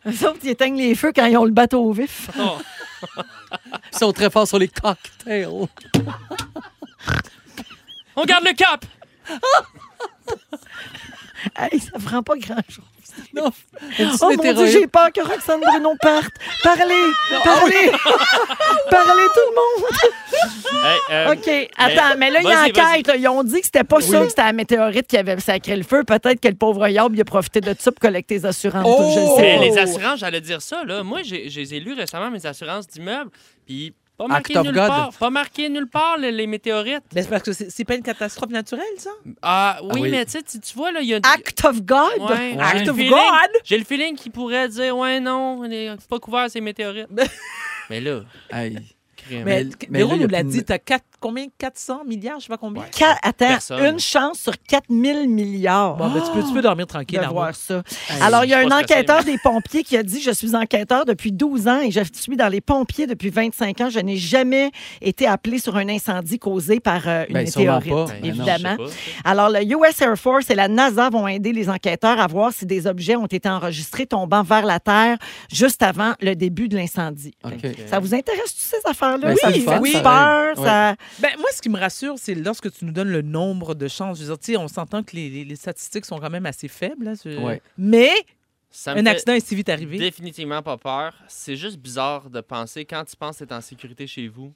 [SPEAKER 2] Eux autres, ils éteignent les feux quand ils ont le bateau au vif.
[SPEAKER 3] Oh.
[SPEAKER 4] Ils sont très forts sur les cocktails.
[SPEAKER 3] On garde le cap!
[SPEAKER 2] Hey, ça prend pas grand-chose.
[SPEAKER 4] Non. Une petite
[SPEAKER 2] Oh mon Dieu,
[SPEAKER 4] météorite.
[SPEAKER 2] j'ai peur que Roxane Bruno parte. Parlez, parlez, parlez tout le monde.
[SPEAKER 3] Hey, euh,
[SPEAKER 2] OK, attends, mais là, il y a
[SPEAKER 3] Vas-y, vas-y.
[SPEAKER 2] enquête. là. Ils ont dit que c'était pas ça, que c'était la météorite qui avait sacré le feu. Peut-être que le pauvre Yob, il a profité de ça pour collecter les assurances.
[SPEAKER 4] Oh!
[SPEAKER 2] je le sais
[SPEAKER 3] Mais
[SPEAKER 2] pas.
[SPEAKER 3] les assurances, j'allais dire ça. Là. Moi, j'ai- je les ai lues récemment, mes assurances d'immeubles, puis pas marqué
[SPEAKER 4] Act of
[SPEAKER 3] nulle
[SPEAKER 4] God.
[SPEAKER 3] part. Pas marqué nulle part, les, les météorites.
[SPEAKER 1] Mais Ben, c'est parce que c'est c'est pas une catastrophe naturelle, ça?
[SPEAKER 3] Ah oui,
[SPEAKER 4] Ah oui.
[SPEAKER 3] mais tu sais, tu- tu vois, là, il y a...
[SPEAKER 2] Act of God?
[SPEAKER 3] Ouais,
[SPEAKER 4] Act
[SPEAKER 3] j'ai le
[SPEAKER 1] of
[SPEAKER 3] feeling-
[SPEAKER 1] God.
[SPEAKER 3] J'ai le feeling qu'ils pourraient dire, ouais, non, les- c'est pas couvert, ces météorites. mais là,
[SPEAKER 4] Aïe.
[SPEAKER 3] crème.
[SPEAKER 1] Mais,
[SPEAKER 4] Mais- mais
[SPEAKER 1] Véro
[SPEAKER 4] là, il y a
[SPEAKER 1] nous l'a
[SPEAKER 4] plus de-
[SPEAKER 1] dit, t'as quatre- combien? 400 milliards, je sais pas combien.
[SPEAKER 2] Qua- attends,
[SPEAKER 3] Personne.
[SPEAKER 2] une chance sur 4000 milliards.
[SPEAKER 1] Bon, ben, tu, peux, tu peux dormir
[SPEAKER 2] de
[SPEAKER 1] tranquille. Arnaud.
[SPEAKER 2] voir ça. Alors, il y a un
[SPEAKER 3] je suis pas stressé,
[SPEAKER 2] enquêteur des pompiers qui a dit Je suis enquêteur depuis 12 ans et je suis dans les pompiers depuis 25 ans. Je n'ai jamais été appelé sur un incendie causé par euh, une
[SPEAKER 4] Ben, sûrement
[SPEAKER 2] météorite,
[SPEAKER 4] pas. Ben, non,
[SPEAKER 2] évidemment.
[SPEAKER 3] Je sais
[SPEAKER 2] Alors, le US Air Force et la NASA vont aider les enquêteurs à voir si des objets ont été enregistrés tombant vers la Terre juste avant le début de l'incendie.
[SPEAKER 4] OK.
[SPEAKER 2] Ça vous intéresse, toutes ces affaires-là?
[SPEAKER 4] Ben,
[SPEAKER 2] ça
[SPEAKER 4] c'est
[SPEAKER 2] vous
[SPEAKER 4] le
[SPEAKER 2] fait
[SPEAKER 4] fun, ça.
[SPEAKER 2] peur?
[SPEAKER 4] Ouais.
[SPEAKER 2] ça-
[SPEAKER 1] Ben, moi, ce qui me rassure, c'est lorsque tu nous donnes le nombre de chances. Je veux dire, tu sais, on s'entend que les, les- les statistiques sont quand même assez faibles. là, je-
[SPEAKER 4] Ouais.
[SPEAKER 1] Mais
[SPEAKER 3] Ça me
[SPEAKER 1] un
[SPEAKER 3] fait
[SPEAKER 1] accident est si vite arrivé.
[SPEAKER 3] Définitivement pas peur. C'est juste bizarre de penser, quand tu penses que t'es en sécurité chez vous,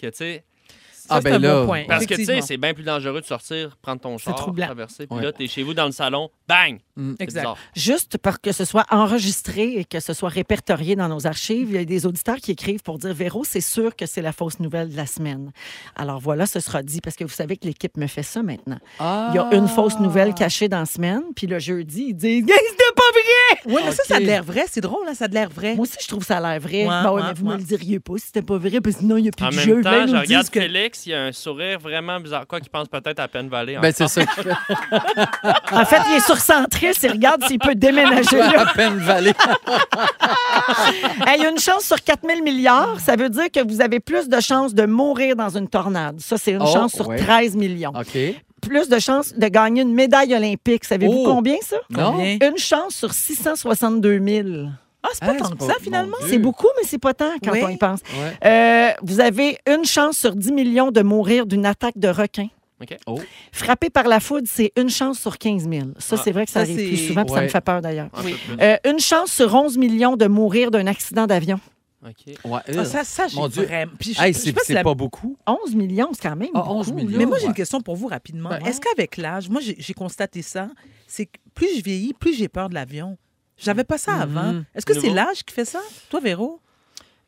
[SPEAKER 3] que tu sais...
[SPEAKER 12] Ça,
[SPEAKER 4] Ah,
[SPEAKER 12] c'est
[SPEAKER 4] ben
[SPEAKER 12] un
[SPEAKER 4] là.
[SPEAKER 12] bon point.
[SPEAKER 3] Parce que, tu sais,
[SPEAKER 12] Effectivement.
[SPEAKER 3] c'est bien plus dangereux de sortir, prendre ton char,
[SPEAKER 2] troublant.
[SPEAKER 3] traverser, puis
[SPEAKER 4] Ouais.
[SPEAKER 3] là, t'es chez vous dans le salon, bang! C'est
[SPEAKER 1] Exact.
[SPEAKER 3] bizarre.
[SPEAKER 2] Juste pour que ce soit enregistré et que ce soit répertorié dans nos archives, il y a des auditeurs qui écrivent pour dire Véro, c'est sûr que c'est la fausse nouvelle de la semaine. Alors voilà, ce sera dit parce que vous savez que l'équipe me fait ça maintenant. Il y a une fausse
[SPEAKER 1] Ah.
[SPEAKER 2] nouvelle cachée dans la semaine, puis le jeudi, ils disent Gang, c'était pas vrai!
[SPEAKER 1] Oui, mais ça,
[SPEAKER 4] Ok.
[SPEAKER 1] ça a de l'air vrai. C'est drôle, hein, ça a de l'air vrai.
[SPEAKER 2] Moi aussi, je trouve ça a l'air vrai.
[SPEAKER 1] Ouais,
[SPEAKER 2] Ben ouais,
[SPEAKER 1] ouais,
[SPEAKER 2] mais vous
[SPEAKER 1] ouais.
[SPEAKER 2] me le diriez pas si c'était pas vrai, parce que sinon, il n'y a plus
[SPEAKER 3] En
[SPEAKER 2] de
[SPEAKER 3] même
[SPEAKER 2] jeu.
[SPEAKER 3] temps,
[SPEAKER 2] Ben, ils
[SPEAKER 3] je
[SPEAKER 2] nous
[SPEAKER 3] regarde
[SPEAKER 2] disent que-
[SPEAKER 3] Félix, il a un sourire vraiment bizarre. Quoi qu'il pense peut-être à hein. Penn Valley.
[SPEAKER 4] Ben, c'est ça. que je fais
[SPEAKER 2] En fait, il est surcentré, il regarde s'il peut déménager là.
[SPEAKER 4] à peine valé.
[SPEAKER 2] Hey, Il y a une chance sur 4 000 milliards. Ça veut dire que vous avez plus de chances de mourir dans une tornade. Ça, c'est une
[SPEAKER 4] Oh,
[SPEAKER 2] chance sur
[SPEAKER 4] ouais.
[SPEAKER 2] 13 millions.
[SPEAKER 4] OK.
[SPEAKER 2] Plus de chances de gagner une médaille olympique. Savez-vous
[SPEAKER 4] Oh.
[SPEAKER 2] combien, ça?
[SPEAKER 4] Non.
[SPEAKER 1] Combien?
[SPEAKER 2] Une chance sur 662 000.
[SPEAKER 1] Ah, c'est
[SPEAKER 4] Ah,
[SPEAKER 1] pas tant
[SPEAKER 4] c'est
[SPEAKER 1] que
[SPEAKER 4] pas-
[SPEAKER 1] ça,
[SPEAKER 4] mon
[SPEAKER 1] finalement.
[SPEAKER 4] Dieu.
[SPEAKER 2] C'est beaucoup, mais c'est pas tant quand
[SPEAKER 1] Oui.
[SPEAKER 2] on y pense.
[SPEAKER 4] Ouais.
[SPEAKER 2] Euh, vous avez une chance sur 10 millions de mourir d'une attaque de requin.
[SPEAKER 3] OK.
[SPEAKER 4] Oh.
[SPEAKER 2] Frappé par la foudre, c'est une chance sur 15 000. Ça,
[SPEAKER 3] Ah,
[SPEAKER 2] c'est vrai que ça,
[SPEAKER 1] ça,
[SPEAKER 2] arrive
[SPEAKER 1] c'est-
[SPEAKER 2] plus souvent, puis ça
[SPEAKER 4] Ouais.
[SPEAKER 2] me fait peur d'ailleurs.
[SPEAKER 3] Un peu plus.
[SPEAKER 2] Euh, une chance sur 11 millions de mourir d'un accident d'avion.
[SPEAKER 3] OK.
[SPEAKER 4] Ouais.
[SPEAKER 1] Ah, ça, ça, j'ai
[SPEAKER 4] Mon Dieu.
[SPEAKER 1] vraiment- Puis je-
[SPEAKER 4] Hey,
[SPEAKER 1] je
[SPEAKER 4] c'est
[SPEAKER 1] sais pas si
[SPEAKER 4] c'est
[SPEAKER 1] la-
[SPEAKER 4] pas beaucoup.
[SPEAKER 2] 11 millions, c'est quand même.
[SPEAKER 4] Ah,
[SPEAKER 2] beaucoup,
[SPEAKER 4] 11 millions.
[SPEAKER 2] là.
[SPEAKER 1] Mais moi, j'ai
[SPEAKER 4] Ouais.
[SPEAKER 1] une question pour vous rapidement.
[SPEAKER 4] Ben,
[SPEAKER 1] Est-ce qu'avec l'âge, moi, j'ai j'ai constaté ça, c'est que plus je vieillis, plus j'ai peur de l'avion. J'avais pas ça avant.
[SPEAKER 4] Mhm.
[SPEAKER 1] Est-ce que c'est
[SPEAKER 3] Nouveau.
[SPEAKER 1] l'âge qui fait ça? Toi, Véro?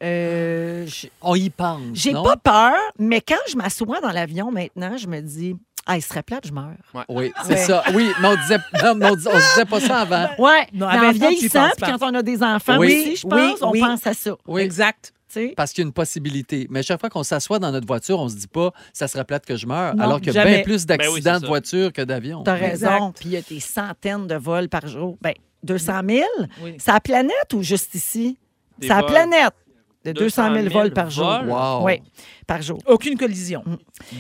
[SPEAKER 2] Euh, j-
[SPEAKER 4] On y pense.
[SPEAKER 2] j'ai
[SPEAKER 4] non?
[SPEAKER 2] pas peur, mais quand je m'assois dans l'avion maintenant, je me dis, ah, il serait plate, je meurs.
[SPEAKER 4] Oui,
[SPEAKER 2] Ah,
[SPEAKER 4] c'est
[SPEAKER 2] Ouais.
[SPEAKER 4] ça. Oui, mais on disait, non, mais on dis- on se disait pas ça avant.
[SPEAKER 2] Ouais,
[SPEAKER 1] Non, à
[SPEAKER 2] mais en
[SPEAKER 1] 20 ans, tu y
[SPEAKER 2] vieillissant,
[SPEAKER 1] penses
[SPEAKER 2] puis
[SPEAKER 1] pas.
[SPEAKER 2] quand on a des enfants
[SPEAKER 4] Oui,
[SPEAKER 2] aussi, je
[SPEAKER 1] oui,
[SPEAKER 2] pense, on
[SPEAKER 1] oui.
[SPEAKER 2] pense à ça.
[SPEAKER 4] Oui.
[SPEAKER 1] Exact.
[SPEAKER 2] tu sais.
[SPEAKER 4] Parce qu'il y a une possibilité. Mais chaque fois qu'on s'assoit dans notre voiture, on se dit pas, ça serait plate que je meure,
[SPEAKER 1] Non,
[SPEAKER 4] alors qu'il y a
[SPEAKER 1] jamais.
[SPEAKER 4] bien plus
[SPEAKER 3] Ben oui,
[SPEAKER 4] d'accidents
[SPEAKER 3] c'est
[SPEAKER 4] de
[SPEAKER 3] ça.
[SPEAKER 4] voiture que d'avions.
[SPEAKER 2] T'as
[SPEAKER 1] Exact.
[SPEAKER 2] raison. Puis il y a des centaines de vols par jour. Ben, 200 000?
[SPEAKER 1] Oui.
[SPEAKER 2] C'est à la planète ou juste ici?
[SPEAKER 3] Des
[SPEAKER 2] C'est à la
[SPEAKER 3] vols.
[SPEAKER 2] planète. De 200 000,
[SPEAKER 3] 200 000
[SPEAKER 2] vols par jour.
[SPEAKER 3] vols?
[SPEAKER 4] Wow.
[SPEAKER 2] Oui, par jour.
[SPEAKER 1] Aucune collision.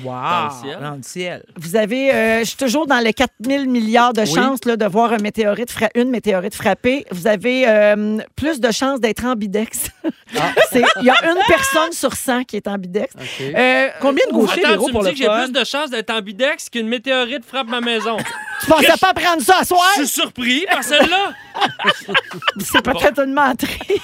[SPEAKER 1] Wow!
[SPEAKER 3] le ciel.
[SPEAKER 1] Dans le ciel.
[SPEAKER 2] Vous avez, euh, je suis toujours dans les 4 000 milliards de
[SPEAKER 4] Oui.
[SPEAKER 2] chances là, de voir un météorite fra- une météorite frapper. Vous avez euh, plus de chances d'être ambidex.
[SPEAKER 4] Ah.
[SPEAKER 2] C'est- Il y a une personne sur 100 qui est ambidex.
[SPEAKER 4] OK.
[SPEAKER 2] Euh,
[SPEAKER 1] Combien de gauchers,
[SPEAKER 3] Oh, Attends,
[SPEAKER 1] Véro,
[SPEAKER 3] tu me
[SPEAKER 1] pour
[SPEAKER 3] dis
[SPEAKER 1] le
[SPEAKER 3] que j'ai
[SPEAKER 1] fun?
[SPEAKER 3] plus de chances d'être ambidex qu'une météorite frappe ma maison.
[SPEAKER 2] tu pensais pas prendre ça à soir?
[SPEAKER 3] Je suis surpris par celle-là.
[SPEAKER 2] C'est peut-être une menterie.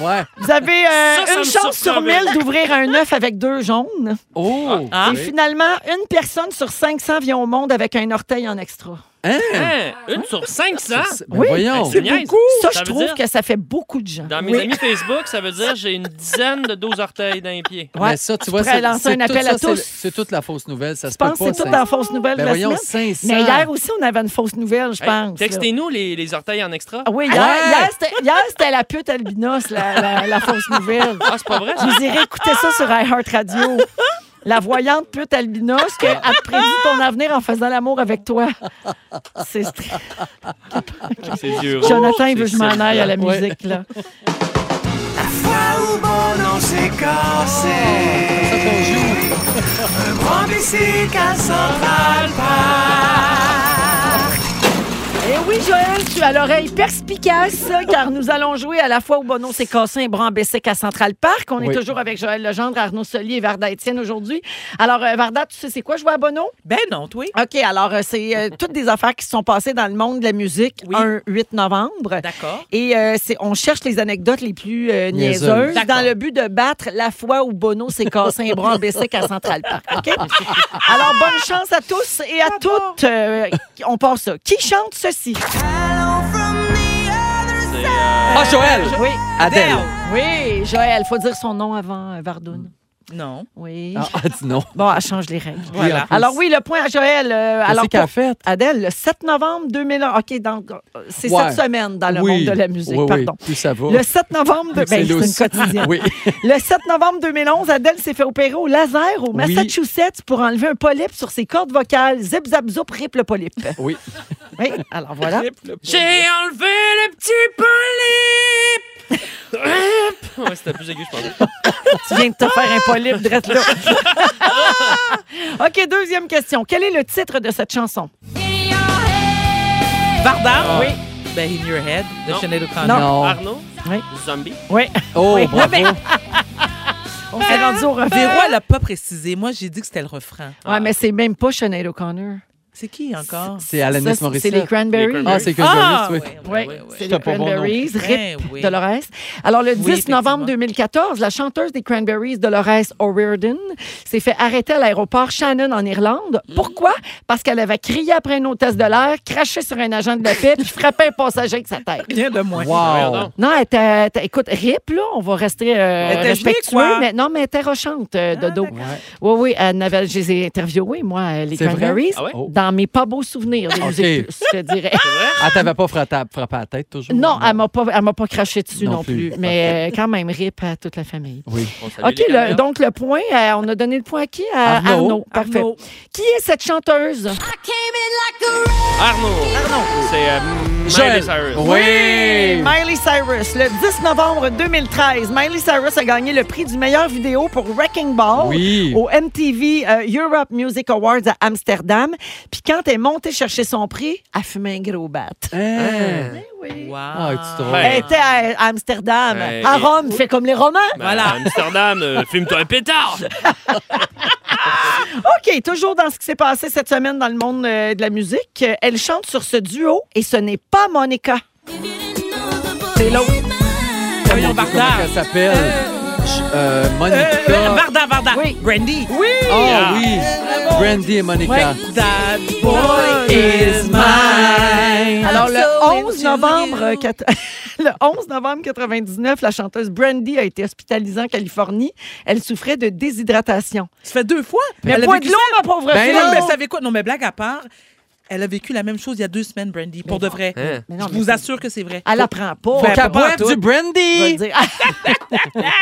[SPEAKER 4] Ouais.
[SPEAKER 2] Vous avez euh,
[SPEAKER 3] Ça, ça me
[SPEAKER 2] une chance sur
[SPEAKER 3] surprend,
[SPEAKER 2] 1000 d'ouvrir un œuf avec deux jaunes.
[SPEAKER 4] Oh!
[SPEAKER 3] Ah,
[SPEAKER 2] Et finalement, une personne sur 500 vient au monde avec un orteil en extra.
[SPEAKER 4] Hein?
[SPEAKER 3] Hein, Une sur 500.
[SPEAKER 4] Ben
[SPEAKER 2] Ah, Oui.
[SPEAKER 4] voyons.
[SPEAKER 3] Oh, C'est niaise.
[SPEAKER 2] beaucoup. Ça,
[SPEAKER 3] Ça
[SPEAKER 2] je
[SPEAKER 3] veut
[SPEAKER 2] trouve
[SPEAKER 3] dire-
[SPEAKER 2] que ça fait beaucoup de gens.
[SPEAKER 3] Dans mes amis Facebook, ça veut dire j'ai une dizaine de 12 orteils dans les pieds.
[SPEAKER 2] Ouais.
[SPEAKER 4] Mais ça, tu vois,
[SPEAKER 2] pourrais
[SPEAKER 4] c'est
[SPEAKER 2] lancer
[SPEAKER 4] c'est
[SPEAKER 2] un
[SPEAKER 4] tout
[SPEAKER 2] appel
[SPEAKER 4] ça,
[SPEAKER 2] à
[SPEAKER 4] c'est le-
[SPEAKER 2] tous.
[SPEAKER 4] C'est toute la fausse nouvelle. Ça
[SPEAKER 2] Je
[SPEAKER 4] se peut
[SPEAKER 2] pense que
[SPEAKER 4] pas.
[SPEAKER 2] c'est tout
[SPEAKER 4] 500.
[SPEAKER 2] en fausse nouvelle
[SPEAKER 4] Ben
[SPEAKER 2] de la
[SPEAKER 4] voyons,
[SPEAKER 2] semaine.
[SPEAKER 4] 500.
[SPEAKER 2] Mais hier aussi, on avait une fausse nouvelle, je
[SPEAKER 3] Hey,
[SPEAKER 2] pense. là.
[SPEAKER 3] Textez-nous les, les orteils en extra.
[SPEAKER 2] Ah oui, hier,
[SPEAKER 4] Ouais.
[SPEAKER 2] hier, c'était- hier, c'était la pute albinos, la, la- la fausse nouvelle.
[SPEAKER 3] Ah, c'est pas vrai, ça?
[SPEAKER 2] Je vous irez écouter ça sur iHeartRadio. La voyante pute albinos qui a prédit ton avenir en faisant l'amour avec toi. C'est str-
[SPEAKER 3] C'est dur. hein?
[SPEAKER 2] Jonathan, il veut que je
[SPEAKER 3] C'est
[SPEAKER 2] m'en
[SPEAKER 3] ça.
[SPEAKER 2] aille à la
[SPEAKER 4] Ouais.
[SPEAKER 2] musique. Là.
[SPEAKER 4] Ça qu'on joue.
[SPEAKER 2] Et Eh oui, Joël, tu as l'oreille perspicace car nous allons jouer à la fois au Bono s'est cassé un bras en Bessic à Central Park. On est
[SPEAKER 4] Oui.
[SPEAKER 2] toujours avec Joël Legendre, Arnaud Solier et Varda Étienne aujourd'hui. Alors, euh, Varda, tu sais c'est quoi jouer à Bono?
[SPEAKER 1] Ben non, toi.
[SPEAKER 2] OK, alors euh, c'est euh, toutes des affaires qui se sont passées dans le monde de la musique
[SPEAKER 1] Oui.
[SPEAKER 2] un 8 novembre.
[SPEAKER 1] D'accord.
[SPEAKER 2] Et euh, c'est- on cherche les anecdotes les plus euh,
[SPEAKER 4] Niaiseuses.
[SPEAKER 2] niaiseuses
[SPEAKER 1] D'accord.
[SPEAKER 2] dans le but de battre la fois où Bono s'est cassé un bras en Bessic à Central Park. OK? Alors, bonne chance à tous et à toutes. Euh, on part ça. Qui chante ceci?
[SPEAKER 3] C'est, euh,
[SPEAKER 4] Ah, Joël!
[SPEAKER 2] Oui.
[SPEAKER 4] Adèle.
[SPEAKER 2] Oui, Joël, faut dire son nom avant euh, Vardoun.
[SPEAKER 1] Non.
[SPEAKER 2] Oui.
[SPEAKER 4] Ah, ah, dis non.
[SPEAKER 2] Bon, elle change les règles.
[SPEAKER 4] Voilà.
[SPEAKER 2] Alors oui, le point à Joël. euh, alors
[SPEAKER 4] Qu'est-ce qu'elle a
[SPEAKER 2] pour-
[SPEAKER 4] fait?
[SPEAKER 2] Adèle, le 7 novembre 2001. OK, donc euh, c'est
[SPEAKER 4] Ouais.
[SPEAKER 2] cette semaine dans le monde de la musique,
[SPEAKER 4] oui,
[SPEAKER 2] pardon.
[SPEAKER 4] Oui, plus ça va.
[SPEAKER 2] Le 7 novembre, de-
[SPEAKER 4] Plus
[SPEAKER 2] ben, c'est une
[SPEAKER 4] lousse.
[SPEAKER 2] quotidienne.
[SPEAKER 4] Oui.
[SPEAKER 2] Le 7 novembre 2011, Adèle s'est fait opérer au laser au
[SPEAKER 4] Oui.
[SPEAKER 2] Massachusetts pour enlever un polype sur ses cordes vocales. Zip, zap, zoup, rip le polype.
[SPEAKER 4] Oui.
[SPEAKER 2] Oui, alors voilà.
[SPEAKER 14] J'ai enlevé le petit polype.
[SPEAKER 3] ouais, c'était plus aigu, je pense.
[SPEAKER 2] Tu viens de te faire un polype, drette là. OK, deuxième question. Quel est le titre de cette chanson?
[SPEAKER 1] Varda? Oui. Ben, In Your Head, de
[SPEAKER 3] Non.
[SPEAKER 1] Sinead O'Connor.
[SPEAKER 2] Non.
[SPEAKER 3] Arnaud?
[SPEAKER 2] Oh. Oui.
[SPEAKER 3] Zombie?
[SPEAKER 2] Oui,
[SPEAKER 4] Oh,
[SPEAKER 2] Oui.
[SPEAKER 4] bravo.
[SPEAKER 2] on s'est rendu au refrain.
[SPEAKER 4] Ah!
[SPEAKER 1] Véro, elle l'a pas précisé. Moi, j'ai dit que c'était le refrain.
[SPEAKER 2] Ouais, mais c'est même pas Sinead O'Connor.
[SPEAKER 1] C'est qui encore?
[SPEAKER 4] C'est Alanis
[SPEAKER 2] Ça, C'est
[SPEAKER 4] Morissette.
[SPEAKER 2] les Cranberries.
[SPEAKER 3] Les
[SPEAKER 4] Ah, c'est que
[SPEAKER 2] Ah,
[SPEAKER 4] Joyce, oui.
[SPEAKER 2] Oui,
[SPEAKER 1] ouais, ouais.
[SPEAKER 2] c'est les
[SPEAKER 4] T'as pas bon nom.
[SPEAKER 2] Cranberries,
[SPEAKER 1] Ben
[SPEAKER 2] RIP
[SPEAKER 1] oui.
[SPEAKER 2] Dolores. Alors, le 10
[SPEAKER 1] Oui, effectivement.
[SPEAKER 2] novembre 2014, la chanteuse des Cranberries, Dolores O'Riordan, s'est fait arrêter à l'aéroport Shannon en Irlande.
[SPEAKER 1] Mm.
[SPEAKER 2] Pourquoi? Parce qu'elle avait crié après une hôtesse de l'air, craché sur un agent de la paix, puis frappé un passager avec sa tête.
[SPEAKER 1] Rien de moins.
[SPEAKER 3] Voyons
[SPEAKER 4] Wow.
[SPEAKER 3] donc.
[SPEAKER 2] Non, elle était, elle était- écoute, RIP, là, on va rester euh,
[SPEAKER 1] Elle était
[SPEAKER 2] respectueux,
[SPEAKER 1] gelée, quoi. Ah,
[SPEAKER 2] mais non, mais elle était rochante euh, de dos.
[SPEAKER 4] Ouais.
[SPEAKER 2] Oui, oui, elle n'avait- je les ai interviewés, moi, euh, les
[SPEAKER 4] C'est vrai?
[SPEAKER 2] Cranberries,
[SPEAKER 3] Ah ouais?
[SPEAKER 4] Oh.
[SPEAKER 2] dans mes pas beaux souvenirs des
[SPEAKER 4] Ok.
[SPEAKER 2] musiques plus, je te dirais.
[SPEAKER 4] Elle t'avait Ah, pas frappé, frappé à la tête toujours?
[SPEAKER 2] Non, elle m'a pas, elle m'a pas craché dessus
[SPEAKER 4] Non
[SPEAKER 2] non,
[SPEAKER 4] plus.
[SPEAKER 2] plus. Mais euh, quand même, rip à toute la famille.
[SPEAKER 4] Oui.
[SPEAKER 3] On salue
[SPEAKER 2] OK,
[SPEAKER 3] les
[SPEAKER 2] le-
[SPEAKER 3] caméras.
[SPEAKER 2] donc le point, euh, on a donné le point à qui? À
[SPEAKER 4] Arnaud.
[SPEAKER 2] Arnaud. Parfait.
[SPEAKER 1] Arnaud.
[SPEAKER 2] Qui est cette chanteuse?
[SPEAKER 3] Arnaud. C'est euh, Miley
[SPEAKER 4] Joël.
[SPEAKER 3] Cyrus. Ben,
[SPEAKER 2] Oh.
[SPEAKER 4] Oui.
[SPEAKER 2] Miley Cyrus. Le 10 novembre 2013, Miley Cyrus a gagné le prix du meilleur vidéo pour Wrecking Ball
[SPEAKER 4] Oui.
[SPEAKER 2] au MTV euh, Europe Music Awards à Amsterdam. Puis quand elle est montée chercher son prix, elle fumait un gros bat.
[SPEAKER 4] Hein.
[SPEAKER 1] Wow.
[SPEAKER 4] Ah, tu te drôle.
[SPEAKER 3] Ben,
[SPEAKER 2] Elle était à Amsterdam.
[SPEAKER 3] Hey.
[SPEAKER 2] À Rome, fait comme les Romains.
[SPEAKER 3] Ben, à Amsterdam, euh, fume-toi un pétard.
[SPEAKER 2] OK, toujours dans ce qui s'est passé cette semaine dans le monde euh, de la musique, euh, elle chante sur ce duo et ce n'est pas Monica. C'est l'autre.
[SPEAKER 1] Voyons,
[SPEAKER 4] Comment
[SPEAKER 1] Varda.
[SPEAKER 4] elle s'appelle? Ch- euh,
[SPEAKER 1] Euh,
[SPEAKER 4] Monica.
[SPEAKER 1] Varda, Varda.
[SPEAKER 2] Oui.
[SPEAKER 1] Brandy.
[SPEAKER 2] Oui!
[SPEAKER 4] Ah oui. Brandy et Monica.
[SPEAKER 1] That boy is mine.
[SPEAKER 2] Alors, le 11 novembre, euh, quat- le 11 novembre 99, la chanteuse Brandy a été hospitalisée en Californie. Elle souffrait de déshydratation.
[SPEAKER 1] Tu fais deux fois.
[SPEAKER 2] Mais
[SPEAKER 1] Elle a
[SPEAKER 2] point
[SPEAKER 1] vécu
[SPEAKER 2] de l'eau,
[SPEAKER 1] ça.
[SPEAKER 2] ma pauvre
[SPEAKER 4] Ben
[SPEAKER 2] fille!
[SPEAKER 1] Non, mais vous savez quoi? Non, mais blague à part, elle a vécu la même chose il y a deux semaines, Brandy, pour de vrai.
[SPEAKER 3] Hein?
[SPEAKER 2] Mais non,
[SPEAKER 1] Je
[SPEAKER 2] mais
[SPEAKER 1] vous
[SPEAKER 2] c'est- Ah,
[SPEAKER 1] assure que c'est vrai.
[SPEAKER 2] Elle apprend pas.
[SPEAKER 4] Faut
[SPEAKER 1] Ben,
[SPEAKER 4] qu'elle
[SPEAKER 1] pas
[SPEAKER 4] boive
[SPEAKER 1] pantoute.
[SPEAKER 4] du
[SPEAKER 2] Je veux
[SPEAKER 4] brandy.
[SPEAKER 2] dire.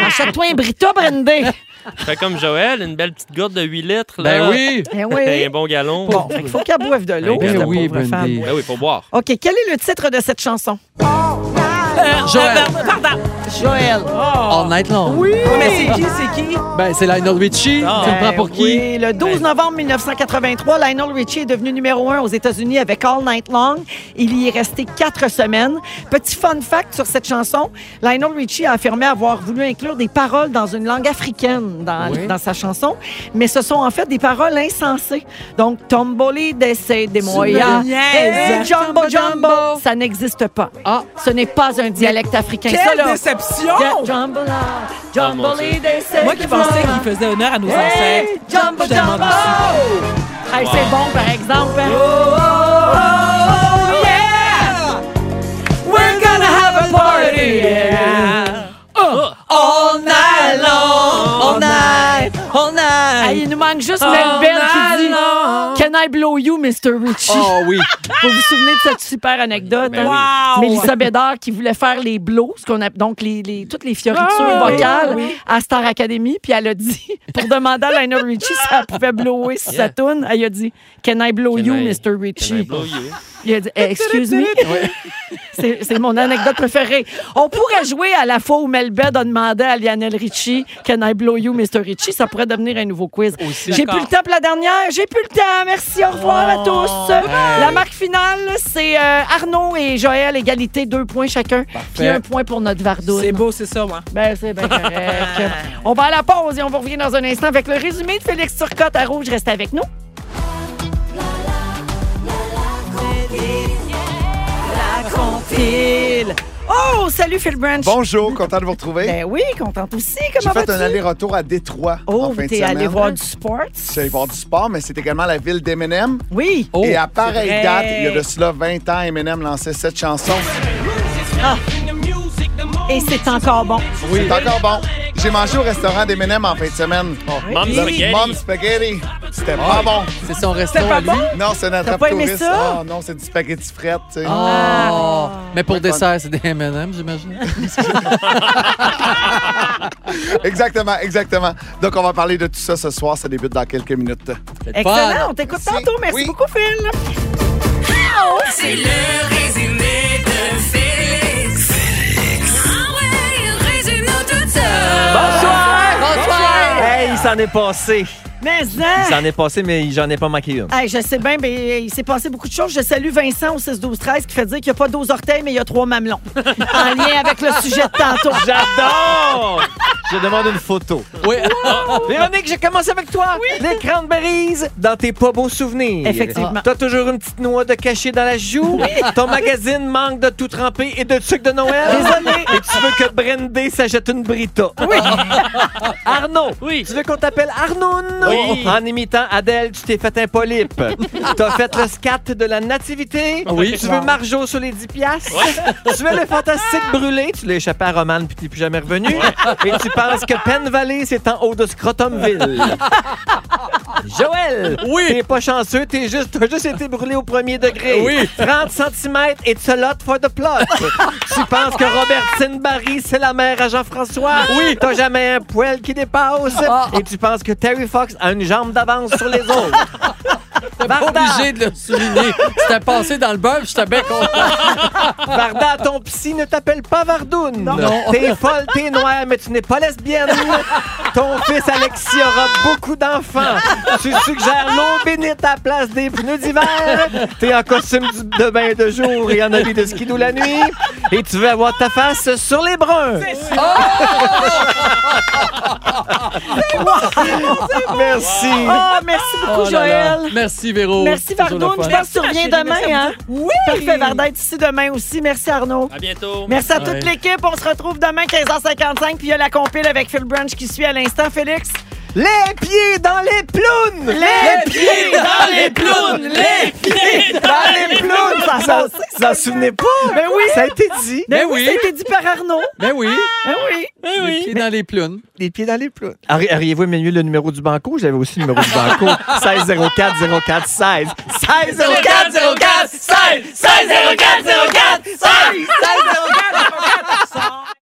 [SPEAKER 2] Achète-toi un Brita, Brandy.
[SPEAKER 3] Fait comme Joël, une belle petite gourde de 8 litres. Là.
[SPEAKER 4] Ben oui.
[SPEAKER 2] Eh
[SPEAKER 3] Et
[SPEAKER 2] oui.
[SPEAKER 3] un bon galon.
[SPEAKER 2] Bon, fait qu'il faut qu'elle boive de
[SPEAKER 1] Eh
[SPEAKER 2] l'eau.
[SPEAKER 3] Ben
[SPEAKER 2] cette
[SPEAKER 4] oui,
[SPEAKER 2] pauvre femme.
[SPEAKER 4] Brandy.
[SPEAKER 3] Ben oui, pour boire.
[SPEAKER 2] OK, quel est le titre de cette chanson?
[SPEAKER 4] Joël.
[SPEAKER 2] Joël.
[SPEAKER 4] All night long.
[SPEAKER 2] Oui!
[SPEAKER 1] Oh, Mais c'est qui? C'est qui?
[SPEAKER 4] Ben, c'est Lionel Richie.
[SPEAKER 1] Ah.
[SPEAKER 4] Tu me prends
[SPEAKER 2] Ben
[SPEAKER 4] pour qui?
[SPEAKER 2] oui, le 12 novembre 1983, Lionel Richie est devenu numéro un aux États-Unis avec All Night Long. Il y est resté quatre semaines. Petit fun fact sur cette chanson, Lionel Richie a affirmé avoir voulu inclure des paroles dans une langue africaine dans,
[SPEAKER 4] Oui.
[SPEAKER 2] dans sa chanson, mais ce sont en fait des paroles insensées. Donc, Tomboli, Dessé, des Moya,
[SPEAKER 1] niaises.
[SPEAKER 2] Jumbo
[SPEAKER 4] Jumbo.
[SPEAKER 2] Jumbo, ça n'existe pas.
[SPEAKER 4] Ah.
[SPEAKER 2] Ce n'est pas un dialecte africain. Ça,
[SPEAKER 1] Quelle
[SPEAKER 2] là,
[SPEAKER 1] déception!
[SPEAKER 2] Yeah, Jumbo là,
[SPEAKER 3] Ah, mon
[SPEAKER 2] Jumbo-li, Dessé,
[SPEAKER 1] Moi qui
[SPEAKER 2] des
[SPEAKER 1] pensais
[SPEAKER 2] Moya.
[SPEAKER 1] qu'il faisait honneur à nos
[SPEAKER 2] Hey,
[SPEAKER 1] ancêtres.
[SPEAKER 2] Jumbo
[SPEAKER 1] Je demande
[SPEAKER 2] Jumbo! Hey, c'est bon, par exemple. hein?
[SPEAKER 3] Oh,
[SPEAKER 1] Oh, We're gonna have a party, yeah. Uh, all night long, all night, all
[SPEAKER 2] Hey,
[SPEAKER 1] night.
[SPEAKER 2] il nous manque juste Melvin
[SPEAKER 3] Oh,
[SPEAKER 2] qui dit Can I blow you, Mr. Richie?
[SPEAKER 4] Oh oui.
[SPEAKER 2] Vous vous souvenez de cette super anecdote?
[SPEAKER 3] Ben
[SPEAKER 2] hein?
[SPEAKER 1] oui. Wow.
[SPEAKER 2] Mélissa Bédard qui voulait faire les blows, ce qu'on a, donc les, les- toutes les fioritures
[SPEAKER 3] Ah,
[SPEAKER 2] vocales à Star Academy, puis elle a dit, pour demander à Lionel Richie si elle pouvait blower sur
[SPEAKER 3] Yeah.
[SPEAKER 2] sa toune, elle a dit Can I blow
[SPEAKER 3] Can
[SPEAKER 2] you,
[SPEAKER 3] I-
[SPEAKER 2] Mr.
[SPEAKER 3] Can I
[SPEAKER 2] Richie?
[SPEAKER 3] blow you?
[SPEAKER 2] Il a dit, Eh, excuse me. C'est c'est mon anecdote préférée. On pourrait jouer à la fois où Melbed a demandé à Lionel Richie Can I blow you, Mr. Richie? Ça pourrait devenir un nouveau quiz. J'ai plus le temps pour la dernière. J'ai plus le temps. Merci. Au revoir à tous. La marque finale, c'est euh, Arnaud et Joël, égalité, deux points chacun. Puis un point pour notre Vardoune.
[SPEAKER 1] C'est beau, c'est ça, moi.
[SPEAKER 2] Ben, c'est bien correct. on va à la pause et on vous revient dans un instant avec le résumé de Félix Turcotte à Rouge. Restez avec nous. Phil. Oh, salut Phil Branch.
[SPEAKER 15] Bonjour, content de vous retrouver.
[SPEAKER 2] Ben oui, contente aussi.
[SPEAKER 15] J'ai
[SPEAKER 2] Comment
[SPEAKER 15] fait un
[SPEAKER 2] vas-tu?
[SPEAKER 15] aller-retour à Détroit en
[SPEAKER 2] Oh,
[SPEAKER 15] fin de
[SPEAKER 2] t'es
[SPEAKER 15] semaine.
[SPEAKER 2] allé voir du sport?
[SPEAKER 15] Je suis allé voir du sport, mais c'est également la ville d'Eminem.
[SPEAKER 2] Oui.
[SPEAKER 4] Oh,
[SPEAKER 15] Et à pareille
[SPEAKER 1] c'est vrai.
[SPEAKER 15] date, il y a de cela 20 ans, Eminem lançait cette chanson.
[SPEAKER 2] Et c'est encore bon.
[SPEAKER 15] C'est encore bon. J'ai mangé au restaurant d'Eminem en fin de semaine.
[SPEAKER 2] Oh,
[SPEAKER 3] Mom
[SPEAKER 15] Le
[SPEAKER 3] spaghetti.
[SPEAKER 15] Mom Spaghetti. C'était pas bon.
[SPEAKER 4] C'est son resto
[SPEAKER 1] pas
[SPEAKER 4] à lui.
[SPEAKER 1] bon?
[SPEAKER 15] Non, c'est notre
[SPEAKER 2] T'as pas aimé
[SPEAKER 15] touriste.
[SPEAKER 2] ça? Ah.
[SPEAKER 15] Oh non, c'est du spaghetti frette. tu sais.
[SPEAKER 4] Oh. Mais pour
[SPEAKER 15] Ouais,
[SPEAKER 4] dessert, c'est des M&M, j'imagine.
[SPEAKER 15] Exactement, exactement. Donc, on va parler de tout ça ce soir. Ça débute dans quelques minutes.
[SPEAKER 2] Excellent. On t'écoute
[SPEAKER 15] Merci.
[SPEAKER 2] tantôt. Merci
[SPEAKER 15] Oui.
[SPEAKER 2] beaucoup, Phil.
[SPEAKER 8] C'est le résumé de Félix. Félix. Ah ouais, résume-nous tout ça.
[SPEAKER 14] Bonsoir! Hey, il s'en est passé.
[SPEAKER 2] Mais hein!
[SPEAKER 7] Il s'en est passé, mais j'en ai pas manqué une.
[SPEAKER 2] Hey, je sais bien, mais il s'est passé beaucoup de choses. Je salue Vincent au 6-12-13 qui fait dire qu'il n'y a pas 12 orteils, mais il y a trois mamelons. en lien avec le sujet de tantôt.
[SPEAKER 7] J'adore! Je demande une photo. Oui. Véronique, je commence avec toi. Les cranberries dans tes pas beaux souvenirs.
[SPEAKER 2] Effectivement.
[SPEAKER 7] T'as toujours une petite noix de cachet dans la joue. Ton magazine manque de tout tremper et de sucre de Noël.
[SPEAKER 2] Désolé.
[SPEAKER 7] Et tu veux que Brendé s'achète une Brita. Oui. Arnaud. Oui. Tu veux qu'on t'appelle Arnoun?
[SPEAKER 3] Oui.
[SPEAKER 7] En imitant Adèle, tu t'es fait un polype. T'as fait le scat de la nativité.
[SPEAKER 3] Oui.
[SPEAKER 7] Tu veux Marjo sur les 10 piastres. Tu veux le fantastique brûlé. Tu l'as échappé à Romane puis t'es plus jamais revenu. Et tu penses que Penn Valley, c'est en haut de Scrotumville. Joël! Oui! T'es pas chanceux, t'es juste, t'as juste été brûlé au premier
[SPEAKER 1] Eh
[SPEAKER 7] degré.
[SPEAKER 4] Oui.
[SPEAKER 7] 30 cm et tu lot for the plot. tu penses que Robertine Barry, c'est la mère à Jean-François? Oui! T'as jamais un poil qui dépasse.
[SPEAKER 1] Ah.
[SPEAKER 7] Et tu penses que Terry Fox a une jambe d'avance sur les autres.
[SPEAKER 4] T'es pas
[SPEAKER 7] Varda.
[SPEAKER 4] obligé de le souligner. C'était passé dans le beurre, j'étais bien content.
[SPEAKER 7] Varda, ton psy ne t'appelle pas Vardoune. T'es folle, t'es noire, mais tu n'es pas lesbienne. ton fils Alexis aura beaucoup d'enfants. tu suggères l'eau bénite à la place des pneus d'hiver. T'es en costume du- de bain de jour et en habit de skidoo la nuit. Et tu veux avoir ta face sur les bruns. Oh! Merci.
[SPEAKER 2] Ah, merci beaucoup,
[SPEAKER 4] Oh là là.
[SPEAKER 2] Joël.
[SPEAKER 4] Merci, Véro.
[SPEAKER 2] Merci,
[SPEAKER 4] C'est toujours le
[SPEAKER 2] Vardoune. Je
[SPEAKER 4] fun.
[SPEAKER 2] pense que tu reviens
[SPEAKER 12] Merci, ma chérie,
[SPEAKER 2] demain. Hein? Oui! Parfait, Varda est ici demain aussi. Merci, Arnaud.
[SPEAKER 3] À bientôt.
[SPEAKER 2] Merci à toute
[SPEAKER 4] Ouais.
[SPEAKER 2] l'équipe. On se retrouve demain, 15h55. Puis il y a la compile avec Phil Branch qui suit à l'instant. Félix,
[SPEAKER 7] Les pieds dans les plounes.
[SPEAKER 2] les pieds dans
[SPEAKER 7] les
[SPEAKER 2] plounes! Les pieds
[SPEAKER 7] dans les plounes.
[SPEAKER 2] Ça
[SPEAKER 7] Ça,
[SPEAKER 2] passe.
[SPEAKER 7] vous en souvenez pas?
[SPEAKER 2] Ben oui.
[SPEAKER 7] Ça a été dit.
[SPEAKER 2] Ben
[SPEAKER 4] Ben
[SPEAKER 2] oui,
[SPEAKER 4] oui.
[SPEAKER 2] ça a été dit par Arnaud.
[SPEAKER 4] Ben oui.
[SPEAKER 2] Ben oui.
[SPEAKER 4] Ben oui. dans les plumes.
[SPEAKER 7] les pieds dans les plots. Auriez-vous mieux le numéro du banco? J'avais aussi le numéro du banco. 16 04 04 16. 16 04 04 16. 16 04 04 16. 16 04 04 16.